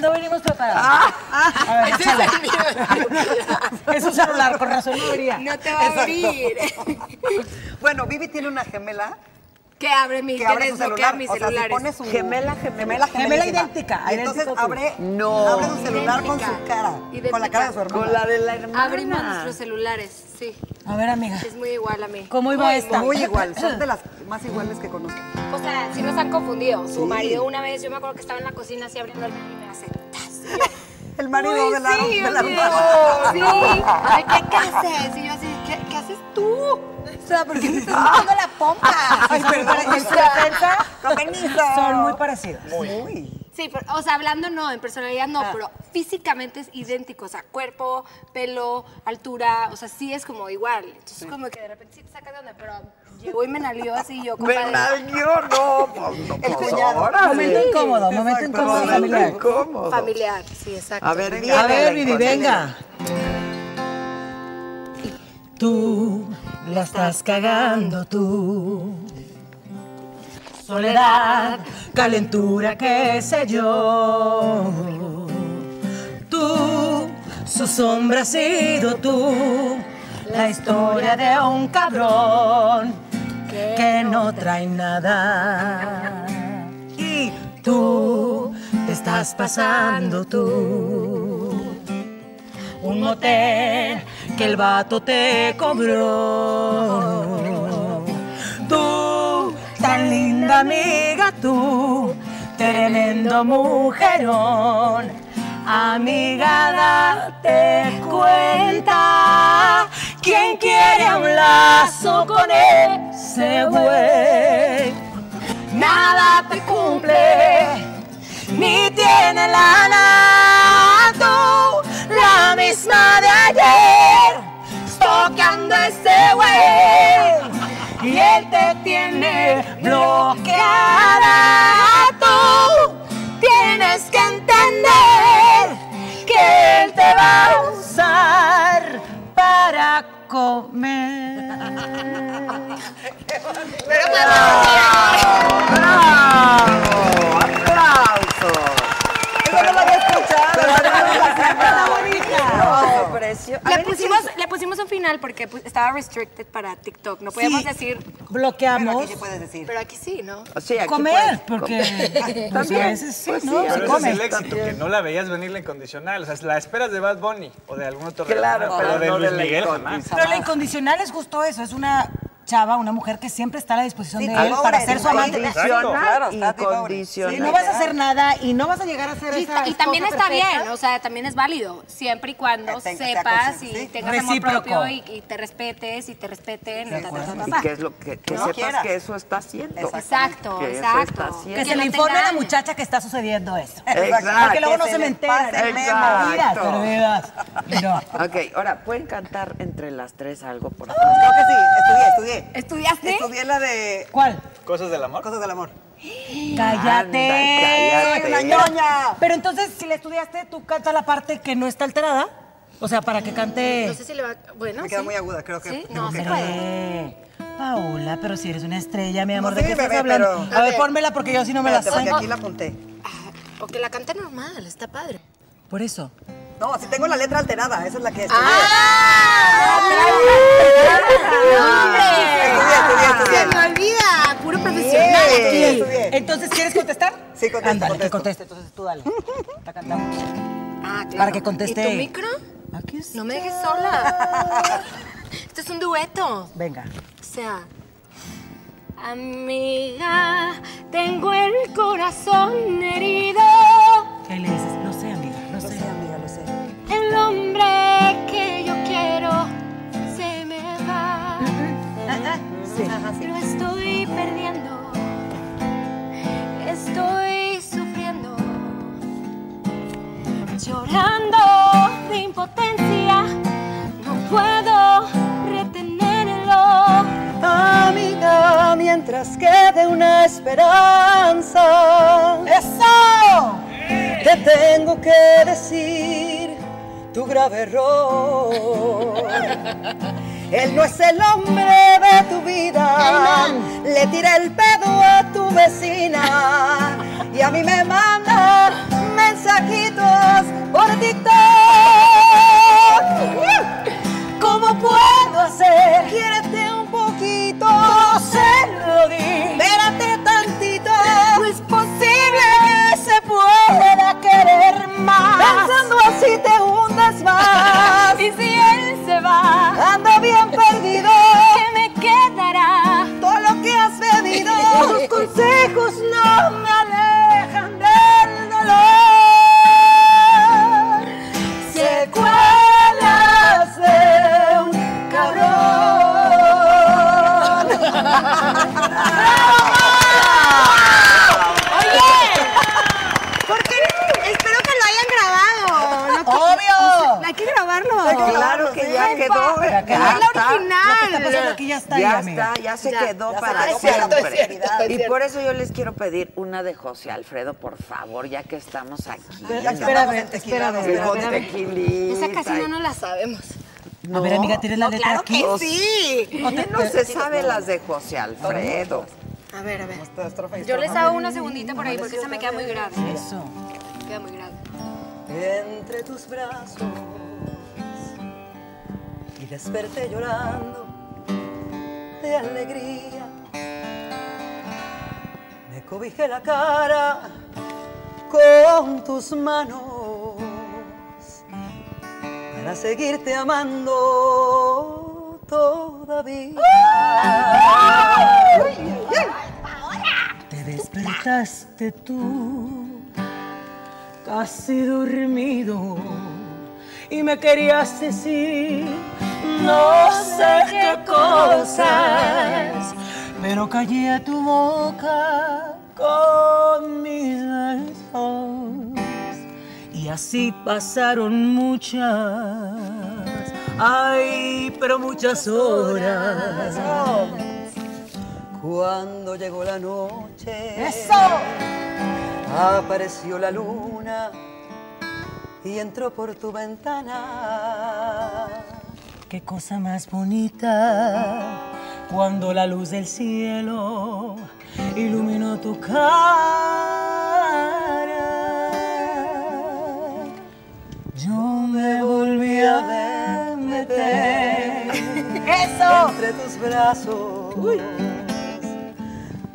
S3: No venimos preparados.
S7: Ah,
S3: a ver, échale. es un celular, con razón no vería.
S8: No te va a
S7: Exacto.
S8: abrir.
S7: Bueno, Vivi tiene una gemela
S8: que abre mi,
S7: que
S8: que,
S7: abre su
S8: desbloquea
S7: celular.
S8: mis
S7: o sea, si
S8: celulares.
S7: pone su...
S3: gemela, gemela
S7: Gemela, gemelísima.
S3: idéntica.
S7: Y entonces
S3: idéntica
S7: abre,
S1: No.
S7: abre su celular con su
S8: Idéntica.
S7: ah, cara. Con la cara de su hermana.
S1: Con la de la hermana.
S8: Abrimos nuestros celulares, sí.
S3: A ver, amiga.
S8: Es muy igual a mí.
S3: ¿Cómo iba esta?
S7: Muy igual, son de las más iguales que conozco.
S8: O sea, sí nos han confundido. Su
S7: Sí.
S8: marido una vez, yo me acuerdo que estaba en la cocina así abriendo el menú y me hace tas.
S7: El marido
S8: Uy,
S7: de la,
S8: sí,
S7: de la
S8: así de,
S7: hermana.
S8: Sí, ay, ¿qué, qué haces? Y yo así, ¿qué, qué haces tú? O sea, ¿por qué te estás metiendo la pompa?
S3: Ay, perdón. En su defensa,
S7: Con permiso.
S3: son muy parecidos.
S7: Muy.
S8: Sí, pero, o sea, hablando no, en personalidad no, pero físicamente es idéntico, o sea, cuerpo, pelo, altura, o sea, sí es como igual. Entonces, como que de repente sí te sacas de onda, pero llegó y me nalió así yo, compadre.
S1: yo no, pues, no, pues, órale.
S3: Momento incómodo, momento
S1: Exacto,
S3: incómodo,
S1: momento
S3: familiar.
S1: incómodo.
S8: Familiar, sí, exacto.
S1: A ver,
S3: A
S1: viene la
S3: ver, Vivi, venga. Tú la estás cagando, tú. Soledad, calentura, qué sé yo. Tú, su sombra ha sido tú. La historia de un cabrón que no trae nada. Y tú, te estás pasando tú. Un motel que el vato te cobró. Tú, tan linda amiga, tú, tremendo mujerón. Amiga, date cuenta. ¿Quién quiere un lazo con ese güey? Nada te cumple ni tiene lana tú, la misma de ayer, tocando a ese güey, y él te tiene bloqueada tú, tienes que entender que él te va a usar para
S10: a comer.
S1: ¡Bravo! ¡Aplauso! Eso no lo había escuchado.
S8: bonita.
S1: precio.
S8: Le pusimos, le pusimos un final porque pu- estaba restricted para TikTok. No podíamos
S3: Sí.
S8: decir.
S3: Bloqueamos. Pero aquí sí
S8: puedes decir. Pero aquí sí, ¿no?
S1: Sí, aquí
S3: Comer,
S1: puedes.
S3: porque pues, a veces sí,
S9: Pues
S3: ¿no?
S9: sí,
S3: Se
S9: pero ese
S3: come.
S9: es el éxito, que no la veías venir la incondicional. O sea, la esperas de Bad Bunny o de algún otro
S1: Claro,
S9: reggaetonero, pero
S1: pero
S9: de
S1: no de
S9: Luis
S1: la
S9: Miguel jamás.
S1: incondicional.
S3: Pero la incondicional es justo eso, es una chava, una mujer que siempre está a la disposición
S10: Sí,
S3: de
S10: te
S3: él para
S10: adora,
S3: ser su
S10: te
S3: amante.
S1: Incondicional,
S10: Claro, está de pobre.
S3: Y
S1: incondicional.
S3: no vas a hacer nada y no vas a llegar a ser
S8: Y,
S3: esa
S8: y también
S3: esposa
S8: está
S3: perfecta.
S8: bien, o sea, también es válido, siempre y cuando sepas y tengas
S3: Recíproco.
S8: amor propio y, y te respetes y te respeten. ta, ta, ta, ta,
S1: Y
S8: ta.
S1: que, es lo que, que
S8: No
S1: sepas
S8: quieras.
S1: que eso está haciendo.
S8: Exacto,
S1: que Eso está
S8: exacto.
S3: Que,
S1: haciendo.
S3: se le informe a la muchacha que está sucediendo eso.
S1: Exacto.
S3: Porque luego no
S1: Que
S3: se
S1: se
S3: me ¿eh?
S1: le
S3: entera.
S1: pase el memo.
S3: Perdidas,
S1: Exacto.
S3: perdidas. No.
S1: Ok, ahora, ¿pueden cantar entre las tres algo, por
S3: Oh,
S1: favor?
S5: Creo que sí, estudié, estudié.
S8: ¿Estudiaste?
S5: Estudié la de
S3: ¿Cuál?
S9: Cosas del amor.
S5: Cosas del Amor.
S3: Cállate.
S1: cállate.
S3: Soy una ñoña. Pero entonces, si le estudiaste, tú canta la parte que no está alterada. O sea, para que cante.
S8: No sé si le va. Bueno,
S5: Me queda
S8: sí.
S5: muy aguda, creo que.
S8: Sí,
S5: tengo
S8: no,
S5: que-
S8: se puede.
S3: Eh, Paola, pero si eres una estrella, mi amor,
S5: No,
S3: ¿de
S5: sí,
S3: qué estás
S5: bebé,
S3: hablando?
S5: pero-
S3: A ver, pónmela porque yo así no me la
S5: Espérate,
S3: sé.
S5: porque aquí la apunté.
S8: O que la cante normal, está padre.
S3: Por eso.
S5: No, sí tengo la letra alterada, esa es la
S8: Ah.
S5: que estudié. Estudié, estudié, estudié.
S8: Se me olvida, puro profesional
S5: Estudié,
S8: aquí.
S5: estudié.
S3: Entonces, ¿quieres contestar?
S5: Sí, contesto,
S3: Ándale, que
S5: contesto.
S3: conteste. Entonces tú dale. La cantamos.
S8: Ah, claro.
S3: Para que conteste.
S8: ¿Y tu micro?
S3: Aquí está.
S8: No me dejes sola. Esto es un dueto.
S3: Venga.
S8: O sea, amiga, tengo el corazón herido.
S3: ¿Qué le dices? No sé, amiga, no sé.
S5: Amiga, lo sé.
S8: El hombre que yo quiero se me va. Lo estoy perdiendo. Estoy sufriendo. Llorando de impotencia. No puedo retenerlo.
S10: Amiga, mientras quede una esperanza. ¡Eso! Te tengo que decir tu grave error. Él no es el hombre de tu vida. Le tira el pedo a tu vecina. Y a mí me manda mensajitos por TikTok. ¿Cómo puedo hacer? Quiérete un poquito. se lo di. Espérate tantito. No es posible que se pueda querer más. Pensando así te hundes más.
S8: Y si él se va,
S10: Ando bien perdido.
S8: ¿qué me quedará?
S10: Todo lo que has bebido. Tus consejos no me alejan del dolor. Secuelas de un cabrón.
S8: Porque espero que lo hayan grabado.
S3: ¡Obvio!
S8: Hay que grabarlo.
S1: Claro que ya quedó. Ya
S8: quedó. Es la
S1: está.
S8: original.
S3: Lo que está pasando aquí ya está, ya,
S1: Ya
S3: amiga.
S1: está, ya se
S8: Ya.
S1: quedó
S8: Ya se
S1: para
S8: quedó. Es
S1: siempre.
S8: cierto, es cierto, es
S1: y
S8: cierto.
S1: por eso yo les quiero pedir una de José Alfredo, por favor, ya que estamos aquí.
S3: Espera,
S1: ¿no?
S3: espera, a ver,
S5: Tequila,
S3: espera, a ver,
S1: Con
S3: espera, a ver.
S1: tequilita
S8: Esa casi
S1: y-
S8: no nos la sabemos.
S3: A ver, amiga, tienes la
S8: No,
S3: letra
S8: claro
S3: aquí.
S8: que sí.
S3: O te-
S1: No se sabe las de José Alfredo.
S8: A ver, a ver.
S5: Esta estrofa y
S8: Yo les
S5: estrofa.
S8: hago una segundita por ahí porque esa me queda muy grave.
S3: Eso.
S8: Me queda muy grave.
S5: entre tus brazos y desperté llorando de alegría. Me cobijé la cara con tus manos para seguirte amando todavía.
S8: ¡Ah!
S3: Te despertaste tú, casi dormido, y me querías decir no sé qué cosas, pero callé tu boca con mis besos. Y así pasaron muchas, ay, pero muchas horas.
S5: Cuando llegó la noche,
S3: ¡Eso!
S5: apareció la luna y entró por tu ventana.
S10: Qué cosa más bonita cuando la luz del cielo iluminó tu cara. Yo me volví a meter
S3: ¡Eso!
S10: entre tus brazos.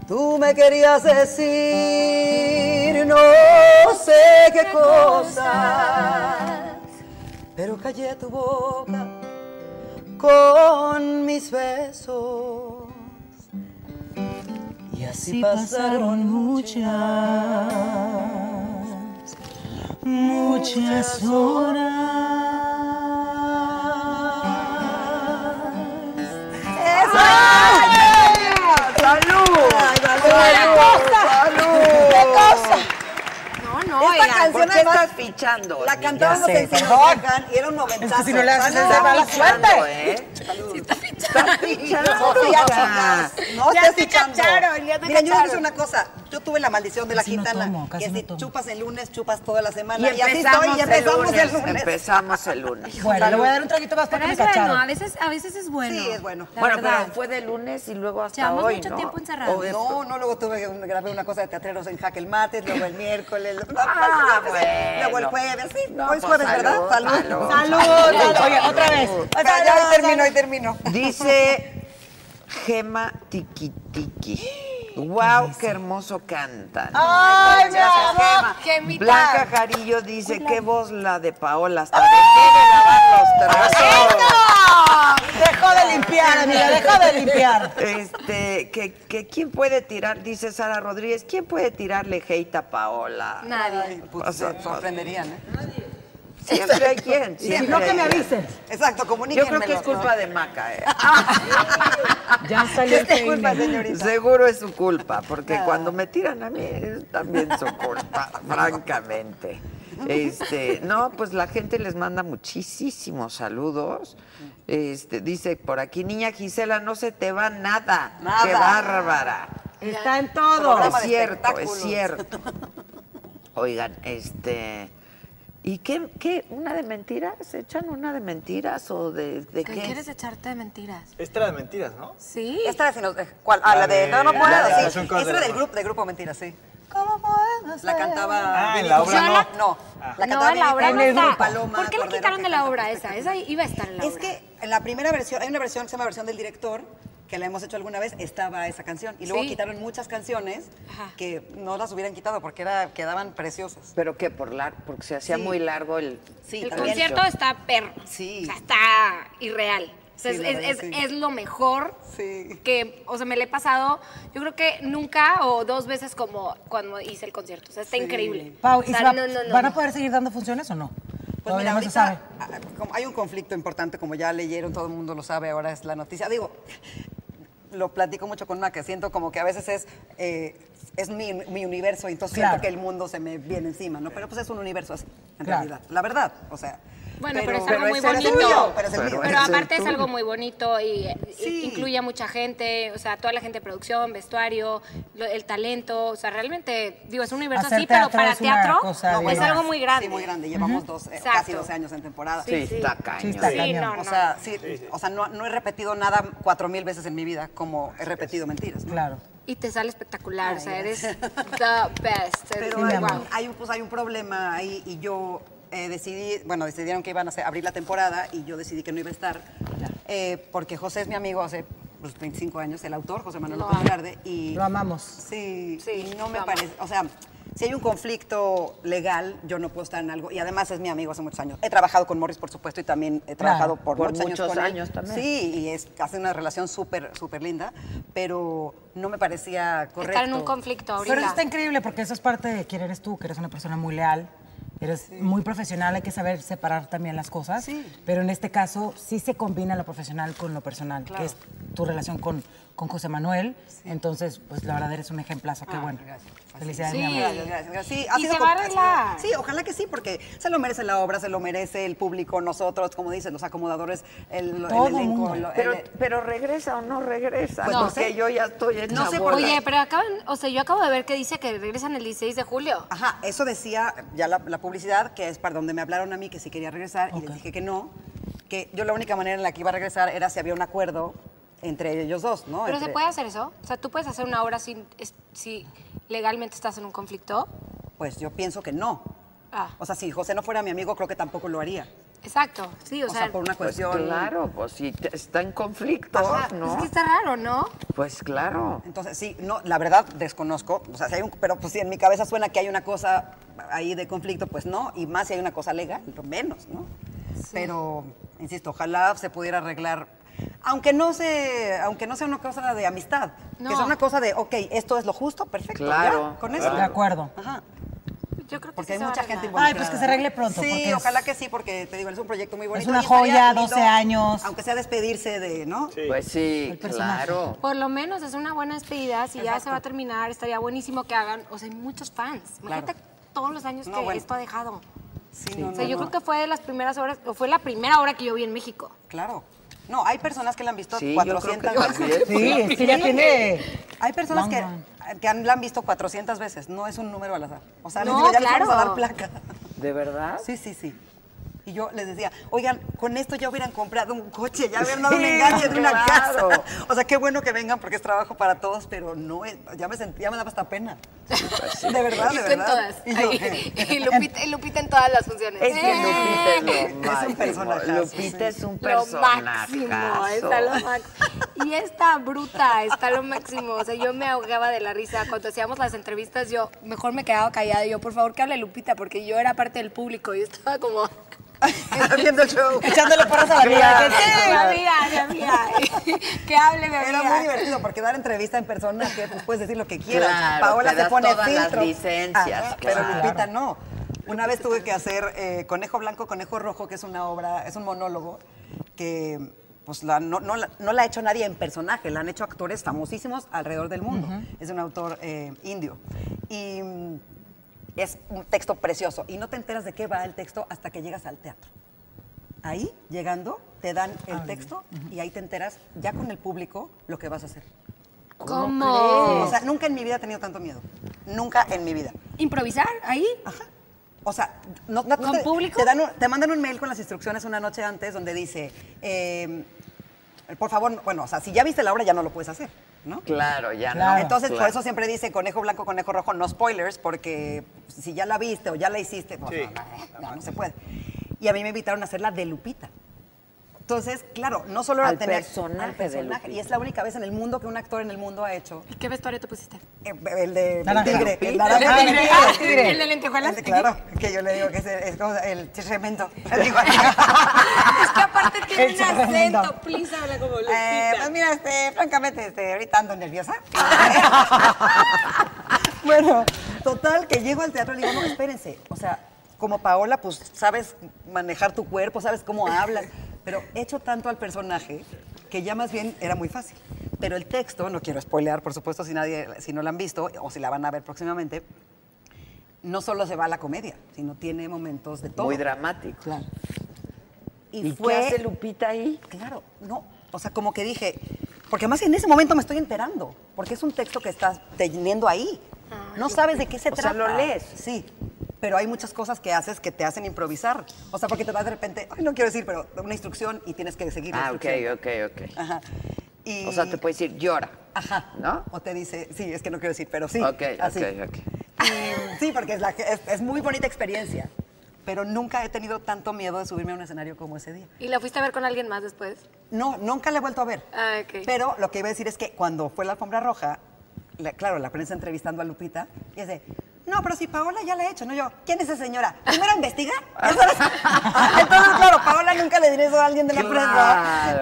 S10: Tú me querías decir no sé qué cosa, pero callé tu boca con mis besos.
S3: Y así pasaron muchas, muchas horas.
S1: ¡Salud! ¡Salud!
S10: ¡Qué cosa!
S8: No,
S1: no,
S7: Esta
S1: oigan,
S7: canción
S1: ¿por qué
S7: además-
S1: estás fichando?
S7: La cantábamos
S1: Ya sé,
S7: en Cine
S1: perdón.
S7: Michoacán y era un noventazo.
S1: Es que si no le haces,
S7: Ah,
S1: es de mala
S7: fichando,
S1: suerte.
S7: ¿eh?
S1: Está fichando.
S7: No, sí, ya, chicas. No,
S1: Ya
S7: estás
S1: te
S7: fichando.
S1: cacharon, ya te
S7: Mira, yo les voy a decir
S1: cacharon.
S7: una cosa. Yo tuve la maldición de la
S1: Casi no
S7: gitana.
S1: tomo,
S7: que
S1: casi
S7: si chupas el lunes, chupas toda la
S1: Y
S7: semana. Y, así
S1: empezamos,
S7: estoy, y empezamos
S1: el lunes. Empezamos el lunes.
S3: Bueno, le voy a dar un traguito más
S8: Pero
S3: porque me
S8: es bueno,
S3: cacharon.
S8: a veces, a veces es bueno. Sí, es
S7: bueno.
S8: La
S1: bueno,
S8: verdad.
S1: pero fue de lunes y luego hasta
S8: Llevamos
S1: hoy,
S8: mucho
S1: ¿no?
S8: tiempo encerrados.
S1: O de-
S7: No, no, luego tuve un- grabé una cosa de teatreros en Jaque el martes, luego el miércoles, pues, luego,
S1: Ah,
S7: luego el
S1: bueno.
S7: jueves, sí,
S1: No,
S7: hoy es
S1: pues,
S7: jueves,
S1: salud,
S7: ¿verdad? Salud.
S1: salud,
S3: salud. Oye, otra vez.
S7: Ya, ya,
S3: Salud,
S7: termino, y termino.
S1: Dice Gema Tiki Tiki. ¡Wow! ¡Qué hermoso cantan!
S3: ¡Ay,
S1: Gracias,
S3: bravo!
S1: Gema.
S3: ¡Qué mitad!
S1: Blanca Jarillo dice: ¡Qué voz la de Paola! ¡Hasta dejé de lavar los trazos!
S3: Dejó de limpiar, amiga, dejó de limpiar.
S1: Este, que, que quién puede tirar, dice Sara Rodríguez, ¿quién puede tirarle hate a Paola?
S8: Nadie.
S1: O sea, pues,
S7: sorprenderían, ¿eh?
S1: Siempre hay quien,
S7: Si
S1: siempre.
S7: no, que
S1: hay
S7: me
S1: quien.
S7: avisen. Exacto,
S1: Yo
S7: comuníquenmelo.
S1: creo que es culpa de Maca, ¿eh?
S3: Ya salió el
S7: Ah, Es culpa,
S3: peine.
S7: señorita. Ah.
S1: Seguro es su culpa, porque cuando me tiran a mí es también su culpa, francamente. Este, no, pues la gente les manda muchísimos saludos. Este, dice por aquí, niña Gisela, no se te va nada.
S7: Nada.
S1: Qué bárbara.
S3: Está en todo.
S7: Programa
S1: Es
S7: de
S1: cierto, es
S7: espectáculos.
S1: cierto. Oigan, este. ¿Y qué, qué? ¿Una de mentiras? ¿Echan una de mentiras o de, de
S8: ¿Qué
S1: qué?
S8: quieres echarte de mentiras?
S9: Esta era de mentiras, ¿no?
S8: Sí.
S7: Esta de si nos deja- ¿Cuál? Ah, la de. No, no puedo.
S9: La de-
S7: sí.
S9: son
S7: Esa
S9: cosas
S7: era del
S9: de-
S7: grupo, del grupo Mentira, sí.
S3: ¿Cómo podemos
S7: La
S3: ser?
S7: cantaba.
S9: Ah, en la obra
S8: Yo
S9: no. Ah.
S8: la-
S7: No, la
S8: No,
S7: cantaba.
S8: en la obra no
S7: Billy Paloma,
S8: está.
S7: Paloma,
S8: ¿Por qué la
S7: Cordero,
S8: quitaron de
S7: que
S8: la
S7: canta
S8: obra esa? Esa iba a estar en la
S7: Es
S8: obra.
S7: que en la primera versión, hay una versión que se llama versión del director, que la hemos hecho alguna vez, estaba esa canción. Y luego
S8: Sí.
S7: quitaron muchas canciones
S8: Ajá.
S7: que no las hubieran quitado porque era, quedaban preciosas.
S1: Pero que por lar- porque se hacía
S7: Sí.
S1: muy largo el.
S7: Sí,
S8: El
S7: también.
S8: concierto está perro.
S7: Sí.
S8: O sea, está irreal. O sea,
S7: Sí,
S8: es,
S7: la verdad,
S8: es-
S7: sí.
S8: es lo mejor
S7: Sí.
S8: que, o sea, me le he pasado, yo creo que nunca o dos veces como cuando hice el concierto. O sea, está increíble.
S3: Pau,
S8: O
S3: ¿y
S8: sea,
S3: se va-
S8: no, no, no,
S3: ¿van a
S8: no.
S3: poder seguir dando funciones o no?
S7: Pues
S3: Todavía
S7: mira,
S3: no se
S7: ahorita
S3: sabe.
S7: ah, como hay un conflicto importante, como ya leyeron, todo el mundo lo sabe, ahora es la noticia. Digo, lo platico mucho con una que siento como que a veces es, eh, es mi, mi universo, entonces
S3: Claro.
S7: siento que el mundo se me viene encima, ¿no? Pero pues es un universo así, en
S3: Claro.
S7: realidad. La verdad, o sea.
S8: Bueno, pero, es algo muy
S7: pero es el
S8: bonito.
S7: tuyo, pero es el mío.
S8: Pero aparte es algo muy bonito y, eh, y
S7: Sí.
S8: incluye a mucha gente, o sea, toda la gente de producción, vestuario, lo- el talento, o sea, realmente, digo, es un universo
S3: Hacer
S8: así, pero
S3: teatro
S8: para
S3: es una
S8: teatro
S3: cosa
S8: es
S3: bien
S8: algo
S3: más.
S8: muy grande.
S7: Sí, muy grande. Llevamos dos, eh,
S8: Exacto.
S7: casi 12 años en temporada.
S1: Sí, está cañón.
S3: Sí, está
S8: Sí,
S3: cañón.
S8: no, no.
S7: O sea, sí, o sea, no, no he repetido nada cuatro mil veces en mi vida como he repetido mentiras. ¿no?
S3: Claro.
S8: Y te sale espectacular, o sea,
S7: Ay,
S8: eres the best.
S7: Pero
S3: Sí, mi
S7: hay,
S3: amor.
S7: un- hay un, pues hay un problema ahí y yo eh, decidí, bueno, decidieron que iban a hacer- abrir la temporada y yo decidí que no iba a estar eh, porque José es mi amigo hace pues, 25 años, el autor, José Manuel
S8: Lo
S7: López
S8: amo.
S7: Velarde, y
S3: Lo amamos.
S7: Sí,
S8: Sí,
S7: y no me
S8: lo
S7: parece, o sea, si hay un conflicto legal, yo no puedo estar en algo, y además es mi amigo hace muchos años. He trabajado con Morris, por supuesto, y también he trabajado por,
S1: por
S7: muchos,
S1: muchos
S7: años con él.
S1: años también.
S7: Sí, y es, hace una relación súper, súper linda, pero no me parecía correcto.
S8: Estar en un conflicto ahorita.
S3: Pero eso está increíble porque eso es parte de quién eres tú, que eres una persona muy leal, eres muy profesional, hay que saber separar también las cosas.
S7: Sí.
S3: Pero en este caso sí se combina lo profesional con lo personal, que es tu relación con, con José Manuel. Entonces, pues la verdad eres un ejemplazo, qué
S7: Ah,
S3: bueno.
S7: gracias. Así
S3: Felicidades,
S7: es.
S3: mi amor.
S7: Gracias, gracias, gracias. Sí, ha
S8: Y
S7: sido
S8: se va a
S7: compl- ha sido-
S8: arreglar.
S7: Sí, ojalá que sí, porque se lo merece la obra, se lo merece el público, nosotros, como dicen, los acomodadores, el, el
S3: Todo
S7: elenco.
S3: mundo.
S7: lo- el-
S1: Pero, pero regresa o no regresa.
S7: Pues
S8: no
S1: porque
S7: sé.
S1: yo ya estoy en
S7: No sé por
S8: Oye, pero acaban, o sea, yo acabo de ver que dice que regresan el 16 de julio.
S7: Ajá, eso decía ya la, la publicidad, que es para donde me hablaron a mí que si quería regresar y les dije que no. que yo la única manera en la que iba a regresar era si había un acuerdo entre ellos dos, ¿no?
S8: Pero se
S7: Entre-
S8: puede hacer eso. O sea, tú puedes hacer una obra si, es- si legalmente estás en un conflicto.
S7: Pues yo pienso que no.
S8: Ah,
S7: O sea, si José no fuera mi amigo, creo que tampoco lo haría.
S8: exacto. Sí, o,
S7: O sea, por una
S1: Pues
S7: cuestión.
S1: claro, pues si te- está en conflicto, ¿no?
S8: Es que está raro, ¿no?
S1: Pues claro.
S7: Entonces, sí, no, la verdad desconozco. O sea, si hay un- pero pues si en mi cabeza suena que hay una cosa ahí de conflicto, pues no. Y más si hay una cosa legal, lo menos, ¿no? Pero, insisto, ojalá se pudiera arreglar. Aunque no, se, aunque no sea una cosa de amistad,
S8: No.
S7: que sea una cosa de, ok, esto es lo justo, perfecto.
S1: Claro,
S7: ya, con eso.
S3: De acuerdo.
S7: Ajá.
S8: Yo creo que
S7: Porque
S8: sí
S7: hay
S8: se va a
S7: mucha gente
S8: arreglar.
S7: involucrada.
S3: Ay, pues que se arregle pronto,
S7: Sí,
S3: porque
S7: ojalá
S3: es-
S7: que sí, porque te digo, es un proyecto muy bonito.
S3: una
S7: y estaría
S3: joya,
S7: lindo,
S3: 12 años.
S7: Aunque sea despedirse de, ¿no?
S1: Pues sí,
S3: personaje.
S1: claro.
S8: Por lo menos es una buena despedida. Si ya se va a terminar, estaría buenísimo que hagan. O sea, hay muchos fans. Imagínate todos los años
S7: No,
S8: que
S7: bueno.
S8: esto ha dejado.
S7: Sí, no,
S8: O sea,
S7: no, no.
S8: yo creo que fue de las primeras obras, o fue la primera obra que yo vi en México.
S7: Claro. No, hay personas que la han visto
S1: Sí, yo creo que
S7: 400
S1: también.
S7: veces.
S3: Sí, es que ya tiene.
S7: Hay personas
S3: Long
S7: que, que han, la han visto 400 veces. No es un número al azar. O sea, les digo,
S8: No,
S7: ya les vamos a
S8: claro.
S7: dar placa.
S1: ¿De verdad?
S7: Sí, sí, sí. Y yo les decía, oigan, con esto ya hubieran comprado un coche, ya hubieran dado un enganche de una
S1: claro.
S7: casa. O sea, qué bueno que vengan porque es trabajo para todos, pero no es, ya me sentía, ya me daba hasta pena.
S1: pues
S7: De verdad,
S8: y
S7: de
S8: tú en
S7: verdad.
S8: todas.
S7: Y yo, eh.
S8: Ay, Y, Lupita, y Lupita en todas las funciones.
S1: Es que
S8: ¡Eh!
S1: Lupita es lo
S7: un
S1: máximo.
S7: personajazo,
S1: Lupita es un
S8: Lo
S1: personaje.
S8: máximo, está lo máximo. Y esta bruta, está lo máximo. O sea, yo me ahogaba de la risa. Cuando hacíamos las entrevistas, yo mejor me quedaba callada. Y Yo, por favor, que hable Lupita, porque yo era parte del público. Yo estaba como.
S7: viendo el show.
S3: Echándole porras a la vida.
S8: Mi amiga, mi amiga. que hable, mi amiga.
S7: Era muy divertido porque dar entrevista en persona, que pues, puedes decir lo que quieras.
S1: Claro,
S7: Paola
S1: te
S7: se
S1: das
S7: pone
S1: todas las
S7: filtro.
S1: licencias,
S7: Pero
S1: claro.
S7: Lupita no. Una vez tuve que hacer eh, Conejo Blanco, Conejo Rojo, que es una obra, es un monólogo que pues la- no, no la, no la ha hecho nadie en personaje, la han hecho actores famosísimos alrededor del mundo. Es de un autor eh, indio. Y mm, es un texto precioso. Y no te enteras de qué va el texto hasta que llegas al teatro. Ahí, llegando, te dan el texto y ahí te enteras ya con el público lo que vas a hacer.
S8: ¿Cómo?
S7: O sea, nunca en mi vida he tenido tanto miedo. Nunca en mi vida.
S8: ¿Improvisar ahí?
S7: Ajá. O sea, no, no-
S8: ¿Con
S7: te,
S8: público?
S7: Te, dan un- te mandan un mail con las instrucciones una noche antes donde dice, eh, por favor, bueno, o sea, si ya viste la obra ya no lo puedes hacer, ¿no?
S1: Claro, ya no.
S7: Entonces, por
S1: claro.
S7: eso siempre dice conejo blanco, conejo rojo, no spoilers, porque si ya la viste o ya la hiciste, pues,
S9: Sí.
S7: no, no, no, no se puede. Y a mí me invitaron a hacer la de Lupita. Entonces, claro, no solo
S1: Al
S7: la tenía
S1: personaje de Lupita.
S7: y es la única vez en el mundo que un actor en el mundo ha hecho
S8: ¿Y ¿Qué vestuario te pusiste?
S7: eh, el de el
S3: Naranja.
S7: tigre, el
S3: Lupita.
S7: naranja
S3: El
S7: tigre.
S3: tigre.
S8: Ah, ¿El de lentejuelas?
S7: El de- Claro, que yo le digo que es el, es como el tremendo.
S8: es que aparte tiene
S3: El
S8: un
S3: tremendo.
S8: acento. Please habla como
S7: Eh,
S8: Lupita.
S7: pues mira, este, francamente, este, ahorita ando nerviosa. bueno, total, que llego al teatro y digo, no, espérense. O sea, como Paola, pues sabes manejar tu cuerpo, sabes cómo hablas, pero he hecho tanto al personaje que ya más bien era muy fácil. Pero el texto, no quiero spoilear, por supuesto, si, nadie, si no la han visto o si la van a ver próximamente, no solo se va a la comedia, sino tiene momentos de todo.
S1: Muy dramático.
S7: Claro.
S1: ¿Y, qué hace Lupita ahí?
S7: Claro, no. O sea, como que dije, porque además en ese momento me estoy enterando, porque es un texto que estás teniendo ahí. No sabes de qué se
S1: O sea,
S7: trata.
S1: lo lees.
S7: Sí. Pero hay muchas cosas que haces que te hacen improvisar. O sea, porque te das de repente, ay, no quiero decir, pero una instrucción y tienes que seguir la
S1: Ah, ok,
S7: instrucción.
S1: ok, ok.
S7: Ajá. Y-
S1: O sea, te puede decir llora.
S7: Ajá.
S1: ¿No?
S7: O te dice, sí, es que no quiero decir, pero sí.
S1: Ok,
S7: así.
S1: ok, ok.
S7: Y, sí, porque es, la- es- es muy bonita experiencia. Pero nunca he tenido tanto miedo de subirme a un escenario como ese día.
S8: ¿Y la fuiste a ver con alguien más después?
S7: No, nunca la he vuelto a ver.
S8: Ah, ok.
S7: Pero lo que iba a decir es que cuando fue la alfombra roja, la- claro, la prensa entrevistando a Lupita, y es de, no, pero si Paola ya la ha hecho, no yo, ¿quién es esa señora? ¿Primero investiga? Ya sabes. Entonces, claro, Paola nunca le diré eso a alguien de la
S1: Claro.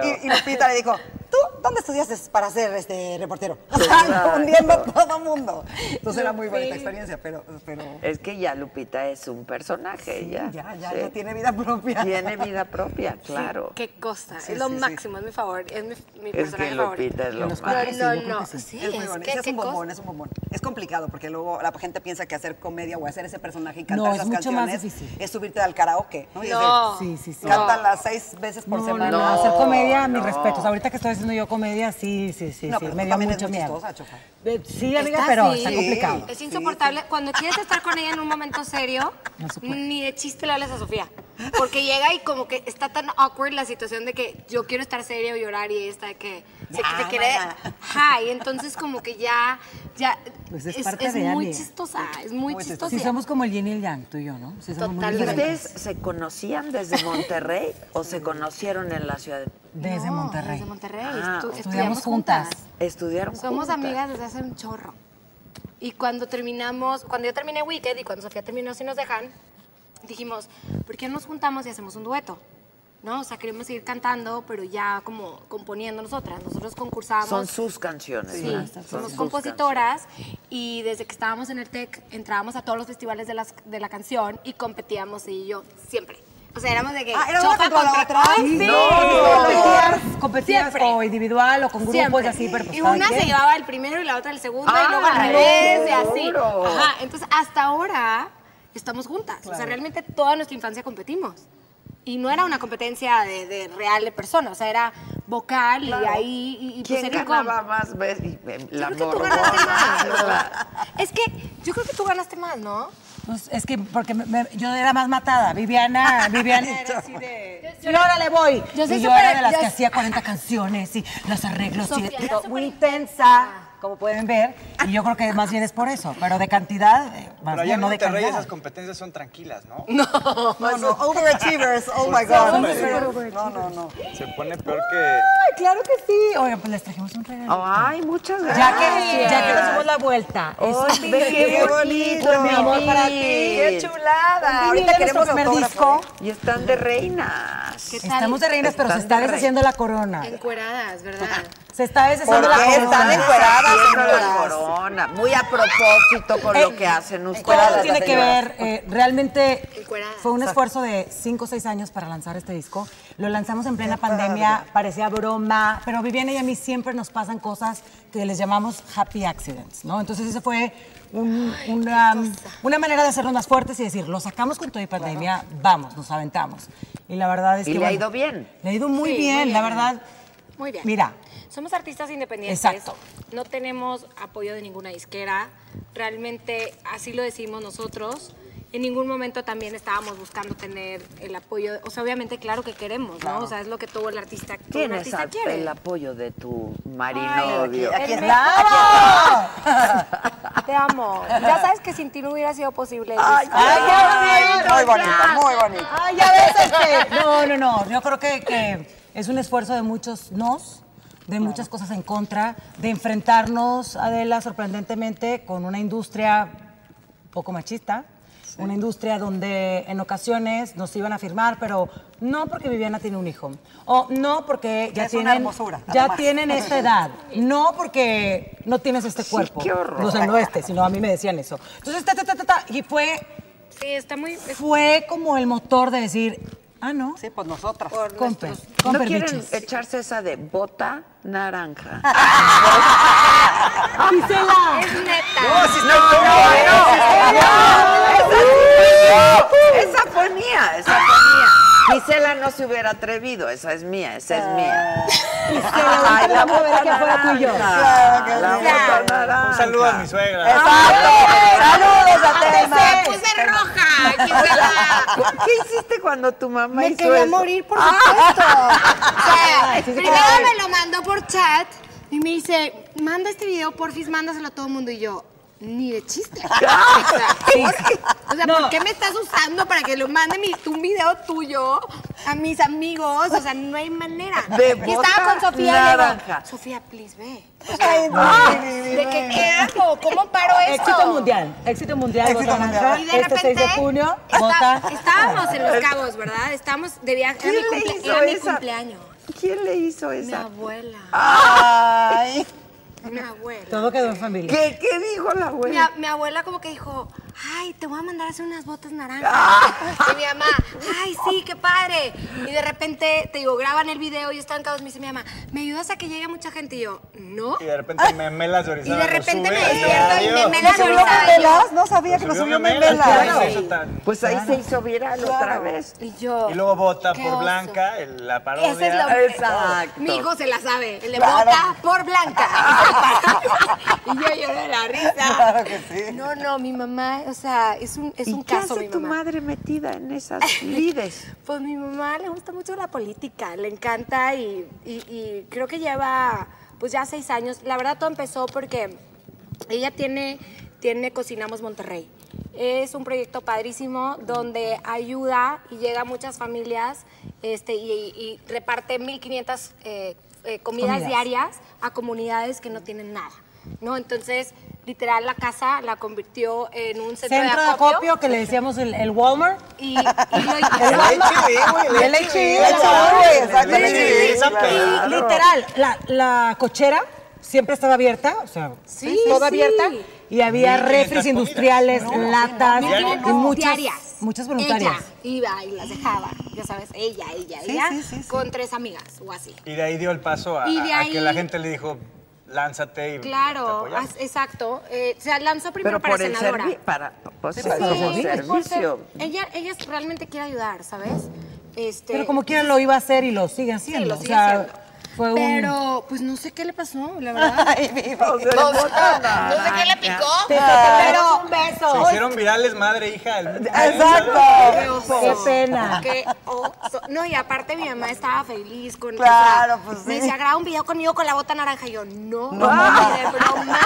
S7: prensa. Y, y Lupita le dijo, ¿tú dónde estudiaste para ser este reportero? O sea, confundiendo a todo mundo. Entonces era muy bonita
S8: Lupita.
S7: experiencia, pero... pero
S1: Es que ya Lupita es un personaje, ya.
S7: ya, ya,
S1: sí.
S7: ya tiene vida propia.
S1: Tiene vida propia, claro.
S8: Qué cosa,
S7: Sí,
S8: es lo
S7: sí, sí.
S8: máximo, es mi favor, es mi, mi
S1: Es que
S8: personaje favorito.
S1: Lupita es lo
S8: No,
S1: máximo.
S8: no, no, sí,
S7: es muy
S8: es
S7: bonito.
S8: que
S7: es
S8: qué
S7: un bombón,
S8: cosa.
S7: es un bombón. Es complicado porque luego la gente piensa que hacer comedia o hacer ese personaje y
S3: No,
S7: cantar
S3: es
S7: esas
S3: mucho más
S7: canciones
S3: difícil.
S7: es subirte al karaoke. ¿no? Y es de,
S8: No.
S3: Sí, sí, sí.
S7: Cántala seis veces por
S3: No, no,
S7: semana.
S3: no, hacer comedia,
S1: no.
S3: mis respetos. Ahorita que estoy haciendo yo comedia, sí, sí, sí,
S7: No,
S3: sí.
S7: pero
S3: Me
S7: tú
S3: dio
S7: también
S3: mucho
S7: eres muy
S3: miedo.
S7: chistosa, Chofa.
S3: Eh, Sí, amiga,
S8: Está
S3: pero
S8: así.
S3: está complicado.
S8: Es insoportable. Cuando quieres estar con ella en un momento serio, ni de chiste le hablas a Sofía. Porque llega y como que está tan awkward la situación de que yo quiero estar serio y llorar y ella está de que se que te quiere. Ajá, y entonces como que ya, ya
S3: Pues es
S8: es,
S3: parte
S8: es
S3: de Pues
S8: muy
S3: Andy.
S8: chistosa, es muy chistosa.
S3: Si somos como el yin y el yang, tú y yo, ¿no? Sí, somos muy
S1: ¿Y ustedes
S3: diferentes.
S1: se conocían desde Monterrey o se conocieron en la ciudad?
S3: Desde Monterrey. Desde
S8: Monterrey.
S1: Ah,
S8: estu-
S1: ok.
S8: estudiamos juntas.
S1: Estudiaron
S8: Somos
S1: juntas.
S8: amigas desde hace un chorro. Y cuando terminamos, cuando yo terminé Wicked y cuando Sofía terminó Si nos dejan, dijimos, ¿por qué no nos juntamos y hacemos un dueto? ¿No? O sea, queremos seguir cantando, pero ya como componiendo nosotras. Nosotros concursábamos.
S1: Son sus canciones.
S8: Sí,
S1: ¿verdad? Son
S8: somos
S1: sus
S8: compositoras y desde que estábamos en el TEC entrábamos a todos los festivales de, las- de la canción y competíamos ella y yo siempre. O sea, éramos de que
S3: Ah, ¿era una
S8: chofa
S3: contra la otra?
S8: ¡Ay, sí!
S3: competías, competías o individual o con grupos y
S8: Siempre.
S3: así, pero pues
S8: y
S3: cada
S8: una se
S3: quien.
S8: llevaba el primero y la otra el segundo
S3: Ah,
S8: y luego al
S3: no,
S8: revés y así.
S3: seguro.
S8: Ajá, entonces hasta ahora estamos juntas. O sea, realmente toda nuestra infancia competimos. Y no era una competencia de, de real de persona, o sea, era vocal y
S1: Claro.
S8: ahí y, y pues,
S1: ¿Quién
S8: era como-
S1: ganaba más veces? Y, eh, La
S8: creo que tú
S1: morbona,
S8: ganaste más, ¿no?
S1: la-
S8: Es que yo creo que tú ganaste más, ¿no?
S3: Pues es que porque me- me- yo era más matada. Viviana, Viviana. Y ahora le voy.
S8: Yo soy
S3: y yo era
S8: súper-
S3: de las
S8: yo-
S3: que hacía 40 canciones y los arreglos.
S8: Sofía
S3: y,
S8: era
S3: todo, muy intensa, como pueden ver. Y yo creo que más bien es por eso. Pero de cantidad, eh, más
S9: Pero allá
S3: bien
S9: en
S3: no de
S9: Monterrey
S3: calidad.
S9: esas competencias son tranquilas, ¿no?
S3: No,
S9: no, no.
S3: Overachievers,
S9: oh my God.
S3: No, no, no.
S9: Se pone peor que...
S3: Ay, claro que sí. Oigan, pues les trajimos un regalo.
S1: Ay, muchas gracias.
S3: Ya que, ya que nos dimos la vuelta.
S1: Ay,
S3: Este,
S1: ve qué bonito,
S3: mi amor, para ti.
S1: Qué Pues,
S3: chulada. Ahorita queremos primer disco.
S1: Y están de reinas.
S8: ¿Qué tal?
S3: Estamos de reinas, pero se
S1: Están
S3: está
S1: de
S3: deshaciendo la corona.
S8: Encueradas, ¿verdad?
S3: Se está deshaciendo
S1: ¿Por
S3: la
S1: qué
S3: corona.
S1: están encueradas,
S3: Haciendo la
S1: señoras? corona. Muy a propósito con lo que hacen ustedes.
S3: Eh, Todo tiene que ver, eh, realmente
S8: Encueradas.
S3: fue un esfuerzo de 5 o 6 años para lanzar este disco. Lo lanzamos en plena pandemia, parecía broma, pero Viviana y a mí siempre nos pasan cosas que les llamamos happy accidents, ¿no? Entonces ese fue un- una, una manera de hacernos más fuertes y decir, lo sacamos con todo y pandemia, vamos, nos aventamos. Y la verdad es
S1: Y
S3: que...
S1: le ha
S3: bueno,
S1: ido bien.
S3: Le ha ido muy,
S8: Sí, muy
S3: bien, la
S8: bien.
S3: verdad.
S8: Muy bien.
S3: Mira.
S8: Somos artistas independientes.
S3: Exacto.
S8: No tenemos apoyo de ninguna disquera. Realmente así lo decimos nosotros. En ningún momento también estábamos buscando tener el apoyo. O sea, obviamente, claro que queremos, ¿no? O sea, es lo que todo el artista, todo un
S1: Tienes
S8: artista
S1: a-
S8: quiere.
S1: el apoyo de tu marinovio.
S8: aquí
S1: El
S8: está.
S1: mejor.
S8: Te amo. Ya sabes que sin ti no hubiera sido posible.
S1: Ay,
S3: Ay, ya ves.
S7: Muy bonita, muy bonita.
S3: Ay, ya ves este. No, no, no. Yo creo que, que es un esfuerzo de muchos nos, de muchas cosas en contra, de enfrentarnos, Adela, sorprendentemente, con una industria un poco machista. Una industria donde en ocasiones nos iban a firmar, pero no porque Viviana tiene un hijo, o no porque ya
S7: Es una
S3: tienen
S7: hermosura,
S3: ya
S7: además.
S3: tienen esta edad, no porque no tienes este cuerpo,
S1: qué horror.
S3: no sé, no este, sino a mí me decían eso. Entonces, ta, ta, ta, ta, ta, y fue
S8: Sí, está muy. es
S3: fue como el motor de decir, ah, no,
S7: Sí, pues nosotras.
S8: por
S3: comper,
S8: nuestros-
S3: comper
S1: ¿No quieren
S3: bitches.
S1: echarse esa de bota naranja?
S3: Gisela,
S8: Es neta.
S1: no, no, no. Esa fue mía, esa fue mía. Gisela no se hubiera atrevido, esa es mía, esa es mía.
S3: Gisela, ahorita la vamos a ver que fuera tú y yo.
S1: naranja, La
S8: Claro.
S1: bota naranja.
S9: Un saludo a mi suegra.
S7: Saludos a
S8: ¡Me puse roja! que se la-
S3: Ah.
S1: ¿Qué hiciste cuando tu mamá
S8: Me
S1: hizo
S8: quería
S1: eso? Ah.
S8: morir, por supuesto. O sea, primero me lo mandó por chat y me dice, manda este video, porfis, mándaselo a todo el mundo. Y yo, ni de chiste. O
S1: Ah,
S8: sea, ¿por qué? O sea, ¿por qué me estás usando para que lo mande mi- un video tuyo a mis amigos? O sea, no hay manera.
S1: De
S8: y estaba con
S1: bota
S8: Sofía y le digo,
S1: naranja.
S8: Sofía, please, ve. O sea, ah, ¿De qué, qué hago? ¿Cómo paro esto?
S3: Éxito mundial, éxito mundial,
S7: Éxito
S3: Bota
S7: mundial.
S3: Naranja,
S8: Y de
S3: este 6
S8: repente
S3: de junio,
S8: está-
S3: vota.
S8: estábamos en Los Cabos, ¿verdad? Estábamos de viaje. Era,
S1: ¿Quién
S8: mi,
S1: le
S8: cumplea-
S1: hizo
S8: era mi
S1: esa?
S8: cumpleaños.
S1: ¿Quién le hizo
S8: Mi
S1: esa?
S8: abuela.
S7: Ay.
S8: Mi abuela.
S3: Todo quedó en familia.
S1: ¿Qué, qué dijo la
S8: Mi,
S1: abuela?
S8: a- mi abuela como que dijo, ay, te voy a mandar a hacer unas botas naranjas.
S9: Ah.
S8: Y mi mamá, ay, sí, qué padre. Y de repente, te digo, graban el video y están cabos. Me dice mi mamá, ¿me ayudas a que llegue mucha gente? Y yo, no.
S9: Y de repente me melas de
S8: Y
S9: Orizaba
S8: de
S9: lo
S8: repente me
S9: sube y
S8: despierto y me
S9: adiós.
S8: melas
S7: ¿Subió memelas? No sabía que
S9: Lo
S7: nos
S9: subió
S7: subió
S9: memelas.
S7: memelas.
S9: ¿qué es eso tan-
S1: Pues ahí se hizo viral otra vez.
S8: Y yo.
S9: Y luego vota
S8: qué
S9: por
S8: oso.
S9: Blanca, el- la parodia.
S8: Esa es la
S1: Exacto.
S8: Mi hijo se la sabe. Le
S7: Claro.
S8: vota por blanca. y yo lloro de la risa.
S7: Claro que sí.
S8: No, no, mi mamá o sea, es un, es
S1: ¿Y
S8: un
S1: qué
S8: caso
S1: hace
S8: mi
S1: tu
S8: mamá.
S1: madre metida en esas lides?
S8: Pues mi mamá le gusta mucho la política, le encanta y, y- y creo que lleva pues ya seis años. La verdad todo empezó porque ella tiene, tiene Cocinamos Monterrey. Es un proyecto padrísimo donde ayuda y llega a muchas familias este, y, y reparte 1.500 eh, eh, comidas,
S12: Comidas.
S8: diarias a comunidades que no tienen nada. ¿no? Entonces, literal, la casa la convirtió en un centro,
S3: Centro de acopio que le decíamos el, el Walmart.
S8: Y, lo-
S3: el
S8: HIV, güey, el
S3: El
S8: HIV,
S3: HIV,
S8: claro.
S3: exactamente.
S8: El HIV, claro.
S3: Y literal, la, la cochera siempre estaba abierta, o sea,
S8: Sí,
S3: toda
S8: sí.
S3: abierta. Y había
S8: 1500
S3: refres industriales,
S8: comidas.
S3: latas,
S8: No, no, no.
S3: y muchas,
S8: Diarias.
S3: muchas voluntarias.
S8: Ella iba y las dejaba, ya sabes, ella, ella,
S3: Sí,
S8: ella,
S3: sí,
S8: con tres amigas o así.
S9: Y de ahí dio el paso a,
S8: Y de
S9: a- a
S8: ahí-
S9: que la gente le dijo, lánzate y te
S8: Claro,
S9: apoyamos.
S8: as- exacto. Eh, se lanzó primero
S1: Pero
S8: para
S1: por el
S8: senadora.
S1: servicio. Para, pues,
S3: Sí,
S1: sí,
S3: para
S1: por
S3: servir.
S1: servicio.
S8: Por ser- ella, ella realmente quiere ayudar, ¿sabes? Este,
S3: Pero como quiera lo iba a hacer y lo sigue haciendo.
S8: sigue
S3: o sea,
S8: haciendo.
S3: fue un-
S8: Pero, pues no sé qué le pasó, la verdad.
S3: Ay, mi vida. No sé, no sé
S8: qué le picó.
S3: Pero-
S8: Pero un beso.
S9: Se hicieron virales madre, hija. el-
S8: Qué oso.
S3: Qué pena.
S8: Qué oso. No, y aparte mi mamá estaba feliz con
S3: Claro,
S8: o sea,
S3: pues,
S8: Me
S3: sí.
S8: decía, graba un video conmigo con la bota naranja. Y yo, no,
S3: No,
S8: ni
S3: no.
S8: de broma.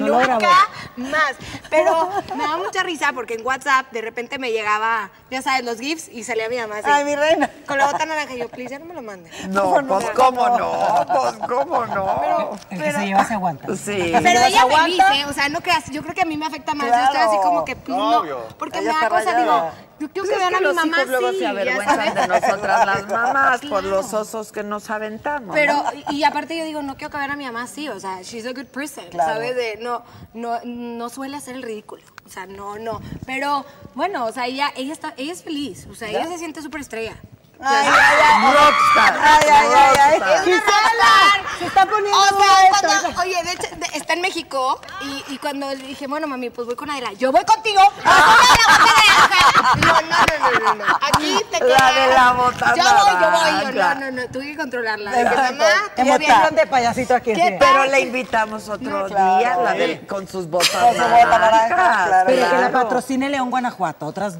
S3: No lo grabó.
S8: nunca más. Pero me da mucha risa porque en WhatsApp de repente me llegaba, ya sabes, los GIFs y salía mi mamá así.
S3: Ay, mi reina.
S8: Con la bota naranja. Y yo, please, ya no me lo mandes.
S1: No, pues cómo no, pues cómo no.
S3: El que se lleva se aguanta.
S1: Sí.
S8: Pero
S3: Las
S8: ella feliz,
S3: aguanta.
S8: ¿eh? O sea, no creas, yo creo que a mí me afecta más.
S3: Claro.
S8: Yo estoy así como que, pues,
S3: Obvio.
S8: no. Porque
S3: Ella
S8: me da
S3: está
S8: cosa, digo,
S3: rayada.
S8: yo quiero
S1: Pues
S8: que
S1: es
S8: vean a
S1: que
S8: mi
S1: los
S8: mamá
S1: hijos luego
S8: así,
S1: se
S8: ya
S1: avergüenzan de
S8: sabes.
S1: nosotras las mamás por los osos que nos aventamos.
S8: Pero,
S1: ¿no?
S8: y y aparte yo digo, no quiero que vean a mi mamá así, o sea, she's a good person,
S1: Claro.
S8: ¿sabes? De, no, no, no suele hacer el ridículo, o sea, no, no. Pero, bueno, o sea, ella, ella, está, ella es feliz, o sea, ella se siente súper estrella.
S3: Ay, ay, ay.
S1: Rockstar.
S3: Ay, ay, ay, ay.
S8: Es una rockstar.
S3: Se está poniendo
S8: O sea,
S3: esto,
S8: cuando-
S3: hija.
S8: oye, de hecho, de- está en México y, y cuando le dije, bueno, mami, pues voy con Adela, yo voy contigo. No, no, no, no, no, no. Aquí te
S1: La
S8: quedas.
S1: de la bota
S8: Yo voy, yo voy. Yo,
S1: naranja.
S8: no, no, no, tuve que controlarla. De que,
S1: Exacto.
S8: mamá, te voy a
S3: Emoción de payasito aquí. sí.
S1: Pero le invitamos otro
S3: claro.
S1: día, la del-
S3: Sí.
S1: con sus botas
S3: Con su bota naranja,
S1: naranjas,
S3: claro, Pero que la
S1: claro.
S3: patrocine León Guanajuato, otras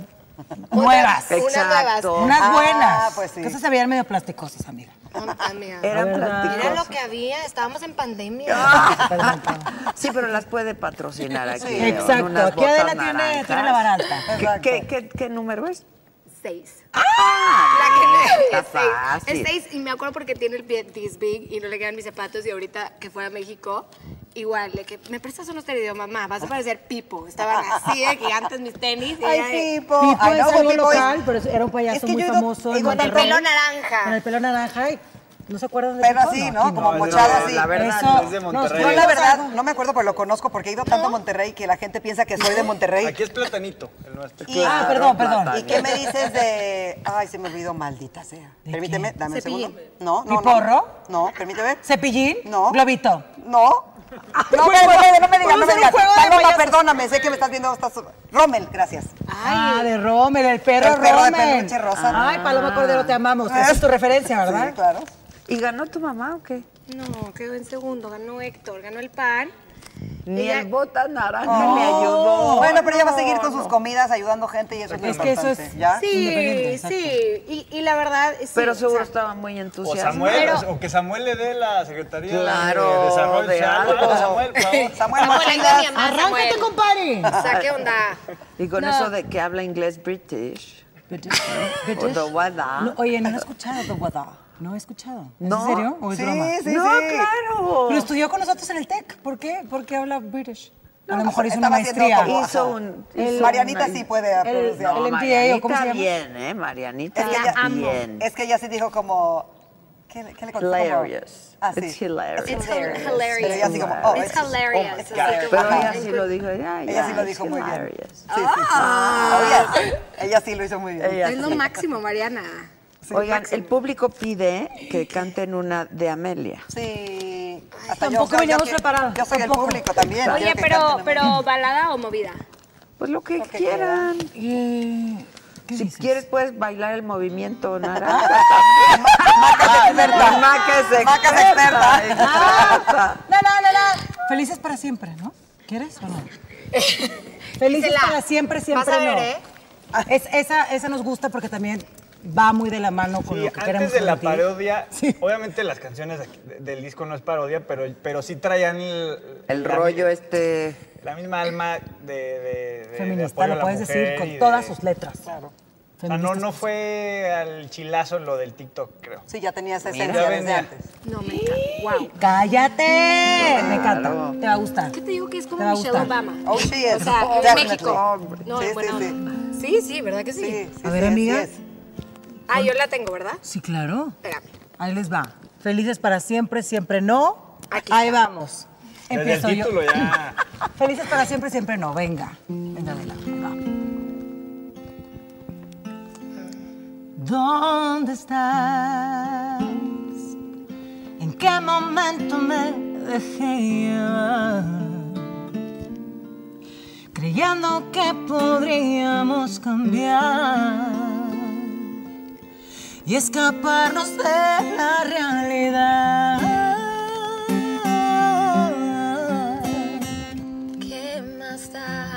S3: nuevas.
S1: Exacto.
S3: Unas buenas.
S1: Ah,
S3: pues sí. Que esas se veían medio plasticosas, amiga.
S8: Amiga.
S1: Eran
S8: Mira lo
S1: platicosas.
S8: que había, estábamos en pandemia.
S1: Sí, pero las puede patrocinar aquí.
S3: Sí.
S1: León,
S3: Exacto,
S1: unas
S3: aquí Adela
S1: botas
S3: tiene-
S1: naranjas.
S3: tiene la barata.
S1: ¿Qué- ¿Qué, qué, qué número es?
S8: Seis.
S1: Ah,
S8: La que me-
S1: está
S8: es seis.
S1: fácil.
S8: Es seis, y me acuerdo porque tiene el pie this big y no le quedan mis zapatos y ahorita que fue a México, igual, le que me prestas unos tenis, Digo, mamá, vas a parecer Pipo. Estaban así de gigantes mis tenis. y ella de-
S1: eh,
S3: Ay, Pipo. Ay, no,
S10: es algo
S3: fue Pipo.
S10: local,
S3: pero es- era un payaso
S10: Es que
S3: muy
S10: yo he ido-
S3: famoso. en
S8: con el
S3: Monterrey.
S8: pelo naranja.
S3: Con el pelo naranja. y ¿No se acuerdan de
S7: Pero
S3: Pipo?
S7: así,
S3: aquí
S7: ¿no? Como
S3: No,
S7: mochado
S3: no,
S7: así.
S3: la verdad,
S7: Eso.
S3: es de
S7: Nos-
S3: Monterrey.
S7: Yo la verdad no me acuerdo, pero lo conozco porque he ido tanto a Monterrey que la gente piensa que soy de Monterrey.
S9: Aquí es platanito el nuestro.
S7: Y- Ah, ¿Y qué me dices de...? Ay, se me olvidó, maldita sea. Permíteme, dame un
S3: Cepillín.
S7: segundo. No, no, no.
S3: ¿Piporro?
S7: No, permíteme.
S3: ¿Cepillín?
S7: No.
S3: Globito.
S7: No. No,
S3: Juego
S7: perdóname,
S3: de-
S7: no me digas,
S3: Ah, vamos a
S7: no me
S3: hacer un
S7: digas.
S3: juego de
S7: Paloma,
S3: payasos.
S7: perdóname, sé que me estás viendo. Estás... Rommel, gracias.
S3: Ah, de Rommel, el perro
S7: El perro de
S3: Rommel.
S7: peluche rosa.
S3: Ay, Paloma Cordero, te amamos. Esa es tu referencia, ¿verdad?
S7: Sí, claro.
S1: ¿Y ganó tu mamá o qué?
S8: No, quedó en segundo, ganó Héctor, ganó el pan.
S1: Ni
S8: Ella-
S1: el bota naranja
S7: Oh.
S1: le ayudó.
S7: Bueno, pero ella va a seguir
S1: No,
S7: con sus comidas, ayudando gente y eso es lo
S3: Es que eso
S7: importante,
S3: es-
S7: ¿ya?
S8: Sí,
S3: Independiente,
S8: sí. Y, y la verdad, sí,
S1: Pero
S8: o
S1: seguro
S8: sea,
S1: estaba muy
S9: O
S1: entusiasmada.
S9: Samuel, o que Samuel le dé la Secretaría
S1: Claro,
S9: de Desarrollo
S1: de
S9: Social.
S1: algo.
S9: Algo, Samuel, por favor.
S7: Samuel,
S8: Samuel, ahí está mi mamá,
S3: ¡Arráncate,
S8: Samuel.
S3: compadre!
S8: O sea, ¿qué onda?
S1: Y con
S8: No.
S1: eso de que habla inglés British. O
S3: British.
S1: the weather.
S7: Ah.
S3: No, oye, no he escuchado The Wada. No he escuchado. ¿Es
S1: No.
S3: en serio o es
S7: Sí,
S3: broma?
S7: sí,
S1: no,
S7: sí.
S1: claro.
S3: Pero estudió con nosotros en el TEC. ¿Por qué? ¿Por qué habla British? A lo
S7: No,
S3: mejor hizo una
S7: estaba haciendo
S3: maestría.
S7: como-
S1: Hizo un.
S7: El-
S1: hizo
S7: Marianita
S1: una-
S7: sí puede pronunciar.
S3: el
S1: No,
S3: MBA, ¿o cómo se
S1: Marianita
S3: llama?
S1: bien, ¿eh? Marianita
S7: Es que ella-
S1: bien.
S7: Es que ella sí dijo como... ¿Qué, le- qué le contestó?
S1: Hilarious.
S7: Ah, sí.
S1: It's hilarious.
S8: It's hilarious.
S7: Pero ella así como, oh,
S8: It's hilarious.
S7: oh my
S8: Así
S7: God.
S8: como-
S1: Pero ella
S7: Ajá.
S1: sí lo dijo. ya,
S7: Ella
S1: ya,
S7: sí lo
S1: it's
S7: dijo muy bien.
S1: hilarious.
S7: Sí, sí, sí.
S8: Ah.
S7: Oh, yes. Ella sí lo hizo muy bien.
S1: Ella
S8: Es lo máximo, Mariana.
S1: Oigan, el público pide que canten una de Amelia.
S7: Sí. Hasta
S3: tampoco
S7: soy-
S3: veníamos
S7: quiero-
S3: preparadas,
S7: Yo soy
S3: tampoco.
S7: el público también.
S8: Oye,
S7: quiero que
S8: pero,
S7: canten.
S8: pero balada o movida.
S1: Pues lo que
S7: Lo que
S1: quieran.
S3: Eh, ¿Qué
S1: Si
S3: dices?
S1: quieres puedes bailar el movimiento naranja también. La Maca es experta.
S7: Maca es experta.
S3: Ah. No, no, no, no. Felices para siempre, ¿no? ¿Quieres o no? Felices
S12: Gisela,
S3: para siempre, siempre
S12: vas a ver,
S3: no.
S12: ¿eh?
S3: Ah, es- esa, esa nos gusta porque también va muy de la mano con
S9: Sí,
S3: lo que queremos
S9: antes de la
S3: transmitir.
S9: parodia, obviamente las canciones aquí de- del disco no es parodia, pero, pero sí traían el,
S1: El
S9: la-
S1: rollo este...
S9: La misma alma de, de- de- de
S3: Feminista,
S9: apoyo a
S3: lo
S9: la
S3: puedes decir
S9: mujer y
S3: con
S9: de-
S3: todas sus letras.
S9: O sea, no, no fue al chilazo lo del TikTok, creo.
S7: Sí, ya tenías
S9: Mira,
S7: esencia desde
S9: venía.
S7: antes.
S8: No, me encanta. Wow.
S3: ¡Cállate! Me encanta. Te va a gustar.
S8: ¿Qué te digo que es
S3: Te
S8: como
S3: va a
S8: Michelle
S3: gustar.
S8: Obama?
S3: Oh, she is.
S8: O sea,
S3: Oh,
S8: en
S3: definitely.
S8: México.
S3: Hombre.
S8: No,
S3: Sí,
S8: en
S3: sí,
S8: buena
S3: sí.
S8: onda. Sí, sí, ¿verdad que sí?
S3: A ver, amiga.
S8: Ah, yo la tengo, ¿verdad?
S3: Sí, claro.
S8: Espérame.
S3: Ahí les va. Felices para siempre, siempre no. Ahí vamos.
S9: Desde el
S3: Empiezo yo.
S9: título ya.
S3: Felices para siempre, siempre no. Venga. Venga, venga.
S10: ¿Dónde estás? ¿En qué momento me dejé llevar? Creyendo que podríamos cambiar y escaparnos de la realidad.
S12: ¿Qué más da?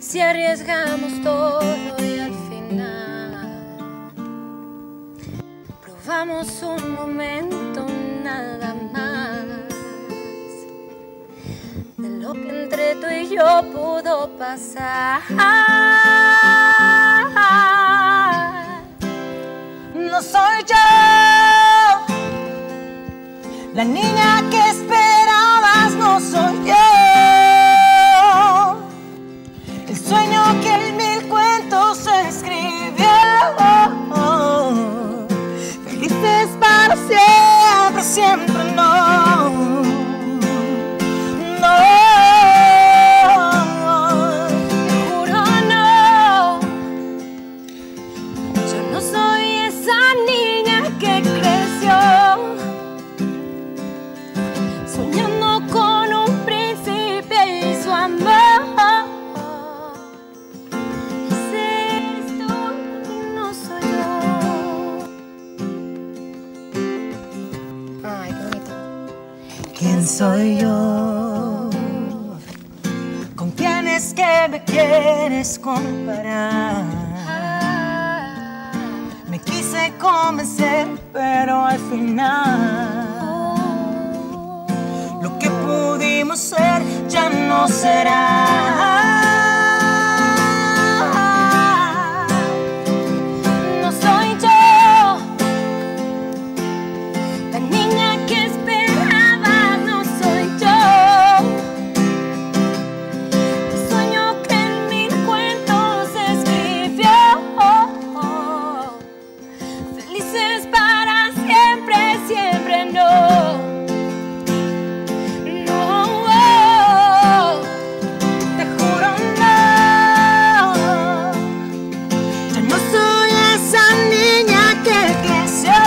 S12: Si arriesgamos todo y al final probamos un momento nada más de lo que entre tú y yo pudo pasar.
S10: No soy yo. La niña que esperabas no soy yo. El sueño que en mil cuentos escribió. Felices para siempre, siempre no. No.
S12: Te juro no, yo no soy esa niña que creció soñando con un príncipe y su amor. Ese eres tú, no soy yo. Ay, qué bonito.
S10: ¿Quién soy yo? ¿Con quién es que me quieres comparar? Me quise convencer, pero al final lo que pudimos ser ya no será.
S12: No soy yo, la niña que esperaba. No soy yo, el sueño que en mil cuentos escribió. Felices para siempre, siempre no. No,
S10: Te juro no. Yo no soy esa niña que creció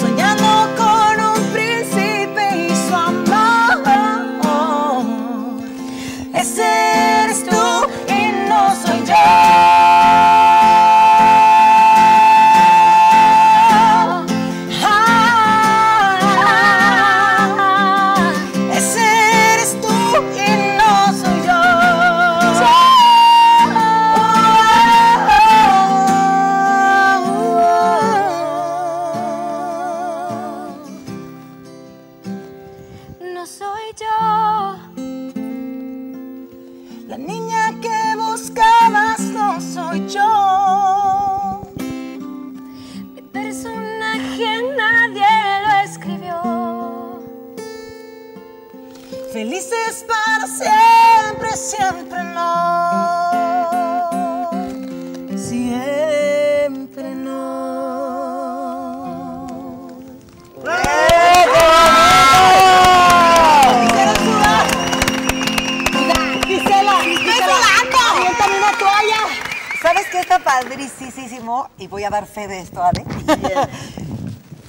S10: soñando con un príncipe y su amor. Ese eres tú y no soy Ah. yo. Ah, ese eres tú y no soy
S12: no soy yo.
S10: La niña que buscabas no soy yo.
S12: Mi personaje nadie lo escribió.
S10: Felices para siempre, siempre no. Siempre no.
S7: Gisela,
S3: aviéntame
S7: una toalla. ¿Sabes qué está padricísimo? Y voy a dar fe de esto, Ale.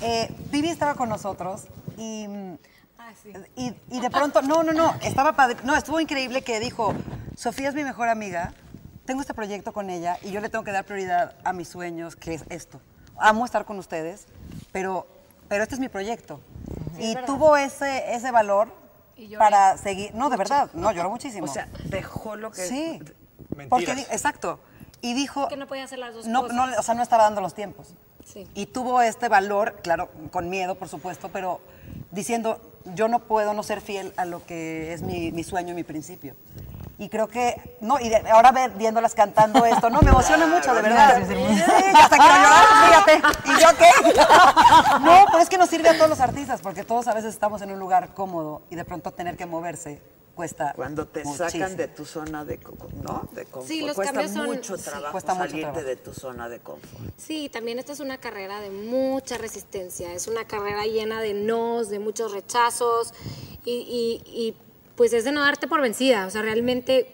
S7: Eh, Vivi estaba con nosotros y, mm,
S5: Ah,
S7: y, y de pronto, no, no, no, estaba padre, no, estuvo increíble que dijo, Sofía es mi mejor amiga, tengo este proyecto con ella y yo le tengo que dar prioridad a mis sueños, que es esto. Amo estar con ustedes, pero, pero este es mi proyecto. y tuvo ese, ese valor
S5: lloré.
S7: para seguir. No, de verdad, no, lloró muchísimo.
S5: O sea, dejó lo que-
S7: Sí.
S5: Mentiras.
S7: Porque, di- exacto. Y dijo.
S8: Que no podía hacer las dos
S7: No,
S8: cosas.
S7: no, o sea, no estaba dando los tiempos.
S8: Sí.
S7: Y tuvo este valor, claro, con miedo, por supuesto, pero diciendo, yo no puedo no ser fiel a lo que es mi, mi sueño y mi principio. Y creo que, no, y de- ahora ver- viéndolas cantando esto, no, me emociona mucho, de verdad.
S10: Gracias,
S7: Sí, Ah. hasta quiero llorar, fíjate. ¿Y yo qué? No, pero es que nos sirve a todos los artistas, porque todos a veces estamos en un lugar cómodo y de pronto tener que moverse cuesta
S1: Cuando te sacan de tu zona de, co- ¿no? de confort.
S8: Sí, los
S1: cuesta
S8: cambios son-
S1: mucho
S8: sí,
S1: trabajo
S7: cuesta mucho
S1: salirte
S7: trabajo.
S1: de tu zona de confort.
S8: Sí, también esta es una carrera de mucha resistencia, es una carrera llena de nos, de muchos rechazos y, y- y, pues es de no darte por vencida, o sea, realmente...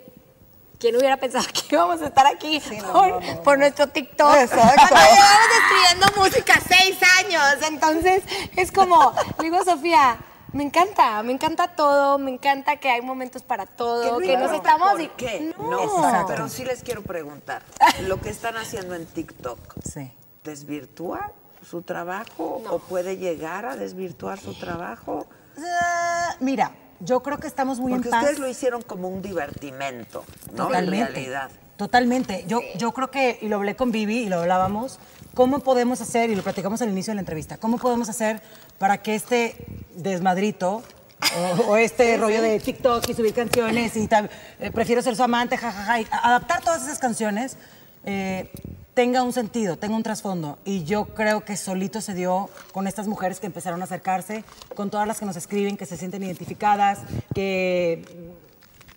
S8: ¿Quién hubiera pensado que íbamos a estar aquí por, por nuestro TikTok?
S7: Exacto.
S8: Cuando llevamos escribiendo música seis años, entonces es como, le digo Sofía, me encanta, me encanta todo, me encanta que hay momentos para todo, que, nos
S1: importa
S8: estamos...
S1: por
S8: y-
S1: qué.
S8: No.
S1: No, pero sí les quiero preguntar, lo que están haciendo en TikTok, ¿desvirtúa su trabajo o puede llegar a desvirtuar su trabajo?
S3: Mira, yo creo que estamos muy
S1: Porque
S3: en paz.
S1: ustedes lo hicieron como un divertimento, ¿no? En realidad.
S3: Totalmente. Yo, yo creo que, y lo hablé con Vivi y lo hablábamos, ¿cómo podemos hacer, y lo platicamos al inicio de la entrevista, cómo podemos hacer para que este desmadrito o, o este rollo de TikTok y subir canciones y tal, eh, prefiero ser su amante, jajaja, y a- adaptar todas esas canciones eh, tenga un sentido, tenga un trasfondo. Y yo creo que solito se dio con estas mujeres que empezaron a acercarse, con todas las que nos escriben, que se sienten identificadas, que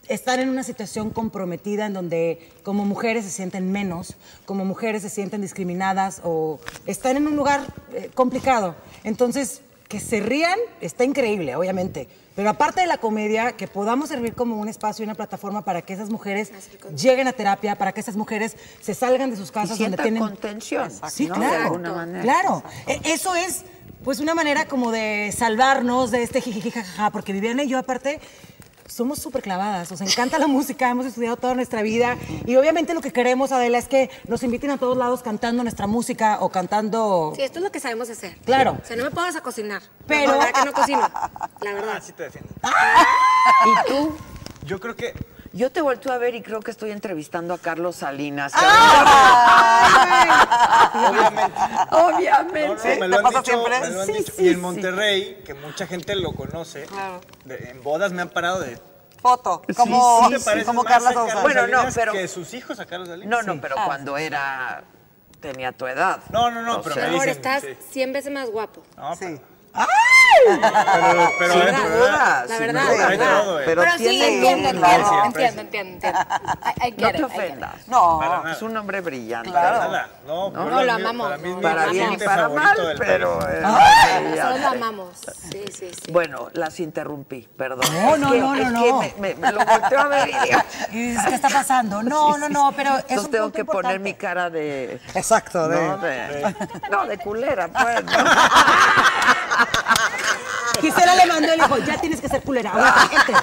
S3: estar en una situación comprometida en donde como mujeres se sienten menos, como mujeres se sienten discriminadas o están en un lugar eh, complicado. Entonces, que se rían está increíble, obviamente. Pero aparte de la comedia, que podamos servir como un espacio y una plataforma para que esas mujeres lleguen a terapia, para que esas mujeres se salgan de sus casas donde
S1: sientan
S3: tienen
S1: contención,
S3: Sí,
S1: ¿no? De
S3: claro.
S1: alguna manera.
S3: Claro. E- Eso es, pues, una manera como de salvarnos de este jijiji, jajaja, porque Viviana y yo, aparte, somos súper clavadas. Nos encanta la música, hemos estudiado toda nuestra vida. Y obviamente lo que queremos, Adela, es que nos inviten a todos lados cantando nuestra música o cantando.
S8: Sí, esto es lo que sabemos hacer.
S3: Claro.
S8: O sea, no me pongas a cocinar.
S3: Pero-
S8: Pero. La verdad que no cocino. La verdad.
S9: Ah, sí te defiendo.
S1: ¿Y tú?
S9: Yo creo que.
S1: Yo te volteo a ver y creo que estoy entrevistando a Carlos Salinas.
S9: No, no,
S1: Obviamente.
S9: me lo han dicho, me lo han dicho. y en Monterrey, que mucha gente lo conoce, de- en bodas me han parado de...
S7: Foto,
S9: Sí,
S7: como,
S9: sí, te pareces
S7: como
S9: más a
S7: Carlos
S9: Carlos
S7: González.
S1: Bueno, no,
S9: Salinas
S1: pero-
S9: Que sus hijos a Carlos Salinas.
S1: No, no, pero
S3: Ah.
S1: cuando era. tenía tu edad.
S9: No, no, no, pero me
S8: Amor,
S9: dicen,
S8: estás
S9: sí.
S8: 100 veces más guapo.
S9: No, pero-
S1: Pero,
S9: pero-
S1: sin
S9: pero-
S1: duda,
S8: La
S1: sin
S8: verdad,
S1: duda.
S9: hay todo, ¿eh?
S1: Pero,
S8: Pero sí,
S1: tiene
S8: entiendo,
S1: un
S8: entiendo,
S1: valor.
S8: entiendo, entiendo, entiendo. I- I
S1: No
S8: get it, I
S1: te
S8: get
S1: ofendas.
S9: Para nada.
S1: es un hombre brillante.
S9: Para nada, no,
S1: No,
S9: yo
S1: no, lo
S9: admiro-
S8: amamos,
S9: Para mí es mi
S1: Para bien y
S9: cantante
S1: para mal,
S9: favorito del
S1: pero.
S9: país.
S1: eh,
S8: it.
S1: brillante.
S8: Nosotros lo amamos. Sí, sí, sí.
S1: Bueno, las interrumpí, perdón.
S3: No,
S1: Es
S3: no,
S1: que-
S3: no, no,
S1: es
S3: no.
S1: que me, me- me lo volteo a ver y digo,
S3: Y dices, ¿Qué está pasando? No, no, no, pero es
S1: entonces
S3: un
S1: tengo
S3: punto
S1: que
S3: importante.
S1: poner mi cara de.
S3: Exacto, de-
S1: No, de, no, de culera, pues. ¿no?
S3: Gisela le mandó y le dijo, ya tienes que ser culera. Ahora, gente,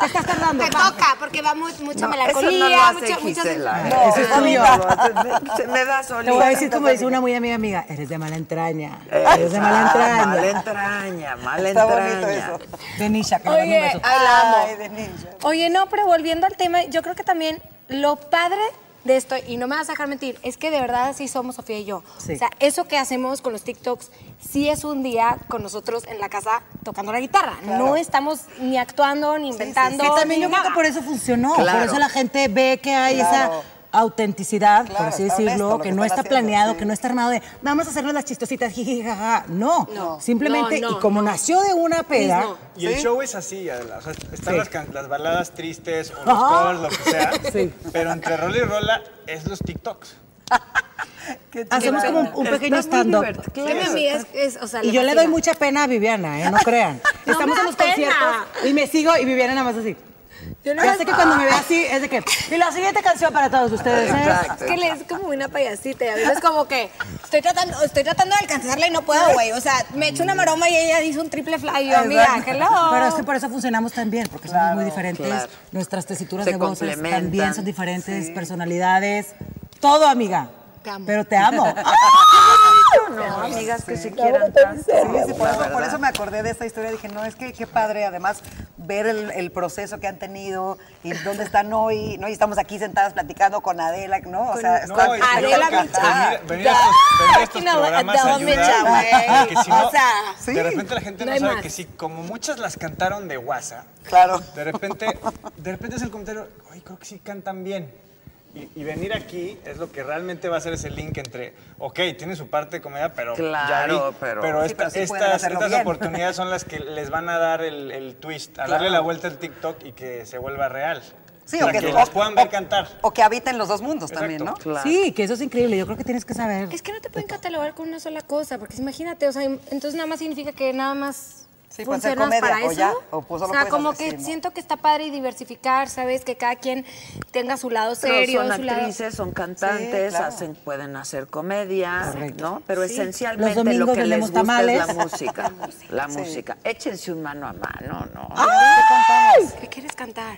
S3: te estás tardando.
S8: Te toca, porque va mu- mucha
S1: No, eso no lo
S8: melancolía,
S1: hace
S8: mucha- muchas.
S1: Gisela. ¿eh?
S3: No,
S1: Eso
S3: es
S1: no
S3: tuyo.
S1: lo hace, me- se me da solita.
S3: Te voy a decir como dice una muy amiga amiga, eres de mala entraña. Eres de mala
S1: Eh, Ah, Mala
S3: entraña.
S1: entraña, mala
S7: Está bonito
S1: entraña.
S7: eso.
S3: De Nisha, que le mando un
S8: Oye,
S3: beso.
S8: ay, la amo.
S7: Ay, de ninja.
S8: Oye, no, pero volviendo al tema, yo creo que también lo padre de esto, y no me vas a dejar mentir, es que de verdad así somos Sofía y yo.
S3: Sí.
S8: O sea, eso que hacemos con los TikToks sí es un día con nosotros en la casa tocando la guitarra. No estamos ni actuando, ni inventando.
S3: Que también
S8: ni
S3: yo creo que
S8: nada.
S3: por eso funcionó. Por
S1: Claro.
S3: eso la gente ve que hay
S7: Claro.
S3: esa autenticidad, por
S7: Claro,
S3: así
S7: está honesto
S3: decirlo,
S7: lo
S3: que,
S7: que
S3: no
S7: están
S3: está
S7: haciendo,
S3: planeado,
S7: sí.
S3: que no está armado de vamos a hacernos las chistositas, jiji, jaja. No,
S8: No.
S3: simplemente,
S8: No, no,
S3: y como
S8: no.
S3: nació de una peda,
S8: Please, no.
S9: Y el
S7: ¿Sí?
S9: show es así, Adela. O sea, están
S3: ¿eh? Sí.
S9: las, can- las baladas tristes o los
S3: Ajá.
S9: covers, lo que sea.
S3: Sí.
S9: Pero entre rola y rola es los TikToks.
S3: hacemos como un, un pequeño stand-up.
S8: Sí, mi amiga es- es- o sea,
S3: Y yo le
S8: fascina.
S3: doy mucha pena a Viviana, ¿eh? no crean.
S8: No
S3: Estamos
S8: me
S3: en
S8: da
S3: los
S8: pena.
S3: conciertos y me sigo y Viviana nada más así.
S8: Yo no
S3: Ya
S8: me-
S3: sé que cuando me ve así es de que. Y la siguiente canción para todos ustedes ¿eh?
S8: Es que le es como una payasita y a veces como que estoy tratando, estoy tratando de alcanzarla y no puedo, güey. O sea, me echo una maroma y ella dice un triple fly y yo, amiga, hello.
S3: Pero es que por eso funcionamos tan bien, porque somos muy diferentes.
S1: claro.
S3: Nuestras tesituras
S1: Se
S3: de voces
S1: complementan.
S3: también son diferentes, personalidades. Todo, amiga. Pero te amo.
S1: mucho, ¿no? Amigas que se quieran tanto.
S7: Sí, sí, por, eso, por eso me acordé de esta historia. Dije, no, es que qué padre, además, ver el, el proceso que han tenido y dónde están hoy, ¿no? Y estamos aquí sentadas platicando con Adela, ¿no? O sea,
S9: No,
S7: está-
S9: y-
S7: está
S9: pero
S7: encantada.
S9: venir- venir a estos- venir a estos
S7: no,
S9: programas
S7: Adela Micha,
S9: ayuda,
S7: güey.
S9: porque si no,
S7: eh? O sea, sí.
S9: de repente la gente
S7: No
S9: no,
S7: hay
S9: sabe
S7: más.
S9: que sí, como muchas las cantaron de guasa,
S7: claro.
S9: de repente, de repente es el comentario, ay, creo que sí cantan bien. Y, y venir aquí es lo que realmente va a hacer ese link entre, ok, tiene su parte de comedia, pero ya
S1: Claro,
S9: vi,
S1: pero-
S9: pero,
S1: Sí,
S9: esta-
S1: pero sí pueden
S9: estas,
S1: hacerlo
S9: estas
S1: bien.
S9: oportunidades son las que les van a dar el, el twist, a
S7: Claro.
S9: darle la vuelta al TikTok y que se vuelva real.
S7: Sí,
S9: Para
S7: o que-
S9: que
S7: o-
S9: las puedan ver cantar.
S7: O que habita en los dos mundos también, ¿no?
S3: Sí, que eso es increíble. Yo creo que tienes que saber.
S8: Es que no te pueden catalogar con una sola cosa, porque imagínate, o sea, im- entonces nada más significa que nada más
S7: puede ser
S8: funcionas
S7: comedia,
S8: para
S7: o
S8: eso.
S7: ya, o pues solo
S8: sea,
S7: puedes
S8: como
S7: hacer
S8: que
S7: así, ¿no?
S8: siento que está padre diversificar, ¿sabes? Que cada quien tenga su lado
S1: Pero
S8: serio,
S1: son
S8: su lado-
S1: actrices, son cantantes,
S8: Sí, claro.
S1: hacen, pueden hacer comedia,
S8: Correcto.
S1: ¿no? Pero
S8: Sí.
S3: Los
S1: esencialmente
S3: domingos
S1: lo que les
S3: vendemos
S1: gusta es la
S3: tamales.
S1: música. la
S3: Sí.
S1: música. Échense un mano a mano, ¿no?
S8: ¿Qué quieres cantar?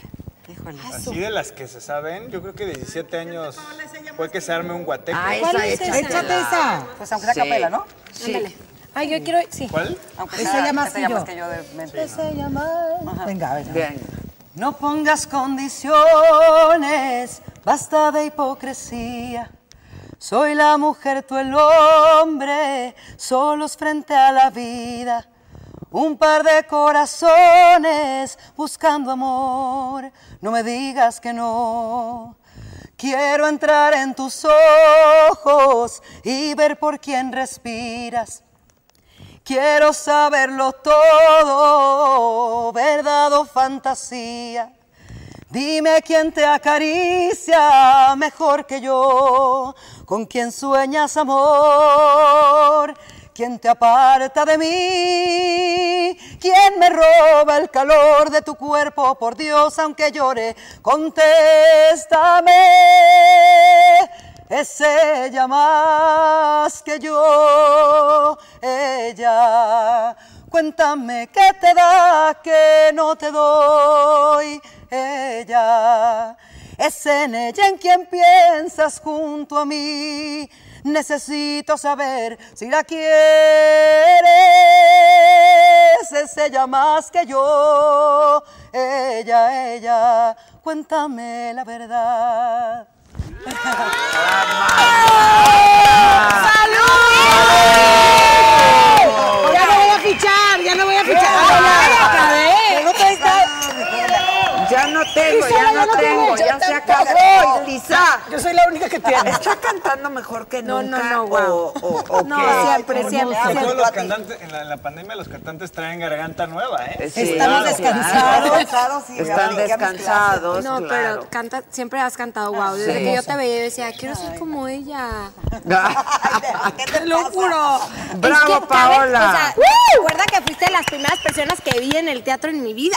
S9: Así de las que se saben, yo creo que 17 años fue que se arme un guateque.
S1: Ah, esa, ¿Cuál es esa? échatela. Échate esa.
S7: Pues aunque sea
S9: Sí.
S7: capela, ¿no?
S9: Sí.
S8: Ándale. Ay, yo quiero, sí.
S9: ¿Cuál?
S7: Aunque
S3: Esa
S7: sea,
S3: ya más
S7: esa
S3: que
S7: ya
S3: yo.
S7: más que yo de mente.
S3: Ese llamado. Venga, venga.
S5: No pongas condiciones, basta de hipocresía. Soy la mujer, tú el hombre, solos frente a la vida. Un par de corazones buscando amor, no me digas que no. Quiero entrar en tus ojos y ver por quién respiras. Quiero saberlo todo, verdad o fantasía. Dime quién te acaricia mejor que yo, con quién sueñas amor, quién te aparta de mí, quién me roba el calor de tu cuerpo, por Dios, aunque llore, contéstame. Es ella más que yo, ella. Cuéntame qué te da que no te doy, ella. Es en ella en quien piensas junto a mí. Necesito saber si la quieres. Es ella más que yo, ella, ella. Cuéntame la verdad.
S3: Ya no voy a fichar, ya no voy a
S5: Ah,
S3: fichar. Ay, ya, ya,
S1: Ya no tengo,
S3: Lisa,
S1: ya
S3: ya
S1: no
S3: no
S1: tengo,
S3: tengo,
S1: ya
S3: yo
S1: se
S3: tampoco.
S1: acabó. Lisa.
S3: Yo soy la única que tiene.
S1: Está cantando mejor que
S3: No,
S1: nunca.
S3: no, no,
S1: o- o- o
S3: No,
S1: qué?
S3: siempre,
S1: Ay,
S3: siempre,
S1: hermoso.
S9: Porque todos los cantantes, en la, en la pandemia los cantantes traen garganta nueva, ¿eh?
S1: Sí, Estamos claro, descansados. claro.
S7: sí,
S1: Están descansados,
S8: No,
S1: claro.
S8: pero canta, siempre has cantado wow. Desde
S1: Sí.
S8: que yo te veía, yo decía, quiero ser como ella.
S1: te
S8: lo juro.
S1: Bravo,
S8: Es que,
S1: Paola.
S8: ¿sabes? O sea, recuerda que fuiste de las primeras personas que vi en el teatro en mi vida.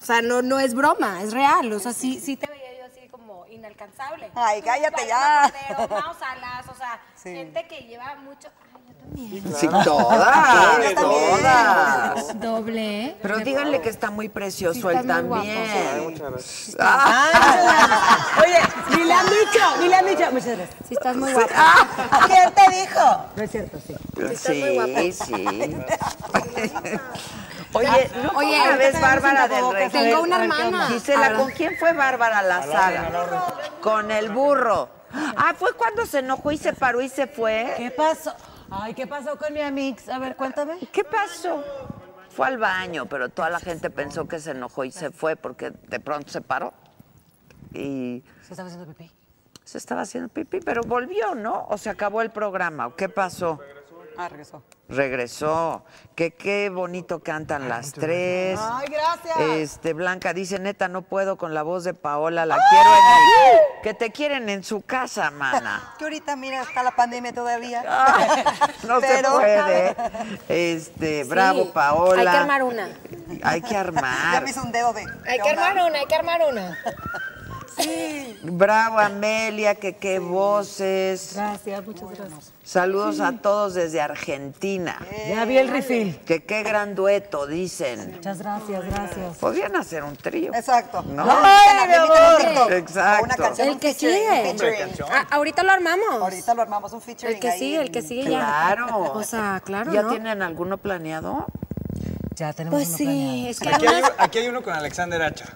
S8: O sea, no, no es broma, es real. O sea, sí, sí te veía yo así como inalcanzable.
S7: Ay, cállate
S8: Paloma
S7: ya.
S8: Cordero, Mao Salas, o sea, gente que lleva mucho. Ay, yo también.
S1: Sí,
S5: Ah.
S1: todas,
S8: Sí, yo también.
S1: todas.
S8: Doble. ¿eh?
S1: Pero díganle que está muy precioso
S8: Sí,
S1: él
S8: está muy guapo.
S1: también. Ah.
S3: Oye, ni le han dicho, ni le han dicho. Muchas gracias.
S8: Sí, estás muy guapo.
S3: Ah. ¿Quién te dijo? No es cierto, sí.
S1: Sí, sí. Oye, ¿no fue
S8: Oye,
S1: una
S8: ahorita
S1: vez
S8: te
S1: Bárbara
S8: vemos
S1: del
S8: en
S1: Rey?
S8: tapabocas, Tengo una hermana. A
S1: Gisela,
S8: ver.
S1: ¿con quién fue Bárbara a la sala? Con el burro. Ah, fue cuando se enojó y se paró y se fue.
S3: ¿Qué pasó? Ay, ¿qué pasó con mi amix? A ver, cuéntame.
S1: ¿Qué pasó? Fue al baño, pero toda la gente pensó que se enojó y se fue porque de pronto se paró. Y
S3: Se estaba haciendo pipí.
S1: se estaba haciendo pipí, pero volvió, ¿no? O se acabó el programa. ¿O qué pasó?
S7: Ah, regresó.
S1: Regresó. Que qué bonito cantan las tres.
S3: Ay, gracias.
S1: Este, Blanca dice, neta, no puedo con la voz de Paola, la quiero en mi... Que te quieren en su casa, mana.
S7: Que ahorita, mira, está la pandemia todavía.
S1: No
S7: Pero-
S1: se puede. Este, bravo, Paola.
S8: Hay que armar una.
S1: Hay que
S7: Ya
S1: armar.
S7: me hizo un dedo de.
S8: Hay que armar una, hay que armar una.
S1: Bravo, Amelia, que qué voces.
S3: Gracias, muchas gracias.
S1: Saludos a todos desde Argentina.
S3: Ya vi el refill.
S1: Que qué gran dueto, dicen.
S3: Muchas gracias, gracias.
S1: Podrían hacer un trío.
S3: Exacto.
S1: ¿No?
S3: Ay, mi amor.
S1: Ah, Exacto.
S5: Una canción,
S8: El
S5: un
S8: que
S5: featuring, un
S8: sigue.
S5: featuring.
S8: Ah, ahorita lo armamos.
S5: Ahorita lo armamos un featuring.
S8: El que
S5: ahí
S8: sigue, el que sigue ya.
S1: Claro.
S8: O sea, claro,
S1: ¿Ya
S8: ¿no?
S1: tienen alguno planeado?
S3: Ya tenemos
S8: Pues
S3: uno
S8: sí, es que
S9: Aquí hay,
S8: además-
S9: aquí hay uno con Alexander Hacha.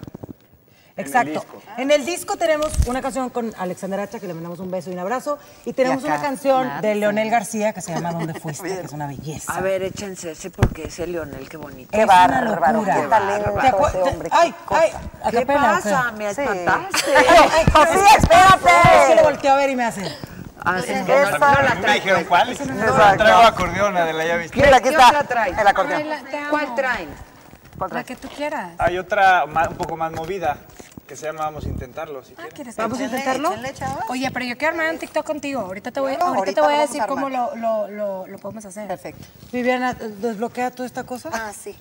S3: Exacto. En el disco tenemos una canción con Alexander Hacha, que le mandamos un beso y un abrazo. Y tenemos
S1: acá,
S3: una canción
S1: Marta.
S3: de Leonel García que se llama ¿Dónde fuiste? que es una belleza.
S1: A ver, échense ese porque ese Leonel, qué bonito.
S3: Qué Es una bárbaro, locura. qué
S1: Qué
S3: talento
S1: bárbaro.
S3: ese hombre, Ay, qué ay, cosa. ¿a qué
S1: ¿qué
S3: pena, o
S1: pasa?
S3: qué?
S1: Me
S3: Sí.
S1: espantaste.
S3: Pues sí, espérate. Es que lo volteó a ver y me hace.
S1: Así es que no, no
S9: A
S1: la
S9: mí Me
S1: traigo.
S9: dijeron, ¿cuál?
S1: Exacto.
S9: Traigo acordeón, de la llave.
S1: ¿Qué, ¿qué otra traes?
S8: Ay, la- te amo.
S1: ¿Cuál traen?
S8: La que tú quieras.
S9: Hay otra ma- un poco más movida que se llama Vamos a intentarlo, si
S8: Ah,
S9: quieren.
S8: ¿quieres
S3: Vamos a
S8: que-
S3: intentarlo.
S8: Oye, pero yo quiero armar un TikTok contigo. Ahorita te voy,
S5: Claro,
S8: ahorita
S5: ahorita
S8: te voy
S5: lo
S8: a
S5: vamos
S8: decir
S5: a armar.
S8: cómo lo, lo, lo, lo podemos hacer.
S5: Perfecto.
S3: Viviana, ¿desbloquea toda esta cosa?
S8: Ah, sí.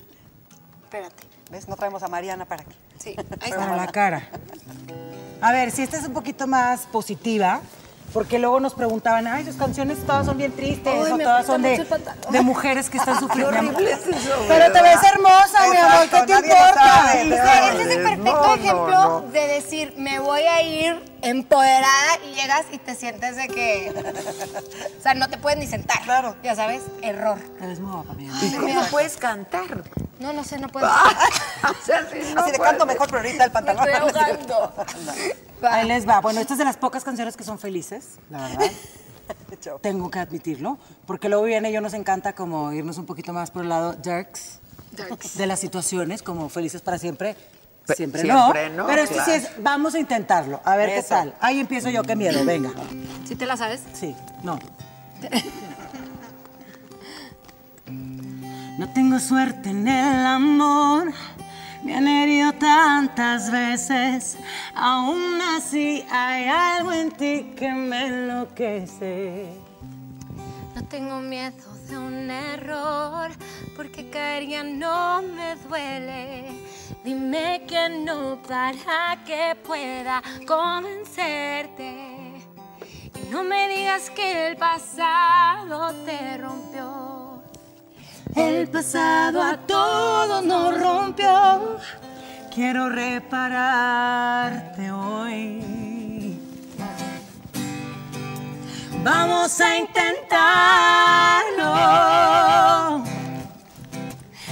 S8: Espérate.
S5: ¿Ves? No traemos a Mariana para aquí.
S8: Sí, ahí
S3: Para
S8: está.
S3: la cara. A ver, si esta es un poquito más positiva, porque luego nos preguntaban, ay, sus canciones todas son bien tristes,
S8: Ay,
S3: o
S8: me
S3: todas son de,
S8: aprieta mucho el pantalón.
S3: de mujeres que están sufriendo.
S1: horrible es eso,
S3: Pero te ves hermosa, mi amor,
S5: Exacto,
S3: ¿qué te
S5: nadie lo
S3: importa?
S5: sabe,
S3: Sí,
S5: pero-
S3: sí.
S12: Este es el perfecto
S1: No, no,
S12: ejemplo
S1: no.
S12: de decir, me voy a ir empoderada y llegas y te sientes de que. O sea, no te puedes ni sentar. Claro. Ya sabes, error.
S3: Te ves muy guapa, mi amor.
S1: ¿Y cómo puedes cantar?
S12: No, no sé, no puedo.
S1: O sea, si no
S5: Así de
S1: puedes.
S5: canto mejor, pero ahorita el
S12: Me
S5: pantalón.
S12: estoy ahogando.
S3: Ahí les va. Bueno, esta es de las pocas canciones que son felices, la verdad. Tengo que admitirlo, porque luego viene yo nos encanta como irnos un poquito más por el lado jerks de las situaciones, como felices para siempre.
S1: Pe-
S3: Siempre,
S1: siempre
S3: no,
S1: no,
S3: Pero esto sí
S1: claro.
S3: es, vamos a intentarlo, a ver qué
S5: Eso.
S3: tal. Ahí empiezo yo, qué miedo, venga.
S8: ¿Sí te la sabes?
S3: Sí, no. No tengo suerte en el amor, me han herido tantas veces. Aún así hay algo en ti que me enloquece.
S12: No tengo miedo de un error, porque caer ya no me duele. Dime que no para que pueda convencerte. Y no me digas que el pasado te rompió.
S3: El pasado a todos nos rompió. Quiero repararte hoy. Vamos a intentarlo.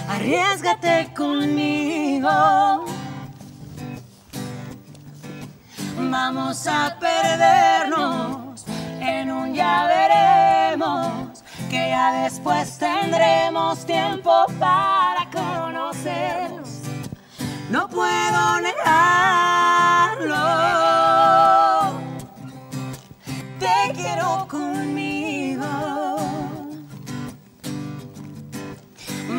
S3: Arriesgate conmigo. Vamos a perdernos en un ya veremos, que ya después tendremos tiempo para conocernos. No puedo negarlo. Te quiero conmigo.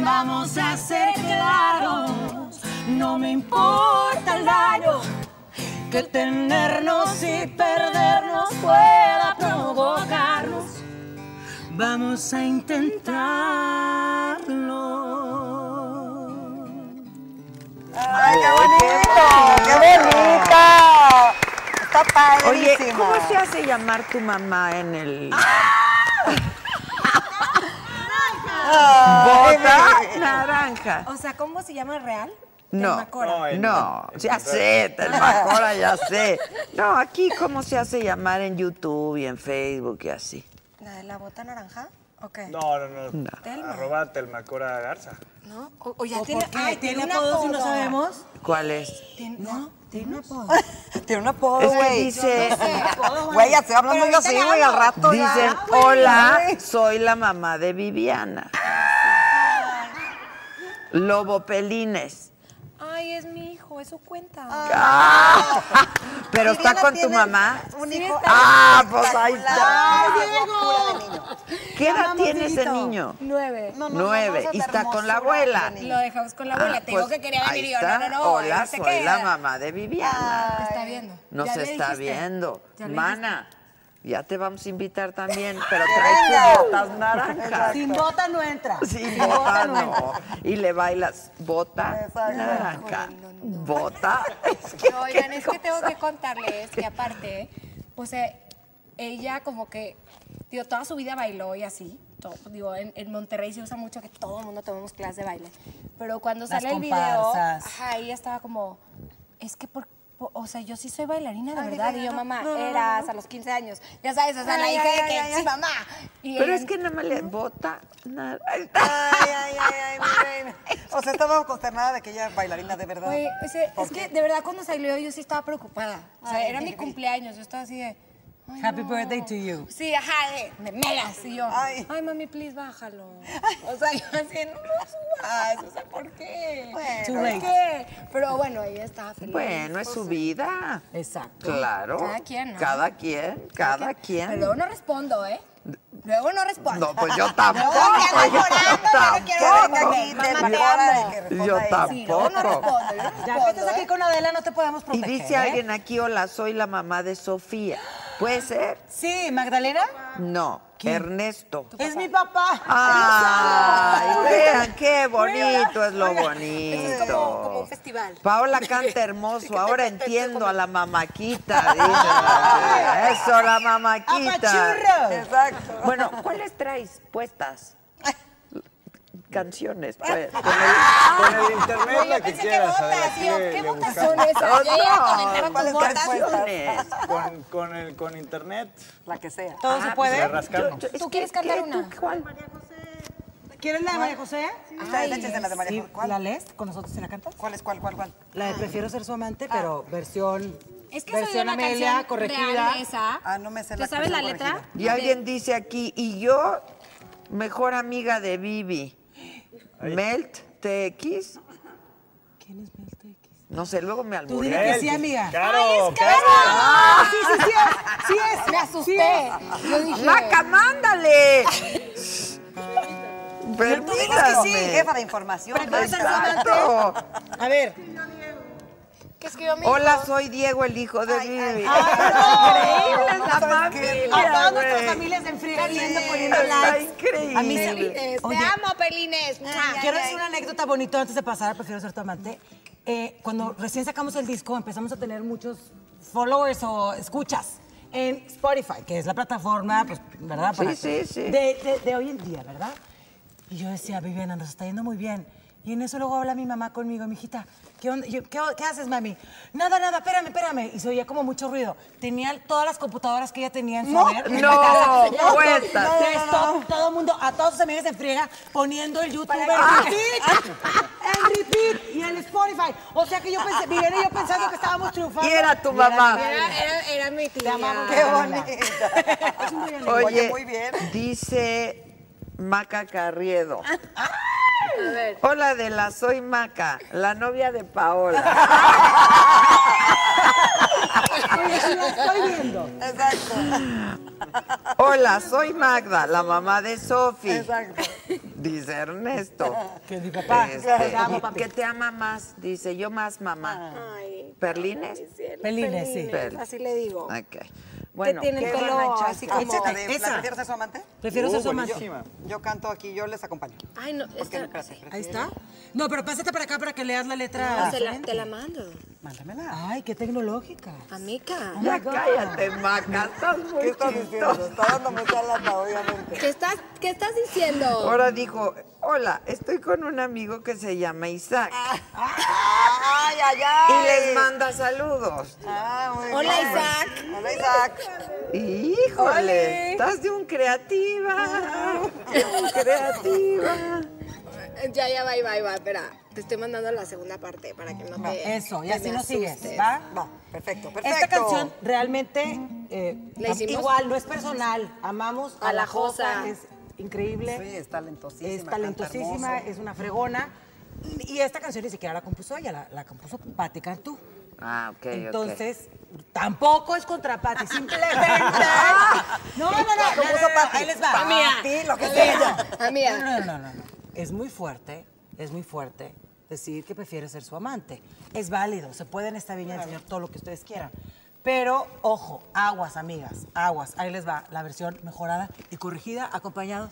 S3: Vamos a ser claros. No me importa el daño que tenernos y perdernos pueda provocarnos. Vamos a intentarlo.
S5: ¡Ay, qué bonito! ¡Qué bonito! Está
S1: Oye,
S5: padrísimo.
S1: ¿cómo se hace llamar tu mamá en el.
S5: Ah,
S1: ¿Bota? Naranja.
S8: O sea, ¿cómo se llama real?
S1: No,
S8: Telmacora.
S1: no, ya sé, Telmacora, ya sé. No, aquí cómo se hace llamar en YouTube y en Facebook y así.
S8: ¿La de la bota naranja? Ok.
S9: No, no, no.
S1: No.
S8: Telma.
S9: Arroba Telmacora Garza.
S8: ¿No? O, o ya
S3: ¿O
S8: tiene,
S3: por qué?
S8: ay,
S3: Pues ¿Tiene
S8: un
S3: apodos y no
S8: apodo.
S3: sabemos?
S1: ¿Cuál es?
S8: Tiene- no, tiene un apodo.
S5: Tiene un apodo,
S1: Es que
S5: güey.
S1: dice-
S5: Yo no sé. Güey, ya estoy hablando yo así, güey, al rato ya.
S1: Dicen,
S5: Ah, Güey,
S1: hola,
S5: güey.
S1: soy la mamá de Viviana. Lobo Pelines.
S8: Ay, es mi hijo, eso cuenta.
S1: Ah, Pero está
S5: Ah. Viviana
S1: con tu
S5: tiene
S1: mamá.
S5: Un
S8: Sí,
S5: hijo.
S8: está-
S1: Ah, pues ahí está.
S5: Ay, Diego. de niño.
S1: ¿Qué edad tiene ese niño?
S8: Nueve.
S5: No, no,
S1: Nueve.
S5: no, no,
S1: y
S5: esa
S1: está con la
S5: hermosura
S1: abuela.
S5: de niño.
S8: Lo dejamos con la abuela.
S1: Ah,
S8: Te digo
S1: pues,
S8: que quería
S1: ahí
S8: venir y yo,
S1: está.
S8: no, no, no.
S1: Hola,
S8: no sé
S1: soy
S8: qué.
S1: la mamá de Viviana.
S8: Está viendo.
S1: Nos
S8: Ah, Ya le
S1: está
S8: dijiste.
S1: viendo.
S8: Ya le
S1: Mana, Ya te vamos a invitar también, pero traes tus botas naranjas.
S3: Sin bota no entra.
S1: Sin bota no. Y le bailas bota naranja. Bota. Es que,
S8: No, oigan,
S1: qué
S8: es que tengo
S1: cosa.
S8: que contarles que aparte, pues eh, ella como que, digo, toda su vida bailó y así. to- digo, en, en Monterrey se usa mucho que todo el mundo tomemos clases de baile. Pero cuando
S3: Las
S8: sale el video,
S3: comparsas.
S8: ajá, ella estaba como, es que por... por- O sea, yo sí soy bailarina de
S10: Ay,
S8: verdad.
S10: mira,
S8: y yo,
S10: no,
S8: mamá,
S10: no, no, no,
S8: eras
S10: no.
S8: a los 15 años. Ya sabes, o sea, la
S10: Ay,
S8: hija
S10: ay,
S8: de
S10: ay,
S8: que
S10: ay,
S8: sí,
S10: ay.
S8: mamá. Y
S1: Pero
S8: ella-
S1: es que nada más le bota naranja.
S7: Ay, ay, ay, ay, mi reina. Ah, O sea, estaba consternada de que ella es bailarina de verdad.
S8: Oye, o sea, es que de verdad cuando salió yo sí estaba preocupada. O sea,
S7: Ay,
S8: era
S7: qué
S8: mi
S7: gris.
S8: cumpleaños, yo estaba así de... ay,
S3: Happy
S8: no.
S3: birthday to you.
S8: Sí, ajá, de, me megas. Y yo, ay. mami, please, bájalo. O sea, yo así, no lo subas. O sea, ¿por qué?
S1: Bueno.
S8: ¿Por qué? Pero bueno, ella estaba feliz.
S1: Bueno, es su vida.
S3: Exacto.
S1: Claro.
S8: Cada quien, ¿no?
S1: Cada quien, cada quien.
S8: Pero luego no respondo, ¿eh? Luego no respondo.
S1: No, pues yo tampoco. yo tampoco.
S8: Mamá, te amo.
S1: Yo
S8: Sí,
S1: tampoco.
S8: luego no respondo, yo no
S3: Ya
S8: respondo,
S3: que estás aquí
S8: ¿eh?
S3: con Adela, no te podemos
S1: Y
S3: proteger.
S1: dice
S3: ¿eh?
S1: alguien aquí, hola, soy la mamá de Sofía. ¿Puede ser?
S3: Sí, Magdalena.
S1: No, Ernesto.
S3: Es mi papá.
S1: Ay,
S3: Ay,
S1: vean qué bonito es lo bonito.
S8: festival.
S1: Paola canta hermoso, ahora entiendo a la mamaquita. dice la tía. Eso, la mamaquita.
S3: Apachurro.
S1: Exacto. Bueno, ¿cuáles traes puestas? Canciones, pues. Con
S9: el internet la que quieras, Adela,
S8: botas, yo,
S9: ¿qué
S8: ¿qué
S9: le
S8: botas
S9: buscamos?
S8: son esas? Yo ya conectaron tus
S1: ¿cuáles
S8: botas.
S1: canciones? Ah,
S9: Con, con el, con internet,
S7: La que sea.
S3: ¿Todo se
S9: le
S3: puede?
S9: rascamos.
S1: Yo- yo- es
S8: ¿Tú
S1: que-
S8: quieres cantar
S1: ¿qué?
S8: una?
S1: ¿Tú cuál?
S3: ¿Quieres la de María José?
S7: Ustedes échense la de María
S3: Sí,
S7: José. ¿Cuál?
S3: ¿La lees con nosotros y la cantas?
S7: ¿Cuál es cuál, cuál, cuál?
S3: La de Prefiero ser su amante, pero versión.
S8: Es que soy
S3: versión
S8: una
S3: Amelia
S8: canción
S3: corregida.
S8: real de esa.
S7: Ah, no me sé
S8: ¿Tú
S7: la
S8: sabes la
S7: canción
S8: letra?
S1: Y alguien dice aquí, y yo, mejor amiga de Bibi. Melt TX.
S3: ¿Quién es Mel TX?
S1: No sé, luego me
S3: Tú
S1: alburé.
S3: dile que sí, amiga.
S9: ¡Caro!
S3: ¡Ah! Sí, sí, sí es. Sí es.
S8: Me asusté. Yo dije...
S1: ¡Maca, mándale!
S7: Digas que sí, jefa
S1: Permítame.
S7: de información.
S1: Exacto.
S3: A ver.
S8: ¿Qué es que yo me
S1: Hola, soy Diego, el hijo de Bibi.
S3: ¡Ay,
S1: la familia,
S3: no! A todas
S1: güey.
S3: nuestras familias en friega viendo, poniendo
S1: Está
S3: likes.
S1: increíble.
S3: A mí se-
S8: Pelines,
S3: Oye. ah,
S8: te amo, Pelines. Mua.
S3: Quiero decir una anécdota bonita antes de pasar, prefiero ser tu amante. Eh, cuando recién sacamos el disco, empezamos a tener muchos followers o escuchas en Spotify, que es la plataforma, pues, ¿verdad?
S1: Sí, sí, sí.
S3: De, de- de hoy en día, ¿verdad? Y yo decía, Viviana, nos está yendo muy bien. Y en eso luego habla mi mamá conmigo, mi hijita, ¿qué, onda? Y yo, ¿qué, qué haces, mami? Nada, nada, espérame, espérame. Y se oía como mucho ruido. Tenía todas las computadoras que ella tenía en su haber. en la
S1: no,
S3: casa. Laptop,
S1: cuentas.
S3: desktop, todo el mundo, a todos sus amigas en friega, poniendo el YouTube en repeat, el repeat y el Spotify. O sea que yo pensé, Viviana y yo pensando que estábamos triunfando.
S1: Y era tu mamá.
S8: Era, era, era mi tía.
S7: Qué bonita.
S3: Es muy bien.
S1: Oye,
S7: Oye, muy bien.
S1: dice Maca Carriedo.
S8: A ver.
S1: Hola de la soy Maca, la novia de Paola.
S3: Oye, sí la estoy viendo.
S7: Exacto.
S1: Hola, soy Magda, la mamá de Sofi.
S7: Exacto.
S1: Dice Ernesto.
S3: Que mi papá,
S1: Este,
S3: te amo, papi.
S1: ¿Qué te ama más? Dice, yo más mamá.
S8: Ay,
S1: ¿Perlines?
S8: mi cielo,
S3: Pelines, sí.
S1: Pel-
S8: Así le digo.
S1: Ok. Bueno,
S8: que tiene el
S7: Qué
S8: pelo
S7: mancha,
S8: así como...
S7: Échate, ¿La de
S3: esa.
S7: ¿Prefieres ser su amante? Uh,
S3: Prefiero ser su amante.
S9: buenísima.
S7: Yo canto aquí, yo les acompaño.
S8: Ay, no,
S7: ¿Por qué
S8: esta-
S7: no? Espérate,
S3: Ahí
S7: prefiero-
S3: está. No, pero pásate para acá para que leas la letra.
S8: Ah, se la- te la mando.
S7: Mándamela.
S3: Ay, qué tecnológica.
S8: Amica.
S3: Oh
S1: ya cállate, Maca. Estás muy
S7: ¿Qué estás
S1: chistosa.
S7: diciendo? Está dándome lata, obviamente.
S8: ¿Qué estás, ¿Qué estás diciendo?
S1: Ahora dijo, hola, estoy con un amigo que se llama Isaac.
S7: ¡Ay, ay, ay!
S1: Y les manda saludos.
S7: Ah, muy
S8: Hola,
S7: bien.
S8: Isaac.
S7: Hola, Isaac.
S1: Híjole, estás de un creativa. De un creativa.
S8: Ya, ya, va, va, va. Espera, te estoy mandando la segunda parte para que no te.
S3: Eso, y
S8: te
S3: así
S8: me
S3: nos sigues,
S8: asustes.
S3: ¿va?
S7: Va, perfecto, perfecto.
S3: Esta canción realmente eh,
S8: ¿La hicimos?
S3: igual, no es personal. Amamos a,
S8: A la
S3: la Josa,
S8: Josa.
S3: es increíble.
S7: Sí, es talentosísima.
S3: es
S7: canta
S3: talentosísima,
S7: hermoso.
S3: es una fregona. Y esta canción ni siquiera la compuso ella, la, la compuso Patti Cantú.
S1: Ah, ok, ok.
S3: Entonces, tampoco es contra Patti, simplemente.
S1: Ah,
S3: no, no, no, no, no, no,
S7: compuso
S3: no,
S7: Patti.
S3: ahí les va.
S7: Amiga.
S3: Patti, lo que
S8: Amiga,
S10: Ah,
S3: sea.
S8: amiga.
S3: No, no, no, no, no. Es muy fuerte, es muy fuerte decir que prefiere ser su amante. Es válido, se puede en esta viña enseñar todo lo que ustedes quieran.
S10: Pero, ojo, aguas, amigas, aguas. Ahí les va la versión mejorada y corregida, acompañados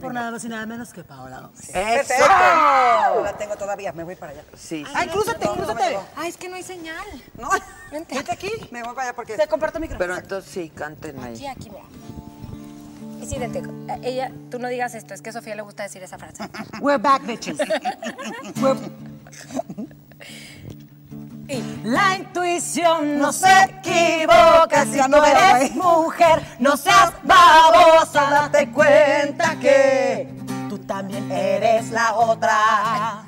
S10: por nada más y nada menos que Paola Gómez.
S7: Perfecto. No la tengo todavía, me voy para allá.
S1: Sí.
S10: Ay, crúzate, crúzate.
S8: Ah, es que no hay señal.
S7: No,
S8: Vente.
S7: vete aquí. Me voy para allá porque.
S10: Te comparto micrófono.
S1: Pero entonces sí, canten
S8: Aquí,
S1: ahí.
S8: aquí, mira. Es idéntico. Eh, Ella, tú no digas esto, es que a Sofía le gusta decir esa frase.
S10: We're back, bitches. We're- La intuición no se equivoca si no eres mujer, no seas babosa, date cuenta que tú también eres la otra.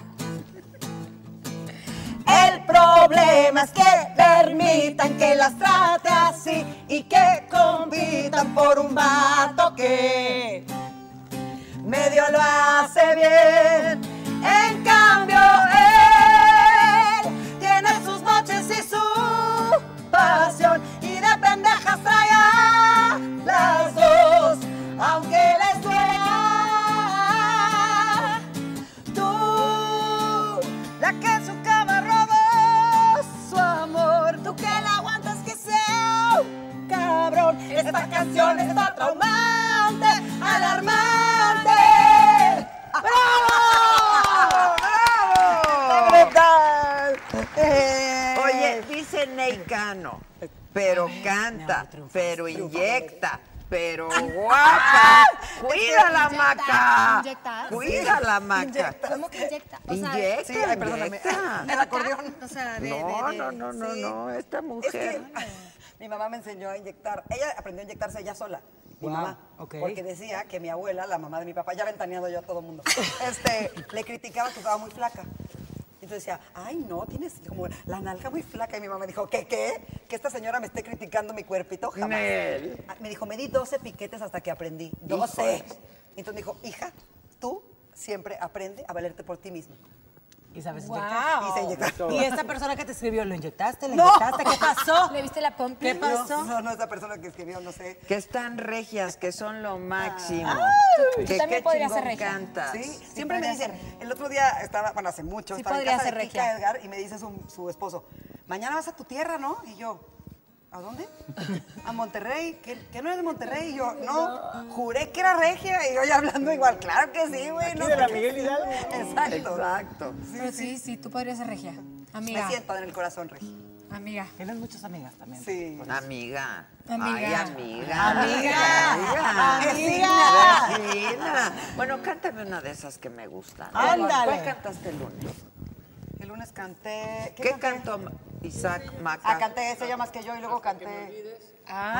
S10: El problema es que permitan que las trate así y que compitan por un vato que medio lo hace bien. En cambio, él tiene sus noches y su pasión y de pendejas trae a las dos, aunque les duela. Tú, la que en su cama robó su amor, tú que la aguantas que sea un cabrón. Esta canción está traumante, alarmante. ¡Bravo!
S1: ¡Bravo! ¡Oh! Eh, Oye, dice Ney Cano, pero canta, pero inyecta, pero guapa. Cuídala,
S8: Inyectas,
S1: maca.
S8: inyectas.
S1: Cuídala, maca.
S8: Inyectas. ¿Cómo que inyecta? O sea,
S1: Inyecta,
S7: Sí, ay, perdóname.
S1: inyecta.
S7: El acordeón.
S8: O sea, de,
S1: No,
S8: de- de-
S1: no, no, no,
S7: sí.
S1: no, esta
S7: Es que
S1: mujer.
S7: mi mamá me enseñó a inyectar. Ella aprendió a inyectarse ella sola. Mi
S10: Guau,
S7: mamá.
S10: ok.
S7: Porque decía que mi abuela, la mamá de mi papá, ya ventaneado yo a todo mundo, este, le criticaba que estaba muy flaca. Entonces decía, ay no, tienes como la nalga muy flaca. Y mi mamá dijo, ¿qué, qué? Que esta señora me esté criticando mi cuerpito jamás.
S1: Nel.
S7: Ah, Me dijo, me di 12 piquetes hasta que aprendí. 12. Entonces me dijo, hija, tú siempre aprende a valerte por ti misma.
S10: Y sabes
S8: Wow.
S10: inyectar.
S7: Y se inyectó.
S10: Y esta persona que te escribió, ¿lo inyectaste? ¿Le
S7: No.
S10: inyectaste? ¿Qué pasó?
S8: ¿Le viste la pompi?
S10: ¿Qué pasó?
S7: No, no, no, esa persona que escribió, no sé.
S1: Que están regias, que son lo máximo. que
S8: Yo Ah, también
S1: qué
S8: podría
S1: chingón
S8: ser regia.
S1: cantas.
S7: Ah. Sí, siempre me
S8: podría
S7: dicen,
S8: ser.
S7: el otro día estaba, bueno, hace mucho,
S8: Sí
S7: estaba en
S8: podría
S7: casa
S8: ser
S7: de Kika
S8: regia.
S7: Edgar y me dice su, su esposo, mañana vas a tu tierra, ¿no? Y yo, ¿a dónde? A Monterrey, que, que no eres de Monterrey. Y yo, no, juré que era regia. Y yo ya hablando igual, claro que sí, güey. no sé qué". Exacto.
S1: Exacto.
S8: Pero sí, sí, tú podrías ser regia. Amiga,
S7: Me siento en el corazón, regia.
S8: amiga.
S10: Tienes muchas amigas también.
S7: Sí.
S1: Amiga. Ay,
S8: Amiga.
S1: amiga.
S10: Amiga.
S1: Amiga.
S10: Amiga.
S1: Vecina. Bueno, cántame una de esas que me gustan.
S8: Ah,
S10: Ándale.
S1: ¿Cuál cantaste el lunes?
S7: El lunes canté.
S1: ¿Qué,
S7: canté?
S1: cantó Isaac Maca?
S7: Ah, canté ese ya más que yo y luego canté.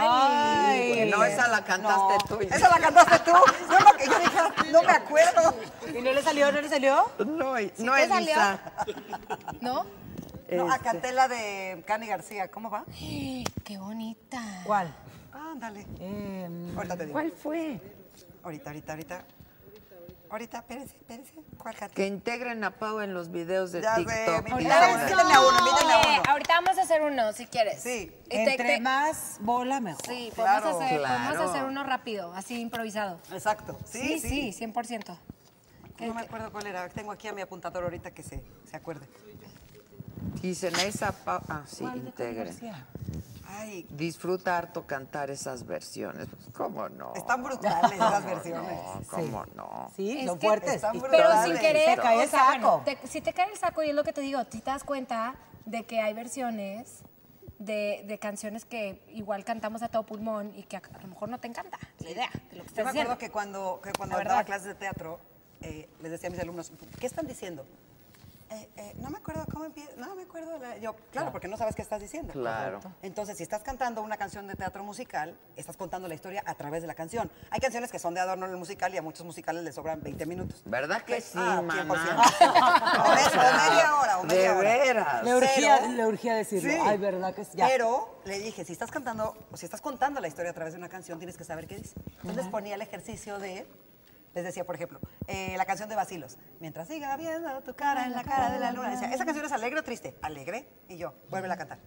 S8: Ay.
S1: No, esa la cantaste tú.
S7: Esa la cantaste tú. Yo, lo que, yo dije, no me acuerdo.
S10: ¿Y no le salió? ¿No le salió?
S1: No, y- no
S8: te
S1: es
S8: salió?
S1: Isaac.
S8: ¿No?
S7: No,
S1: Este.
S7: a Cantela de Cani García, ¿cómo va?
S8: Qué bonita.
S10: ¿Cuál?
S7: Ándale.
S10: Em.
S7: ahorita te digo.
S1: ¿Cuál fue?
S7: Ahorita, ahorita, ahorita. Ahorita, espérense, espérense. ¿Cuál Cantela?
S1: Que integren a Pau en los videos de
S7: Ya sé,
S1: TikTok.
S7: mi
S1: por
S7: Ahorita,
S1: favor.
S7: vida. invítenme a uno, invítenme a
S8: Oye,
S7: uno.
S8: eh, ahorita vamos a hacer uno, si quieres.
S7: Sí,
S8: Y te- te-
S10: más bola, mejor.
S8: Sí, podemos,
S7: Claro,
S8: hacer, podemos
S1: claro.
S8: hacer uno rápido, así improvisado.
S7: Exacto.
S8: Sí, sí, 100%.
S7: No me acuerdo cuál era. Tengo aquí a mi apuntador ahorita que se, se acuerde.
S1: Dicen esa Pau. Ah, sí, integren.
S7: Ay,
S1: Disfruta harto cantar esas versiones. Pues, ¿Cómo no?
S7: están brutales esas
S1: ¿Cómo
S7: versiones.
S1: No, ¿Cómo no?
S10: Sí,
S8: Es
S10: son
S8: que-
S10: fuertes.
S7: Están
S10: y
S7: brutales.
S8: Pero
S10: claro,
S8: sin
S7: Dale,
S8: querer.
S10: Te cae
S8: o
S10: el
S8: sea,
S10: saco.
S8: bueno, te- si te cae el saco, y es lo que te digo, si te das cuenta de que hay versiones de, de canciones que igual cantamos a todo pulmón y que a, a lo mejor no te encanta la idea de lo que
S7: Yo
S8: estás
S7: me
S8: diciendo.
S7: acuerdo que cuando, que cuando
S8: La
S7: daba
S8: verdad.
S7: clases de teatro, eh, les decía a mis alumnos, ¿qué están diciendo? "Eh, eh, no me acuerdo cómo empieza, no me acuerdo. la-". Yo, claro, porque no sabes qué estás diciendo.
S1: Claro.
S7: Entonces, si estás cantando una canción de teatro musical, estás contando la historia a través de la canción. Hay canciones que son de adorno en el musical y a muchos musicales les sobran 20 minutos.
S1: ¿Verdad que
S7: Pues,
S1: sí,
S7: ah,
S1: maná?
S7: 100%. O me- o media hora, o media
S1: De
S7: hora.
S1: veras.
S10: Le urgía-
S7: Pero-
S10: le urgía decirlo. Ay, ¿verdad que sí? Ya.
S7: Pero le dije, si estás cantando, o si estás contando la historia a través de una canción, tienes que saber qué dice. Entonces les ponía el ejercicio de, les decía, por ejemplo, eh, la canción de Basilos. Mientras siga viendo tu cara en la cara de la luna. Decía, ¿esa canción es alegre o triste? Alegre. Y yo, vuélvela a cantar.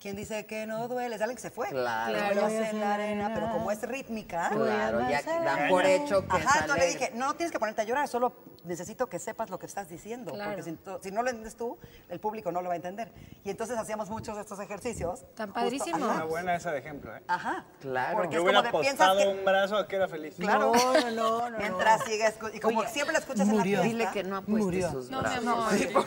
S7: ¿Quién dice que no duele? Es alguien que se fue.
S1: Claro.
S7: Yo sé la arena, pero como es rítmica.
S1: Claro, ya que dan por hecho que
S7: Ajá,
S1: es
S7: entonces le
S1: alegre.
S7: dije, no tienes que ponerte a llorar, solo necesito que sepas lo que estás diciendo,
S13: Claro.
S7: porque si, to- si no lo entiendes tú, el público no lo va a entender. Y entonces hacíamos muchos de estos ejercicios. Tan
S9: Es una buena esa de ejemplo, ¿eh?
S7: Ajá.
S9: Claro.
S7: Porque
S9: Yo
S7: es
S9: hubiera
S7: como de, piensas
S9: apostado
S7: que-
S9: un brazo a que era feliz.
S7: Claro.
S9: No,
S7: no, no. Mientras siga escu- y como siempre la escuchas
S1: murió.
S7: en la
S1: Dile que no apueste Murió. sus
S7: No, mi
S1: brazos.
S7: amor.
S1: Sí, por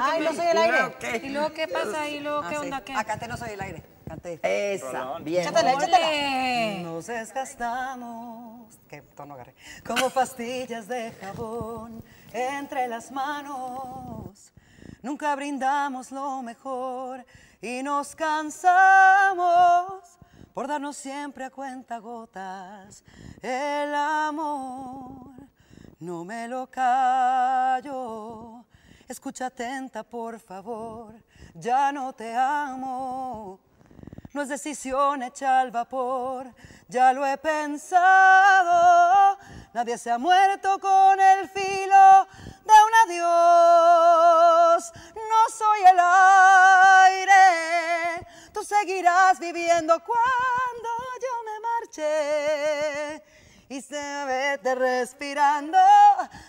S7: Ay, no soy el aire.
S8: ¿Y luego qué pasa? ¿Y luego
S7: Ah,
S8: qué
S7: sí.
S8: onda? ¿Qué?
S7: Ah, canté no soy el aire. Canté.
S1: Esa, bien.
S7: Échatela, échatela.
S8: Ole.
S7: Nos desgastamos. Qué tono agarré. Como pastillas de jabón entre las manos. Nunca brindamos lo mejor y nos cansamos por darnos siempre a cuenta gotas el amor. No me lo callo. Escucha atenta, por favor. Ya no te amo. No es decisión hecha al vapor, ya lo he pensado. Nadie se ha muerto con el filo de un adiós. No soy el aire, tú seguirás viviendo cuando yo me marche. Y se vete respirando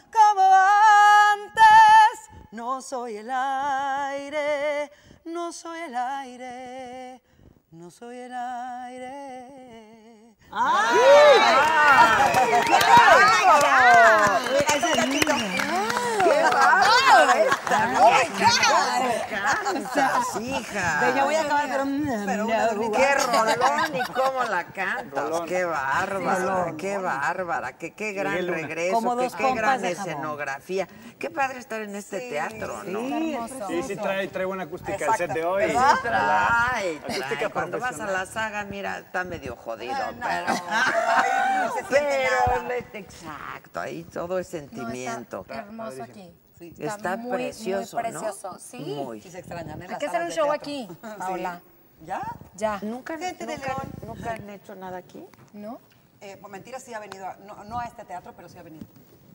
S7: como antes. No soy el aire, no soy el aire, no soy el aire. ¡Ay! ¡Ay, gatito! ¡Qué bárbara esta! ¡Oh, my God!
S1: Cantas, hija.
S7: Ve, ya voy a acabar, pero-
S1: Pero
S7: una dormida.
S1: qué rolón y cómo la cantas.
S7: Rolón.
S1: Qué bárbara,
S7: Rolón.
S1: qué bárbara, qué, qué gran
S7: Miguel Luna.
S1: regreso,
S7: Como
S1: qué,
S7: dos
S1: qué
S7: compas
S1: gran
S7: de jamón.
S1: escenografía. Qué padre estar en este teatro, ¿no?
S9: Sí, sí trae, trae buena acústica el set de hoy.
S1: ¿Verdad?
S9: La
S1: Trae,
S9: acústica
S1: trae. Cuando vas a
S9: profesional.
S1: la saga, mira, está medio jodido,
S7: Ah,
S1: pero...
S7: Pero
S1: le- exacto, ahí todo es sentimiento.
S8: Hermoso aquí.
S1: Está, precioso,
S8: muy
S1: ¿no?
S8: precioso, sí.
S1: Muy.
S7: Sí se extrañan, ¿eh?
S8: Hay
S7: Las
S8: que hacer
S7: salas
S8: un
S7: de
S8: show
S7: teatro.
S8: aquí,
S7: Sí.
S8: Paola.
S7: ¿Ya?
S8: Ya.
S1: ¿Nunca,
S7: nunca-
S1: ¿Nunca han hecho nada aquí?
S8: ¿No?
S7: Eh, pues, mentira, sí ha venido, a- no, no a este teatro, pero sí ha venido.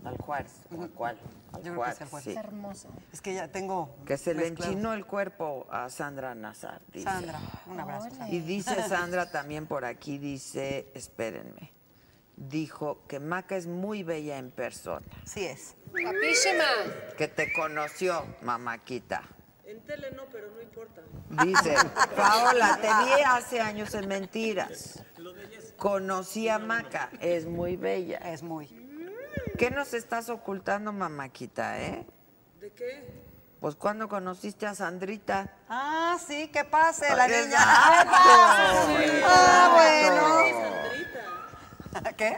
S1: Al Juárez, al cual,
S7: Yo
S1: al
S7: creo que
S1: Juárez,
S7: es el Juárez.
S1: sí.
S8: hermoso.
S7: Es que ya tengo...
S1: Que se le
S7: mezclado.
S1: enchinó el cuerpo a Sandra Nazar, dice.
S7: Sandra, un abrazo. Sandra.
S1: Y dice Sandra también por aquí, dice, espérenme, dijo que Maca es muy bella en persona,
S7: Sí es.
S8: Guapísima.
S1: que te conoció, mamaquita.
S5: En tele no, pero no importa.
S1: Dice, Paola, te vi hace años en mentiras. Conocí a Maca, es muy bella.
S7: Es muy.
S1: ¿Qué nos estás ocultando, mamaquita, eh?
S5: ¿De qué?
S1: Pues cuando conociste a Sandrita.
S7: Ah, sí, que pase la
S1: Exacto.
S7: niña. Ah,
S1: Sí.
S7: Ah,
S1: Exacto.
S7: bueno. ¿Qué?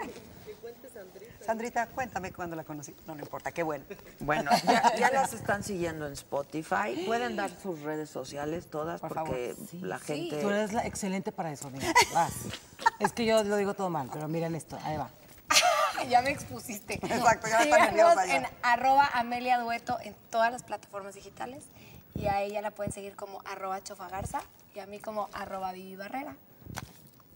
S7: Sandrita, cuéntame cuándo la conocí. No, no importa, qué bueno.
S1: Bueno, ya, ya las están siguiendo en Spotify. Pueden dar sus redes sociales todas porque la gente.
S3: Tú eres la excelente para eso, mira. Vas. Es que yo lo digo todo mal, pero miren esto, ahí va.
S8: ya me expusiste.
S7: Exacto, ya me están
S8: Síganos
S7: nerviosa ya.
S8: en arroba Amelia Dueto en todas las plataformas digitales y a ella la pueden seguir como arroba chofagarza y a mí como arroba Vivi Barrera.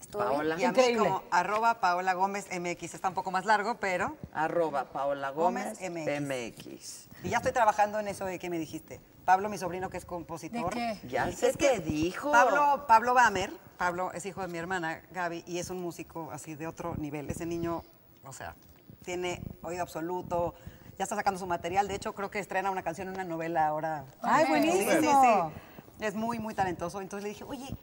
S8: ¿Estuvo bien?
S7: Y a mí como arroba Paola Gómez MX. Está un poco más largo, pero...
S1: Arroba Paola Gómez,
S7: Gómez
S1: MX.
S7: Y ya estoy trabajando en eso de que me dijiste. Pablo, mi sobrino, que es compositor.
S1: ¿De qué? Ya se te dijo.
S7: Pablo, Pablo Bamer, Pablo es hijo de mi hermana Gaby y es un músico así de otro nivel. Ese niño, o sea, tiene oído absoluto, ya está sacando su material. De hecho, creo que estrena una canción en una novela ahora.
S3: ¡Ay,
S8: Ah,
S7: Sí,
S3: buenísimo!
S7: Sí, sí. Es muy, muy talentoso. Entonces le dije, oye,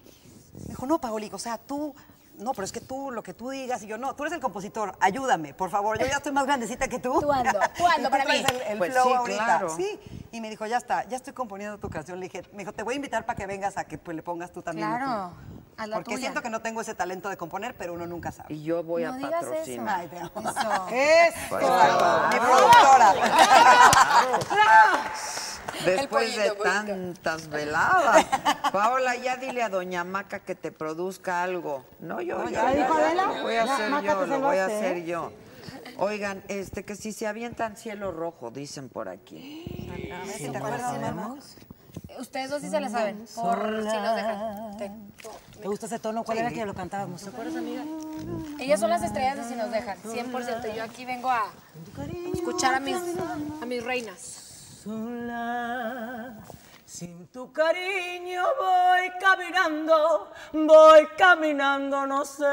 S7: me dijo, no, Paoli, o sea, tú... No, pero es que tú, lo que tú digas, y yo, no, tú eres el compositor, ayúdame, por favor, yo ya estoy más grandecita que tú.
S8: Tú ando, tú ando
S7: Y
S8: para
S7: traes
S8: mí.
S7: El, el
S8: Pues
S7: flow
S8: sí,
S7: ahorita.
S8: claro.
S7: Sí, y me dijo, ya está, ya estoy componiendo tu canción. Le dije, me dijo, te voy a invitar para que vengas a que pues, le pongas tú también. lo
S8: Claro,
S7: tuyo".
S8: haz la
S7: Porque
S8: tuya.
S7: siento que no tengo ese talento de componer, pero uno nunca sabe.
S1: Y yo voy
S7: No
S1: a
S7: digas eso.
S1: patrocinar.
S7: Ay, te amo.
S1: Eso.
S7: Exacto, Mi productora.
S1: Después de tantas veladas. Paola, ya dile a Doña Maca que te produzca algo. No, yo,
S7: No,
S1: yo,
S7: ya
S1: yo,
S7: dijo
S1: yo,
S7: Adela.
S1: lo voy a
S7: Ya,
S1: hacer
S7: Maca,
S1: yo,
S7: te
S1: lo voy a
S7: salvaste,
S1: hacer
S7: ¿eh?
S1: yo. Oigan, este que si se avientan cielo rojo, dicen por aquí.
S8: si te acuerdas, mamá. Ustedes dos sí se la saben. Por si nos dejan. Te- to-
S3: ¿Te gusta ese tono? ¿Cuál
S8: Sí.
S3: era que lo cantábamos? ¿Te acuerdas, amiga?
S8: Ellas son las estrellas de si nos dejan, 100%. Yo aquí vengo a escuchar a mis, a mis reinas.
S14: sola. Sin tu cariño voy caminando, voy caminando, no sé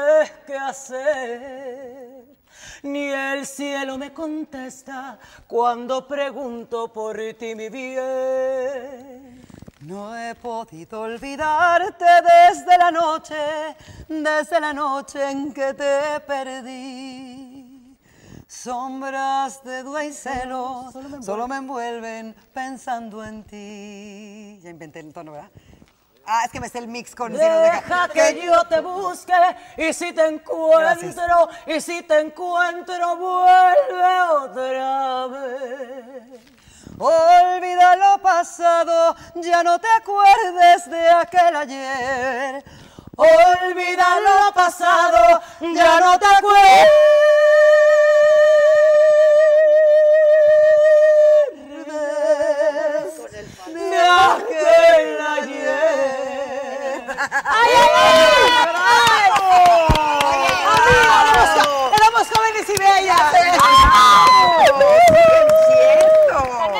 S14: qué hacer.
S10: Ni el cielo me contesta cuando pregunto por ti, mi bien.
S15: No he podido olvidarte desde la noche, desde la noche en que te perdí. Sombras de duda y celos solo me, envuelven pensando en ti. Ya inventé el tono, ¿verdad?
S7: Ah, es que me sé el mix con...
S10: Deja que yo te busque y si te encuentro, y si te encuentro, vuelve otra vez.
S15: Olvida lo pasado, ya no te acuerdes de aquel ayer.
S10: Olvida lo pasado, ya no te acuerdes. de aquel ayer. ¡Ay, ay, ay! ¡Bravo! Éramos- Éramos jóvenes y bellas.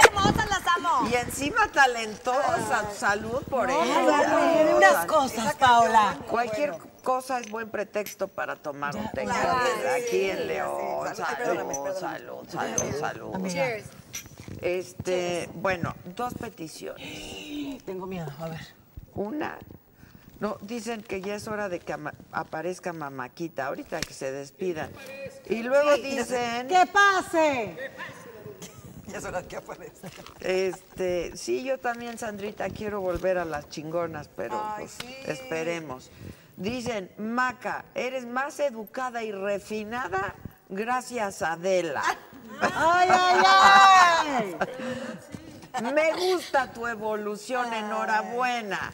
S1: hermosas, las amo. Y encima talentosa. Salud por
S3: No,
S1: ella.
S3: no, no, unas cosas, Paola.
S1: Cualquier cosa es buen pretexto para tomar un tequila. Aquí en León. Salud, salud, salud, salud.
S3: Cheers.
S1: Este, bueno, dos peticiones.
S3: Tengo miedo, a ver.
S1: Una. No, dicen que ya es hora de que ama- aparezca mamaquita, ahorita que se despidan. Y luego dicen...
S3: ¡Que pase!
S1: Ya es hora que aparezca. Este, sí, yo también, Sandrita, quiero volver a las chingonas, pero pues, esperemos. Dicen, Maca, eres más educada y refinada gracias a Adela.
S3: ¡Ay, ay, ay!
S1: Me gusta tu evolución, enhorabuena.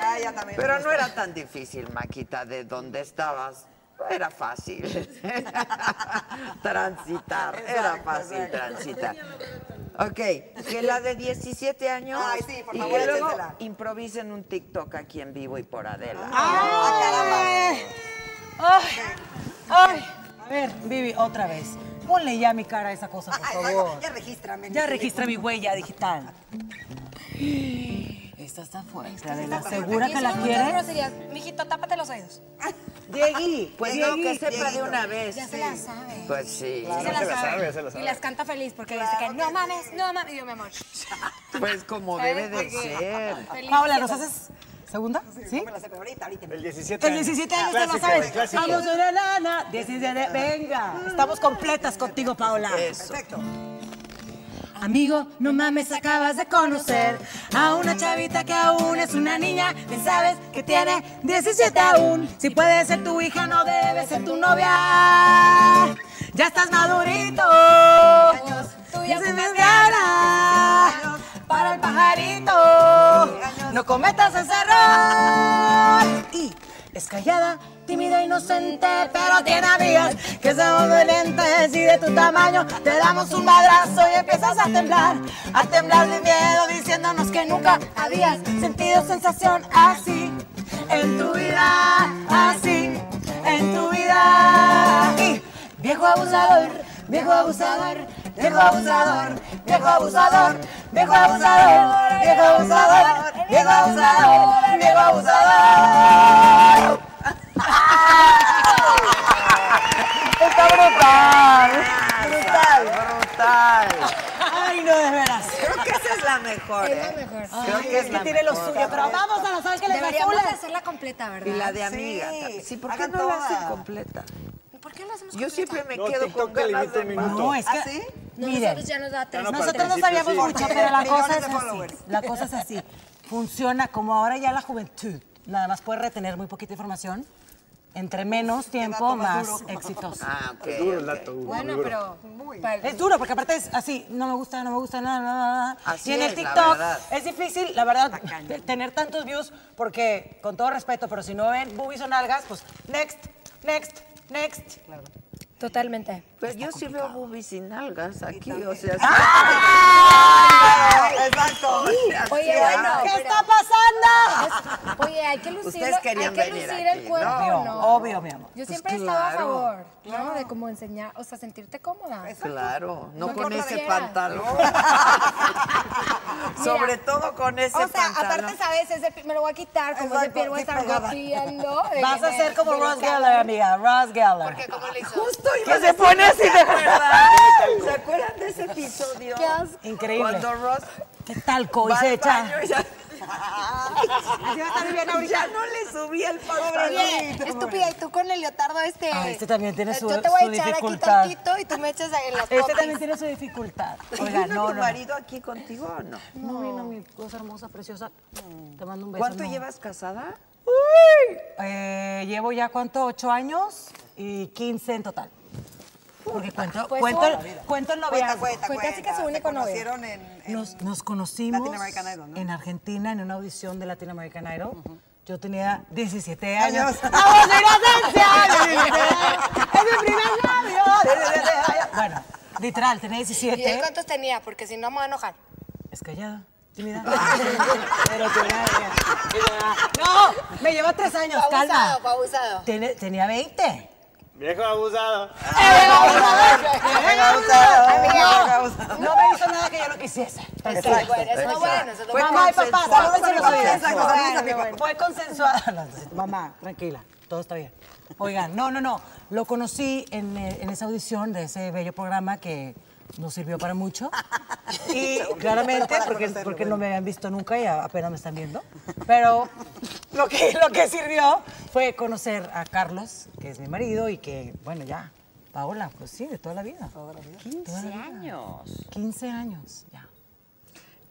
S7: Ah, ya también.
S1: Pero no era tan difícil, Maquita, de donde estabas. Era fácil transitar, era
S7: pues,
S1: fácil transitar. Ok, que la de 17 años
S7: Ay, sí, por
S1: y
S7: favor,
S1: que luego
S7: échensela.
S1: improvisen un TikTok aquí en vivo y por Adela.
S3: ¡Ay! ¡Ay! A ver, Vivi, otra vez. Ponle ya mi cara a esa cosa, por favor.
S7: ya regístrame.
S3: Ya registra mi huella digital. Esta está fuerte, Adela. ¿Segura que la quieres?
S8: Mijito, tápate los oídos.
S3: Diegui,
S1: Pues no, que sepa de una vez.
S8: Ya se la sabe.
S1: Pues sí.
S8: Sí se la sabe. Y las canta feliz porque dice que no mames, no mames. Y yo, mi amor.
S1: Pues como
S8: ¿Sabes
S1: debe
S8: por
S1: de
S8: qué?
S1: ser.
S8: Feliz.
S3: Paola, ¿nos haces segunda? ¿Sí?
S9: El 17
S3: El 17 años te lo sabes. Vamos, una lana. 17, venga. Estamos completas contigo, Paola.
S10: Perfecto. Amigo, no mames, acabas de conocer a una chavita que aún es una niña. Bien sabes que tiene 17 aún. Si puede ser tu hija, no debe ser tu novia. Ya estás madurito. Tú ya tienes ganas para el pajarito. No cometas ese error. Y es callada, tímida, inocente, pero tiene amigas que son violentas y de tu tamaño te damos un madrazo y empiezas a temblar, a temblar de miedo diciéndonos que nunca habías sentido sensación así en tu vida, así en tu vida. Y viejo abusador, viejo abusador, viejo abusador, viejo abusador, viejo abusador, viejo abusador, viejo abusador, viejo abusador.
S1: Está brutal. Brutal. Brutal.
S3: Ay, no, de veras.
S1: Creo que esa es la mejor, ¿eh? Creo
S3: Ay,
S1: que
S3: es
S1: es
S3: que
S1: la
S3: tiene lo
S1: mejor.
S3: suyo, pero vamos a Los Ángeles
S8: Deberíamos
S3: Azules.
S8: hacerla completa, ¿verdad?
S1: Y la de amiga. también. Sí, ¿por qué
S8: Hagan
S1: no la hacen
S8: toda.
S1: completa?
S8: ¿Por qué no hacemos
S1: Yo siempre me
S8: completa?
S1: quedo con ganas de más.
S3: No, es que.
S8: ¿Ah, sí? No,
S3: Miren,
S8: nosotros ya nos da tres.
S3: Nosotros no sabíamos mucho, pero la cosa es así. La cosa es así. Funciona como ahora ya la juventud. Nada más puede retener muy poquita información. Entre menos tiempo, más exitoso.
S1: Ah, ok.
S9: Duro el
S1: ok.
S9: dato, duro,
S8: Bueno,
S9: duro.
S8: pero...
S3: Es duro, porque aparte es así, no me gusta, no me gusta, nada, nada, nada.
S1: Así
S3: y en el
S1: es, la
S3: TikTok
S1: verdad.
S3: es difícil, la verdad, te- tener tantos views, porque con todo respeto, pero si no ven boobies o nalgas, pues next, next, next.
S8: Totalmente.
S1: Pero yo sí veo boobies sin algas aquí, o sea...
S7: Exacto.
S8: Oye,
S1: Sí,
S8: bueno,
S1: ¿qué
S8: pero-
S3: está pasando?
S8: Es- Oye, hay que lucir,
S1: Ustedes querían
S8: hay que
S1: venir
S8: lucir
S1: aquí,
S8: el cuerpo,
S1: ¿no?
S8: ¿no?
S3: Obvio, mi amor.
S8: Yo
S1: Pues
S8: siempre estaba a
S1: claro.
S8: favor, ¿no? De como enseñar, o sea, sentirte cómoda.
S1: Claro, no
S8: Porque
S1: con
S8: no
S1: ese
S8: quieras.
S1: pantalón. Sobre todo con ese
S8: O sea,
S1: pantalón.
S8: aparte, ¿sabes? Ese, me lo voy a quitar, como
S1: Exacto,
S8: ese pie lo voy a
S1: sí,
S8: estar
S1: pegada.
S8: golpeando.
S3: Vas a ser como Ross
S8: Ross
S3: Geller, amiga. Ross Geller.
S1: Justo
S3: Que se pone así de-
S1: ¿Se acuerdan de ese episodio?
S3: Qué asco. Increíble.
S1: Cuando Ross
S3: ¿Qué tal, Coy?
S1: va al
S3: Se echa.
S1: baño y ya-
S8: Así va a estar bien ahorita.
S1: Ya no le subí el
S8: Oye,
S1: pantalón.
S8: estúpida, y tú con el leotardo este.
S3: Ah, este también tiene su-
S8: Yo te voy a
S3: su
S8: echar
S3: dificultad.
S8: aquí tantito y tú me echas en las
S3: Este
S8: pompis.
S3: también tiene su dificultad. Oiga,
S1: ¿Vino
S3: no,
S1: tu
S3: no.
S1: marido aquí contigo o no?
S3: No vino mi cosa hermosa, preciosa. Te mando un beso.
S1: ¿Cuánto
S3: no.
S1: llevas casada?
S3: Eh, llevo ya, ¿cuánto? ¿Ocho años? Y 15 en total. Porque cuento,
S8: Pues,
S3: cuento,
S8: toda
S3: el-
S8: la vida.
S3: cuento el
S8: Cuenta,
S3: noviazgo.
S8: cuenta, Fue casi que su cuenta. único Se novio. conocieron
S3: Nos, nos conocimos
S7: Latin American Idol, ¿no?
S3: en Argentina en una audición de Latin American Idol. Yo tenía 17 años. ¡Ah,
S7: Años.
S3: ¡Vamos a ir a danzar! ¡Es mi primer novio! Bueno, literal, tenía
S8: ¿Y él
S3: 17.
S8: cuántos tenía? Porque si no me voy a enojar.
S3: Es callada. Tímida. Pero tímida. tímida. No, me lleva tres años,
S8: Fue
S3: calma.
S8: abusado, fue abusado.
S3: Tiene- tenía 20.
S9: Viejo abusado.
S3: No, no me hizo nada que yo no quisiese.
S8: Exacto, bueno, eso es lo bueno, eso es lo bueno.
S3: Mamá y papá, saludos a los
S8: Fue
S3: oídos.
S8: consensuado.
S3: Bueno,
S8: Bueno,
S3: bueno. Fue consensuada. No, Mamá, tranquila, todo está bien. Oigan, no, no, no. Lo conocí en, eh, en esa audición de ese bello programa que nos sirvió para mucho. Y claramente, porque, porque no me habían visto nunca y a- apenas me están viendo. Pero lo que, lo que sirvió fue conocer a Carlos, que es mi marido y que, bueno, ya. Paola, pues sí, de toda la vida.
S7: 15 años.
S3: 15 años, ya.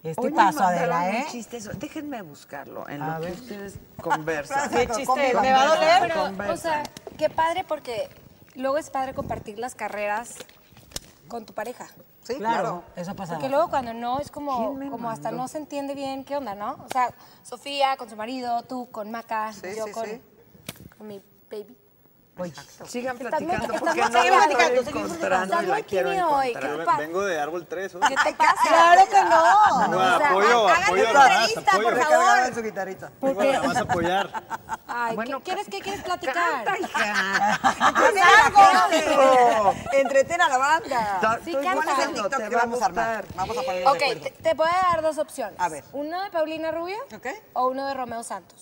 S3: Este
S1: Hoy me
S3: paso,
S1: mandaron
S3: Adela, ¿eh?
S1: un chiste eso. Déjenme buscarlo en
S3: A
S1: lo
S3: ver.
S1: que ustedes conversan.
S3: Qué chiste, me va a doler.
S8: Pero, o sea, qué padre porque luego es padre compartir las carreras con tu pareja.
S7: Sí,
S3: Claro, eso pasaba.
S8: Porque luego cuando no es como,
S1: ¿Quién me
S8: como hasta
S1: mandó?
S8: no se entiende bien qué onda, ¿no? O sea, Sofía con su marido, tú con Maca,
S7: Sí,
S8: yo
S7: sí,
S8: con,
S7: sí.
S8: con mi baby.
S3: Oye,
S1: Sigan
S8: Estás muy-
S1: platicando
S8: estás
S1: porque
S8: muy-
S1: no
S8: seguimos
S1: la
S8: platicando,
S1: estoy
S8: seguimos
S1: encontrando
S8: platicando.
S1: y la
S8: Estás muy
S1: quiero
S8: tímido hoy,
S1: encontrar.
S8: ¿qué pasa?
S9: Vengo de árbol 3, ¿o?
S8: ¿Qué te pasa?
S3: Claro que no.
S9: No,
S8: O sea,
S9: apoyo,
S8: hagan
S9: apoyo a
S8: otra
S9: la raza,
S8: entrevista,
S9: apoyo.
S8: por
S7: Recargada en
S8: favor.
S7: su guitarrita.
S9: Vengo, la vas a apoyar.
S8: Ay, ¿qué, quieres, ¿qué quieres platicar?
S1: Canta, hija.
S7: Entreten a la banda.
S8: Sí, canta.
S7: ¿Cuál es el TikTok
S1: Te
S7: que
S1: va a
S7: vamos a armar? Vamos a ponerlo
S8: Ok,
S7: de acuerdo.
S8: te, te voy a dar dos opciones.
S7: A ver.
S8: Uno de Paulina Rubio
S7: Ok.
S8: o uno de Romeo Santos.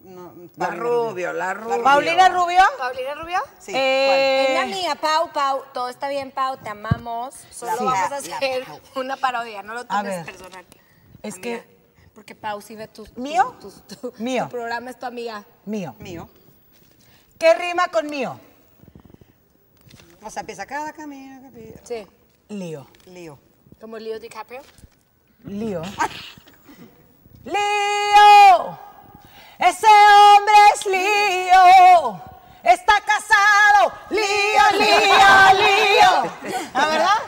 S7: No,
S1: La
S7: Paulina
S1: rubio, la rubio.
S3: Paulina Rubio.
S8: ¿Paulina Rubio?
S7: Sí.
S8: Es mi
S3: Eh,
S8: amiga, Pau, Pau, todo está bien, Pau, te amamos. Solo
S7: Sí.
S8: vamos a
S7: La- la
S8: hacer una parodia, no lo
S3: A
S8: tomes
S3: ver.
S8: personal.
S3: es
S8: amiga.
S3: que
S8: Porque Pau sí ve tus.
S3: ¿Mío?
S8: tus- tu,
S3: Mío.
S8: Tu programa es tu amiga.
S3: mío.
S7: Mío.
S3: ¿Qué rima con mío?
S7: O sea, empieza cada camino. camino.
S8: Sí.
S3: Lío.
S7: Lío.
S8: Como Leo DiCaprio.
S3: Lío. Lío. Ese hombre es lío. Está casado. Lío, lío, lío. ¿La verdad?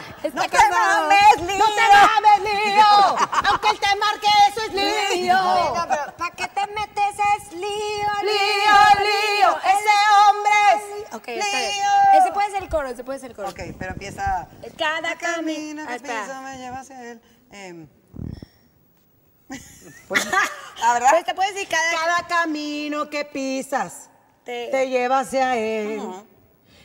S3: no
S8: Está
S3: te
S8: casado.
S3: mames, lío. No te mames, lío. Aunque él te marque, eso es lío.
S8: No, pero ¿para qué te metes? Es lío,
S3: Lío, lío, ese hombre es
S8: Ok, está bien.
S3: lío.
S8: Ese puede ser el coro, ese puede ser el coro.
S7: Ok, pero empieza. Cada
S8: Cada
S7: camino
S8: camino.
S7: que
S8: Ah, espera.
S7: pienso me lleva hacia él. Em,
S3: Pues, La verdad. te puedes decir cada... camino que pisas
S8: Te-
S3: te, lleva hacia él.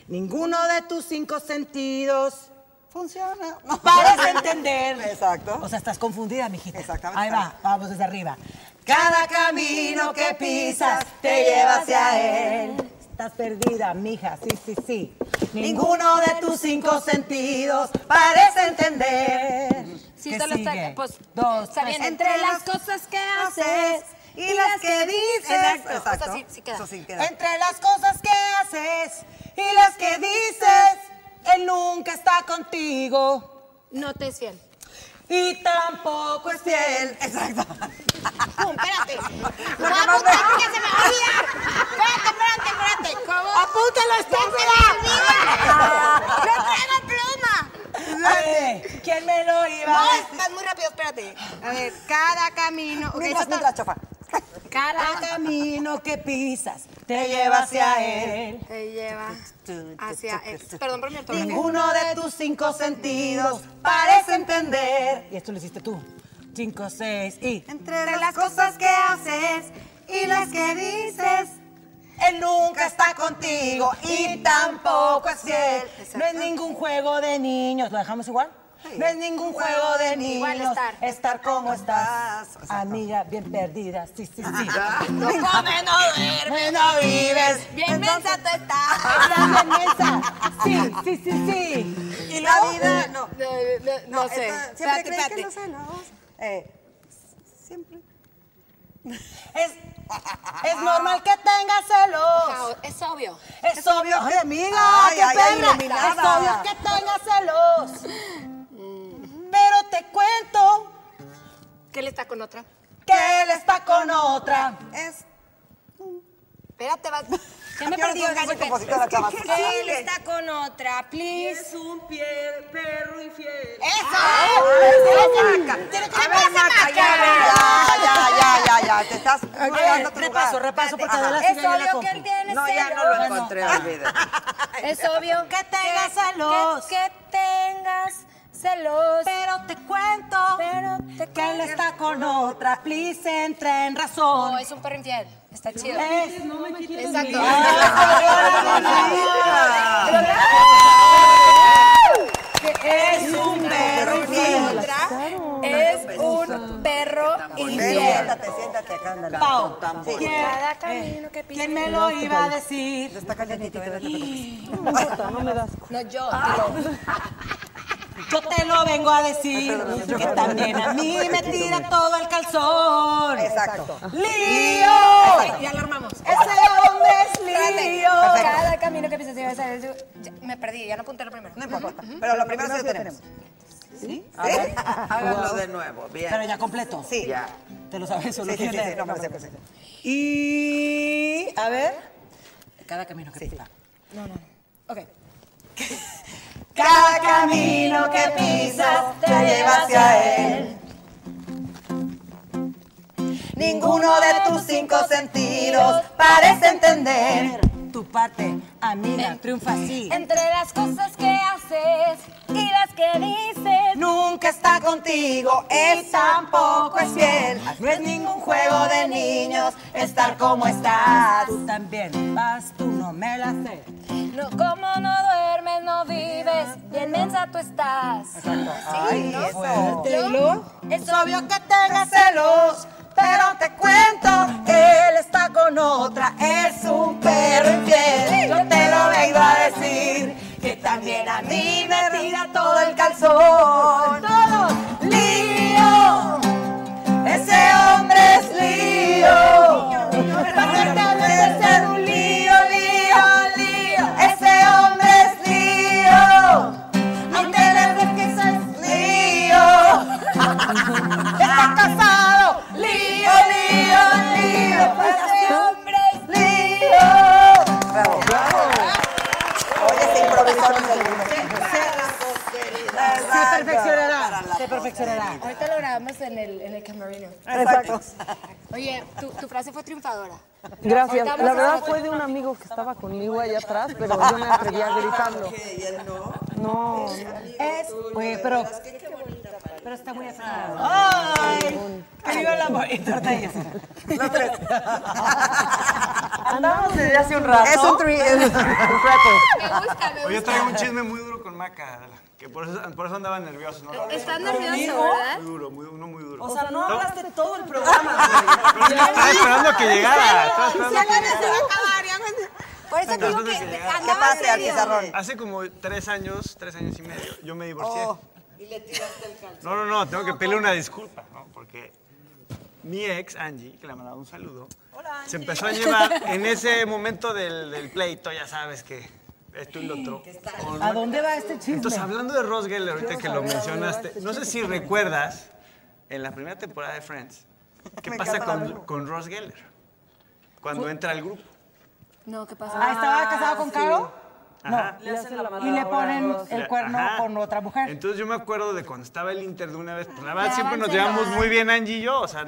S3: Ninguno de tus cinco sentidos
S7: funciona. No.
S3: parece entender.
S7: Exacto.
S3: O sea, estás confundida, mijita.
S7: Exactamente.
S3: Ahí va, vamos desde arriba. Cada camino que pisas te lleva hacia él. Estás perdida, mija, sí, sí, sí. Ninguno de tus cinco sentidos parece entender.
S8: Sí,
S3: ¿Qué
S8: solo está-
S3: sigue?
S8: pues,
S3: dos,
S8: está
S3: tres.
S8: bien. Entre las cosas que haces
S7: y las que dices.
S8: Exacto.
S7: Exacto.
S8: O sea, sí, sí queda.
S7: Eso sí queda.
S3: Entre las cosas que haces y las que dices, él nunca está contigo
S8: No te es fiel.
S3: y tampoco es fiel.
S7: Exacto.
S8: Pum, espérate. Lo voy a apuntar porque se me va a olvidar. Espérate, espérate, espérate. ¿Cómo?
S3: ¡Apúntalo,
S8: ¡Mira! ¡No traigo pluma!
S3: A ver, ¿Quién me lo iba a
S8: No,
S3: decir?
S8: estás muy rápido, espérate. A ver, cada camino. Ok,
S7: Mientras,
S8: eso está-
S7: mientras, chofa.
S3: Cada camino que pisas te lleva hacia él.
S8: Te lleva hacia. eh, Perdón por mi ortografía.
S3: Ninguno de tus cinco sentidos parece entender. Y esto lo hiciste tú. Cinco, seis y.
S7: Entre las cosas que haces y las que dices.
S3: Él nunca está contigo y tampoco es fiel. No es ningún juego de niños. ¿Lo dejamos igual? No es ningún juego de niños estar. como estás. Amiga, bien perdida. Sí, sí, sí.
S10: No comes, no duermes, no vives. Bien mensa eh, tú estás.
S3: Estás bien mensa. Sí, sí, sí, sí.
S10: Y
S3: luego-
S10: la vida, no.
S3: no sé.
S10: esta-
S3: Espérate,
S10: Siempre crees
S3: espérate.
S10: que los celos. eh, siempre.
S3: Es, es normal que tengas celos.
S8: Es obvio.
S3: Es obvio. Ay, amiga,
S10: Ay,
S3: qué
S10: ay, ay,
S3: perra.
S10: iluminada.
S3: es obvio que tengas celos. Pero te cuento
S8: ¿Qué le está con otra?
S3: que él está con otra.
S10: Es.
S8: Espérate, vas. Ya me
S10: Yo no
S8: perdí.
S10: soy
S8: oigan,
S10: casi
S8: porque-
S10: compositora, chava.
S8: ¿Qué
S10: ¿Qué
S8: él
S10: sigue?
S8: está con otra, please.
S16: Es un pie, perro infiel.
S10: Maca. A ver, Maca, ya, ya, ya, ya, ya, ya, te estás jugando tu
S3: repaso,
S10: lugar.
S3: repaso, porque
S10: Ajá.
S3: Adela
S10: Es
S3: sigue yo la
S10: obvio
S3: compro.
S10: que él tiene
S1: No, ya no
S10: celos.
S1: lo encontré, olvídate.
S8: Es obvio que tengas celos. Que, tengas celos.
S3: Pero te cuento que él está con otra. Please, entra en razón.
S8: No, es un perro infiel. Está chido.
S3: Es-
S8: No me quieres. Exacto.
S3: Es un perro infiel.
S8: Es un perro infiel.
S10: Siéntate, siéntate acá, ándale.
S3: Pau,
S10: Sí.
S3: ¿quién,
S8: Cada
S3: eh,
S8: camino que piso.
S3: ¿quién me lo iba a decir?
S10: Está calientito, ¿eh? vete, vete, vete.
S8: No, yo.
S3: Ah. Yo te lo vengo a decir que también a mí me tira todo el calzón.
S10: Exacto.
S3: ¡Lío!
S8: Ya lo armamos.
S3: Ese hombre es lío.
S8: Cada camino que piensas, me perdí, ya no apunté lo primero.
S10: No importa, pero lo primero sí lo tenemos.
S3: ¿Sí?
S10: A ver,
S1: Háganlo de nuevo, bien.
S3: Pero ya completo.
S10: Sí.
S1: Ya.
S3: Te lo sabes
S10: Sí,
S3: solo
S10: sí, sí,
S3: quién
S10: sí,
S3: es.
S10: no me lo sé, me lo sé.
S3: Y a ver. Cada camino que pisa.
S8: Ok.
S3: Cada camino que pisas te lleva hacia él.
S10: Ninguno de tus cinco sentidos parece entender.
S3: Tu parte, amiga, triunfa así.
S8: Entre las cosas que haces y las que dices,
S10: Nunca está contigo, él tampoco es fiel. No es ningún juego de niños estar como estás.
S3: Tú también vas, tú no me la sé.
S8: no como no duermes, no vives, bien mensa tú estás.
S10: Ay, eso.
S3: Es obvio que tengas celos, pero te cuento, él está con otra, es un perro infiel. Yo te lo vengo a decir, que también a mí me tira todo el calzón. Todos, lío, ese hombre es lío. Para de ser un lío, lío, lío, ese hombre es lío. No te debes que seas lío. Está casado. Lío, lío, lío. Pues Ese hombre es lío.
S10: Bravo. Oye, se improvisó en segundos.
S3: Se perfeccionará. Se perfeccionará.
S8: Ahorita lo grabamos en el, en el camerino.
S10: Exacto.
S8: Oye, tu, tu frase fue triunfadora.
S17: Gracias. La
S8: Ahorita vamos a
S17: verdad
S8: otra.
S17: fue de un amigo que estaba conmigo allá atrás, pero yo me atrevía
S10: Ah,
S17: gritando. No.
S3: Es. Oye, pero. Pero está muy atrás. ¡Ay! ¡Que viva el amor! Y torta y así.
S17: Andamos desde hace un rato. Es un rato.
S8: Me gusta, me
S9: Oye, yo
S8: gusta.
S9: traigo un chisme muy duro con Maca, Adela, que por eso, por eso andaba nervioso. ¿no?
S8: Estás nervioso, ¿verdad?
S9: Muy duro, muy, uno muy duro.
S3: O sea, no
S9: No,
S3: hablaste todo el programa.
S9: pero es que estaba esperando que llegara. Estaba esperando que
S8: Por eso te digo
S9: Entonces,
S8: que
S9: llegaba.
S8: andaba serio.
S9: Hace como tres años, tres años y medio, yo me divorcié.
S8: Oh.
S9: No, no, no, tengo que pedirle una disculpa, ¿no? Porque mi ex, Angie, que le mandaba un saludo, se empezó a llevar en ese momento del, del pleito, ya sabes que esto y lo otro. con-
S3: ¿A dónde va este chisme?
S9: Entonces, hablando de Ross Geller, ahorita que lo mencionaste, no sé si recuerdas, en la primera temporada de Friends, ¿qué
S10: Me
S9: pasa
S10: encanta
S9: con, con Ross Geller? Cuando entra al grupo.
S8: No, ¿qué pasa?
S3: Ah, ¿Estaba casado con Caro?
S9: Ajá.
S17: Le hacen la
S3: Y le ponen el cuerno
S9: Ajá.
S3: con otra mujer.
S9: Entonces yo me acuerdo de cuando estaba el Inter de una vez, pues la verdad
S8: Ya
S9: siempre nos
S8: avanzaba.
S9: llevamos muy bien Angie y yo, o sea,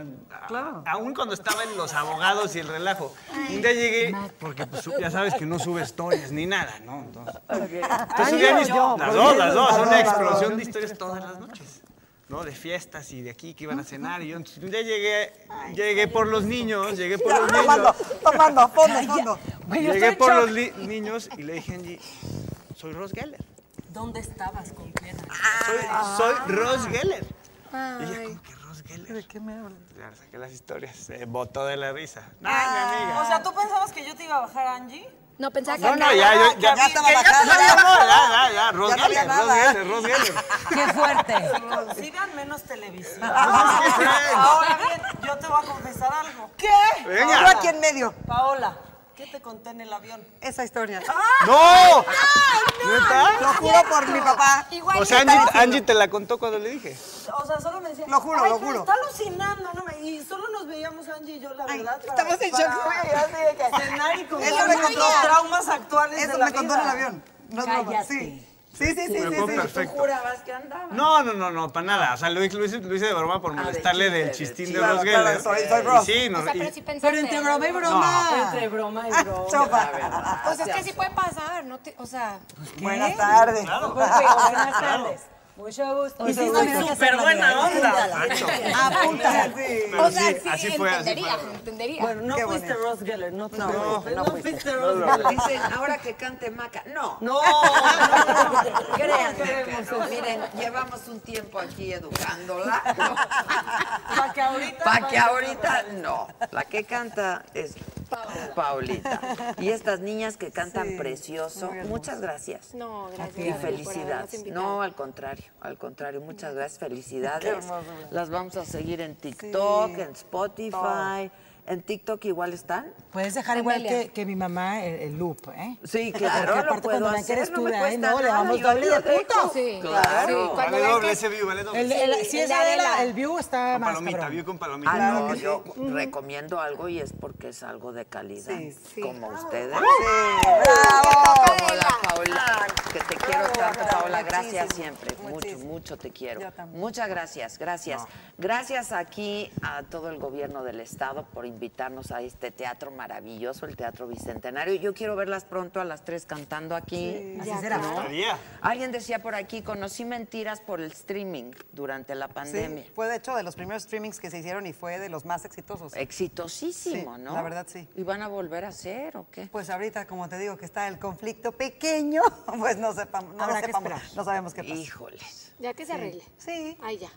S9: a- aún cuando estaba en los abogados y el relajo. Un día llegué, porque pues, ya sabes que no sube stories ni nada, ¿no? Entonces, entonces subía mis- las dos, las dos, una explosión de historias todas las noches. ¿no? De fiestas y de aquí que iban a cenar. Y yo entonces, un día llegué, llegué por los niños, llegué por los niños.
S10: Tomando, tomando, fondo, fondo.
S3: Güey, yo
S9: Llegué
S3: estoy en
S9: por
S3: shock.
S9: los li- niños y le dije a Angie, soy Ross Geller.
S14: ¿Dónde estabas con quién?
S9: Soy,
S3: Ah.
S9: Ah, soy Ross Geller. Y ella,
S14: Ay.
S9: ¿cómo que Ross Geller? ¿De qué me hablas? Ya saqué las historias. Se botó de la risa. No, mi amiga.
S14: O sea, ¿tú pensabas que yo te iba a bajar, Angie?
S8: No, pensaba
S9: No, no, ya, yo, ya,
S14: Ya estaba bajada,
S9: Ya,
S14: ya.
S9: ya, ya, ya, ya, Ross
S14: Ya no había
S9: Geller,
S14: nada.
S9: Ross Geller, Ross Geller.
S14: Qué fuerte. Sigan menos televisión. Ahora bien, yo te voy a confesar algo. ¿Qué?
S9: Venga.
S14: Yo
S9: Yo
S14: aquí
S9: aquí
S14: en medio. Paola, ¿qué te conté en el avión? Esa historia.
S9: ¡No!
S14: ¿Neta?
S9: Lo juro por mi papá.
S14: Igual
S9: O sea,
S14: yo
S9: Angie,
S14: estaba-
S9: Angie te la contó cuando le dije.
S14: O sea, solo me decía.
S9: Lo juro,
S14: "Ay,
S9: lo
S14: pero
S9: juro".
S14: Está alucinando, no me. Y solo nos veíamos Angie y yo, la verdad. para-
S10: estamos en
S14: para
S10: shock, güey, así de que-
S14: Cenar y con
S10: Eso me contó.
S14: traumas actuales.
S10: Eso
S14: de la
S10: me contó en el
S14: vida.
S10: avión.
S14: No es broma,
S10: Cállate.
S14: sí.
S10: Sí, sí, sí,
S9: Me
S10: sí,
S9: acuerdo
S10: sí.
S9: perfecto.
S1: jurabas que andaba.
S9: No, no, no, no, para nada. O sea, lo, hice- lo hice, lo hice de broma
S10: Ah,
S9: por molestarle
S1: chiste,
S9: del
S1: de
S9: chistín
S1: chiste.
S9: de Ross
S1: Claro,
S9: Geller.
S1: claro, soy- soy Ross.
S9: Sí, no,
S1: O sea,
S9: y-
S1: pero sí
S8: Pero entre broma y
S9: broma.
S8: No. Entre broma y broma.
S12: Pues es que sí puede pasar, no te, o sea.
S10: Buenas tardes.
S12: Claro.
S10: ¿Eh? Buenas
S12: Claro.
S10: tardes. Mucho gusto.
S12: Y sí soy
S14: súper buena onda.
S10: Apúntala.
S14: O sea, sí,
S10: entendería,
S8: ah,
S14: entendería.
S10: Bueno, no
S14: Qué
S10: fuiste Ross Geller, no te preocupes.
S1: no
S10: fuiste
S1: No
S10: Ross
S1: lo
S10: Geller.
S1: logré. Dicen, ahora que cante Maca. No.
S10: No,
S1: Créanme
S10: No
S1: que
S10: queremos
S1: no.
S10: eso.
S1: Miren, llevamos un tiempo aquí educándola. Para
S14: que ahorita.
S1: Para que ahorita no. La que canta es Paulita. Y estas niñas que cantan precioso. Muchas gracias.
S8: No, gracias.
S1: Y
S8: a ti por habernos
S1: felicidades.
S8: invitado. Mm.
S1: No, al contrario, al contrario. Muchas gracias, felicidades.
S8: hermosura.
S1: Las vamos a seguir en TikTok,
S3: Sí.
S1: en Spotify. En TikTok igual están.
S3: Puedes dejar igual
S1: Amelia.
S3: que, que mi mamá el, el loop, ¿eh?
S1: Sí, claro,
S3: Porque
S1: lo
S3: aparte
S1: puedo
S3: cuando vean que
S1: hacer,
S3: eres
S1: no
S3: tú,
S1: me
S3: ¿eh?
S1: cuesta
S3: No, le
S1: nada,
S3: damos
S1: yo
S3: doble
S1: lo
S3: de punto.
S1: dejo. Sí, claro. Sí, cuando
S9: Vale
S1: vean
S9: doble
S1: que-
S9: ese view, vale doble.
S3: El, el, si es Adela, el view está
S9: Con
S3: más
S9: palomita,
S3: cabrón.
S9: view con palomita.
S1: Ah,
S3: Claro
S1: no,
S3: que
S1: yo recomiendo algo y es porque es algo de calidad, como
S3: Ah,
S1: ustedes. Como la
S3: Ah,
S1: Paola, que te quiero tanto, Paola. Gracias siempre. Mucho, mucho te quiero. Muchas gracias, gracias. Gracias aquí a todo el gobierno del Estado por invitarnos a este teatro maravilloso, el Teatro Bicentenario. Yo quiero verlas pronto a las tres cantando aquí.
S10: Eh,
S3: Sí, Así ya, será.
S1: ¿no?
S3: claro.
S1: Alguien decía por aquí, conocí mentiras por el streaming durante la pandemia.
S7: Sí, fue de hecho de los primeros streamings que se hicieron y fue de los más exitosos.
S1: Exitosísimo,
S7: Sí,
S1: ¿no?
S7: La verdad sí.
S1: ¿Y van a volver a hacer o qué?
S7: Pues ahorita, como te digo, que está el conflicto pequeño, pues no sepamos, no,
S1: Habrá
S7: lo
S1: que
S7: sepamos,
S1: esperar.
S7: no sabemos qué pasa.
S1: Híjoles.
S8: Ya que se
S7: Sí.
S8: arregle. Sí. Ay, ya.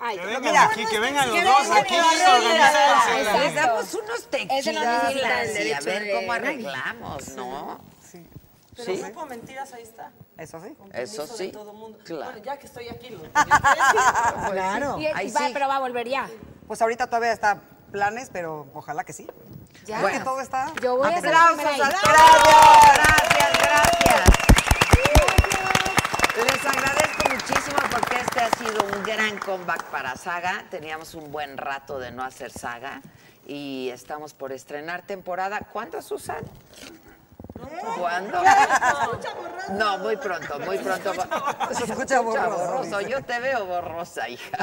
S8: Ay,
S7: Que
S8: ya.
S7: vengan Mira, aquí, que vengan los que dos vengan aquí los dos. a organizarse.
S8: Exacto.
S1: Les damos unos tequilas
S8: Eso no necesita el
S1: y a
S8: derecho
S1: ver
S8: de-
S1: cómo arreglamos, ¿no?
S7: Sí.
S14: Pero
S1: Sí.
S14: grupo mentiras, ahí está.
S7: Eso sí.
S14: Con
S1: Eso
S14: permiso
S1: sí,
S14: De todo mundo.
S1: claro. Pues
S14: Bueno, ya que estoy aquí, lo
S7: Claro.
S8: Y- y
S7: Ahí
S8: va-
S7: sí.
S8: Pero va a volver ya.
S7: Pues ahorita todavía está planes, pero ojalá que sí.
S8: Ya.
S7: Porque todo está.
S8: Yo voy a ser la
S7: Aplausos,
S8: primera ahí.
S7: aplausos.
S1: Gracias, gracias. Les agradezco muchísimo porque este ha sido un gran comeback para Saga. Teníamos un buen rato de no hacer Saga y estamos por estrenar temporada. ¿Cuándo, Susan? ¿Cuándo? No, muy pronto, muy pronto.
S7: Se escucha borroso, dice.
S1: Yo te veo borrosa, hija.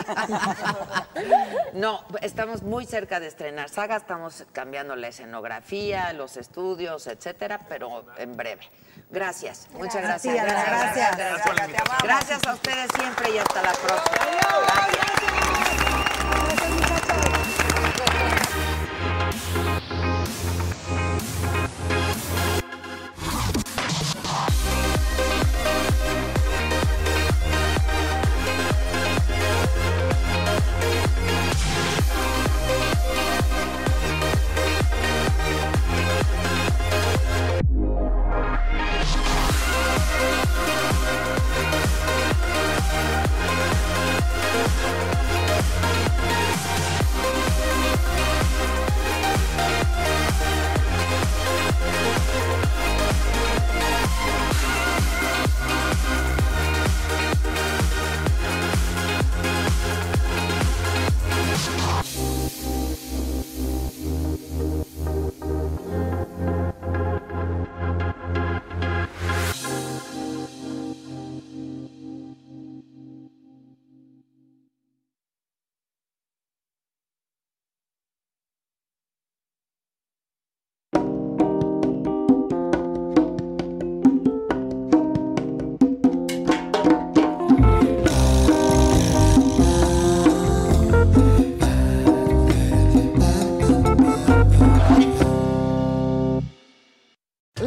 S1: No, estamos muy cerca de estrenar Saga, estamos cambiando la escenografía, los estudios, etcétera, pero en breve. Gracias, muchas
S10: Gracias,
S1: gracias.
S10: Adela, gracias.
S1: gracias,
S10: Gracias por la
S1: gracias.
S10: invitación.
S1: Gracias a ustedes siempre y hasta la próxima. Gracias.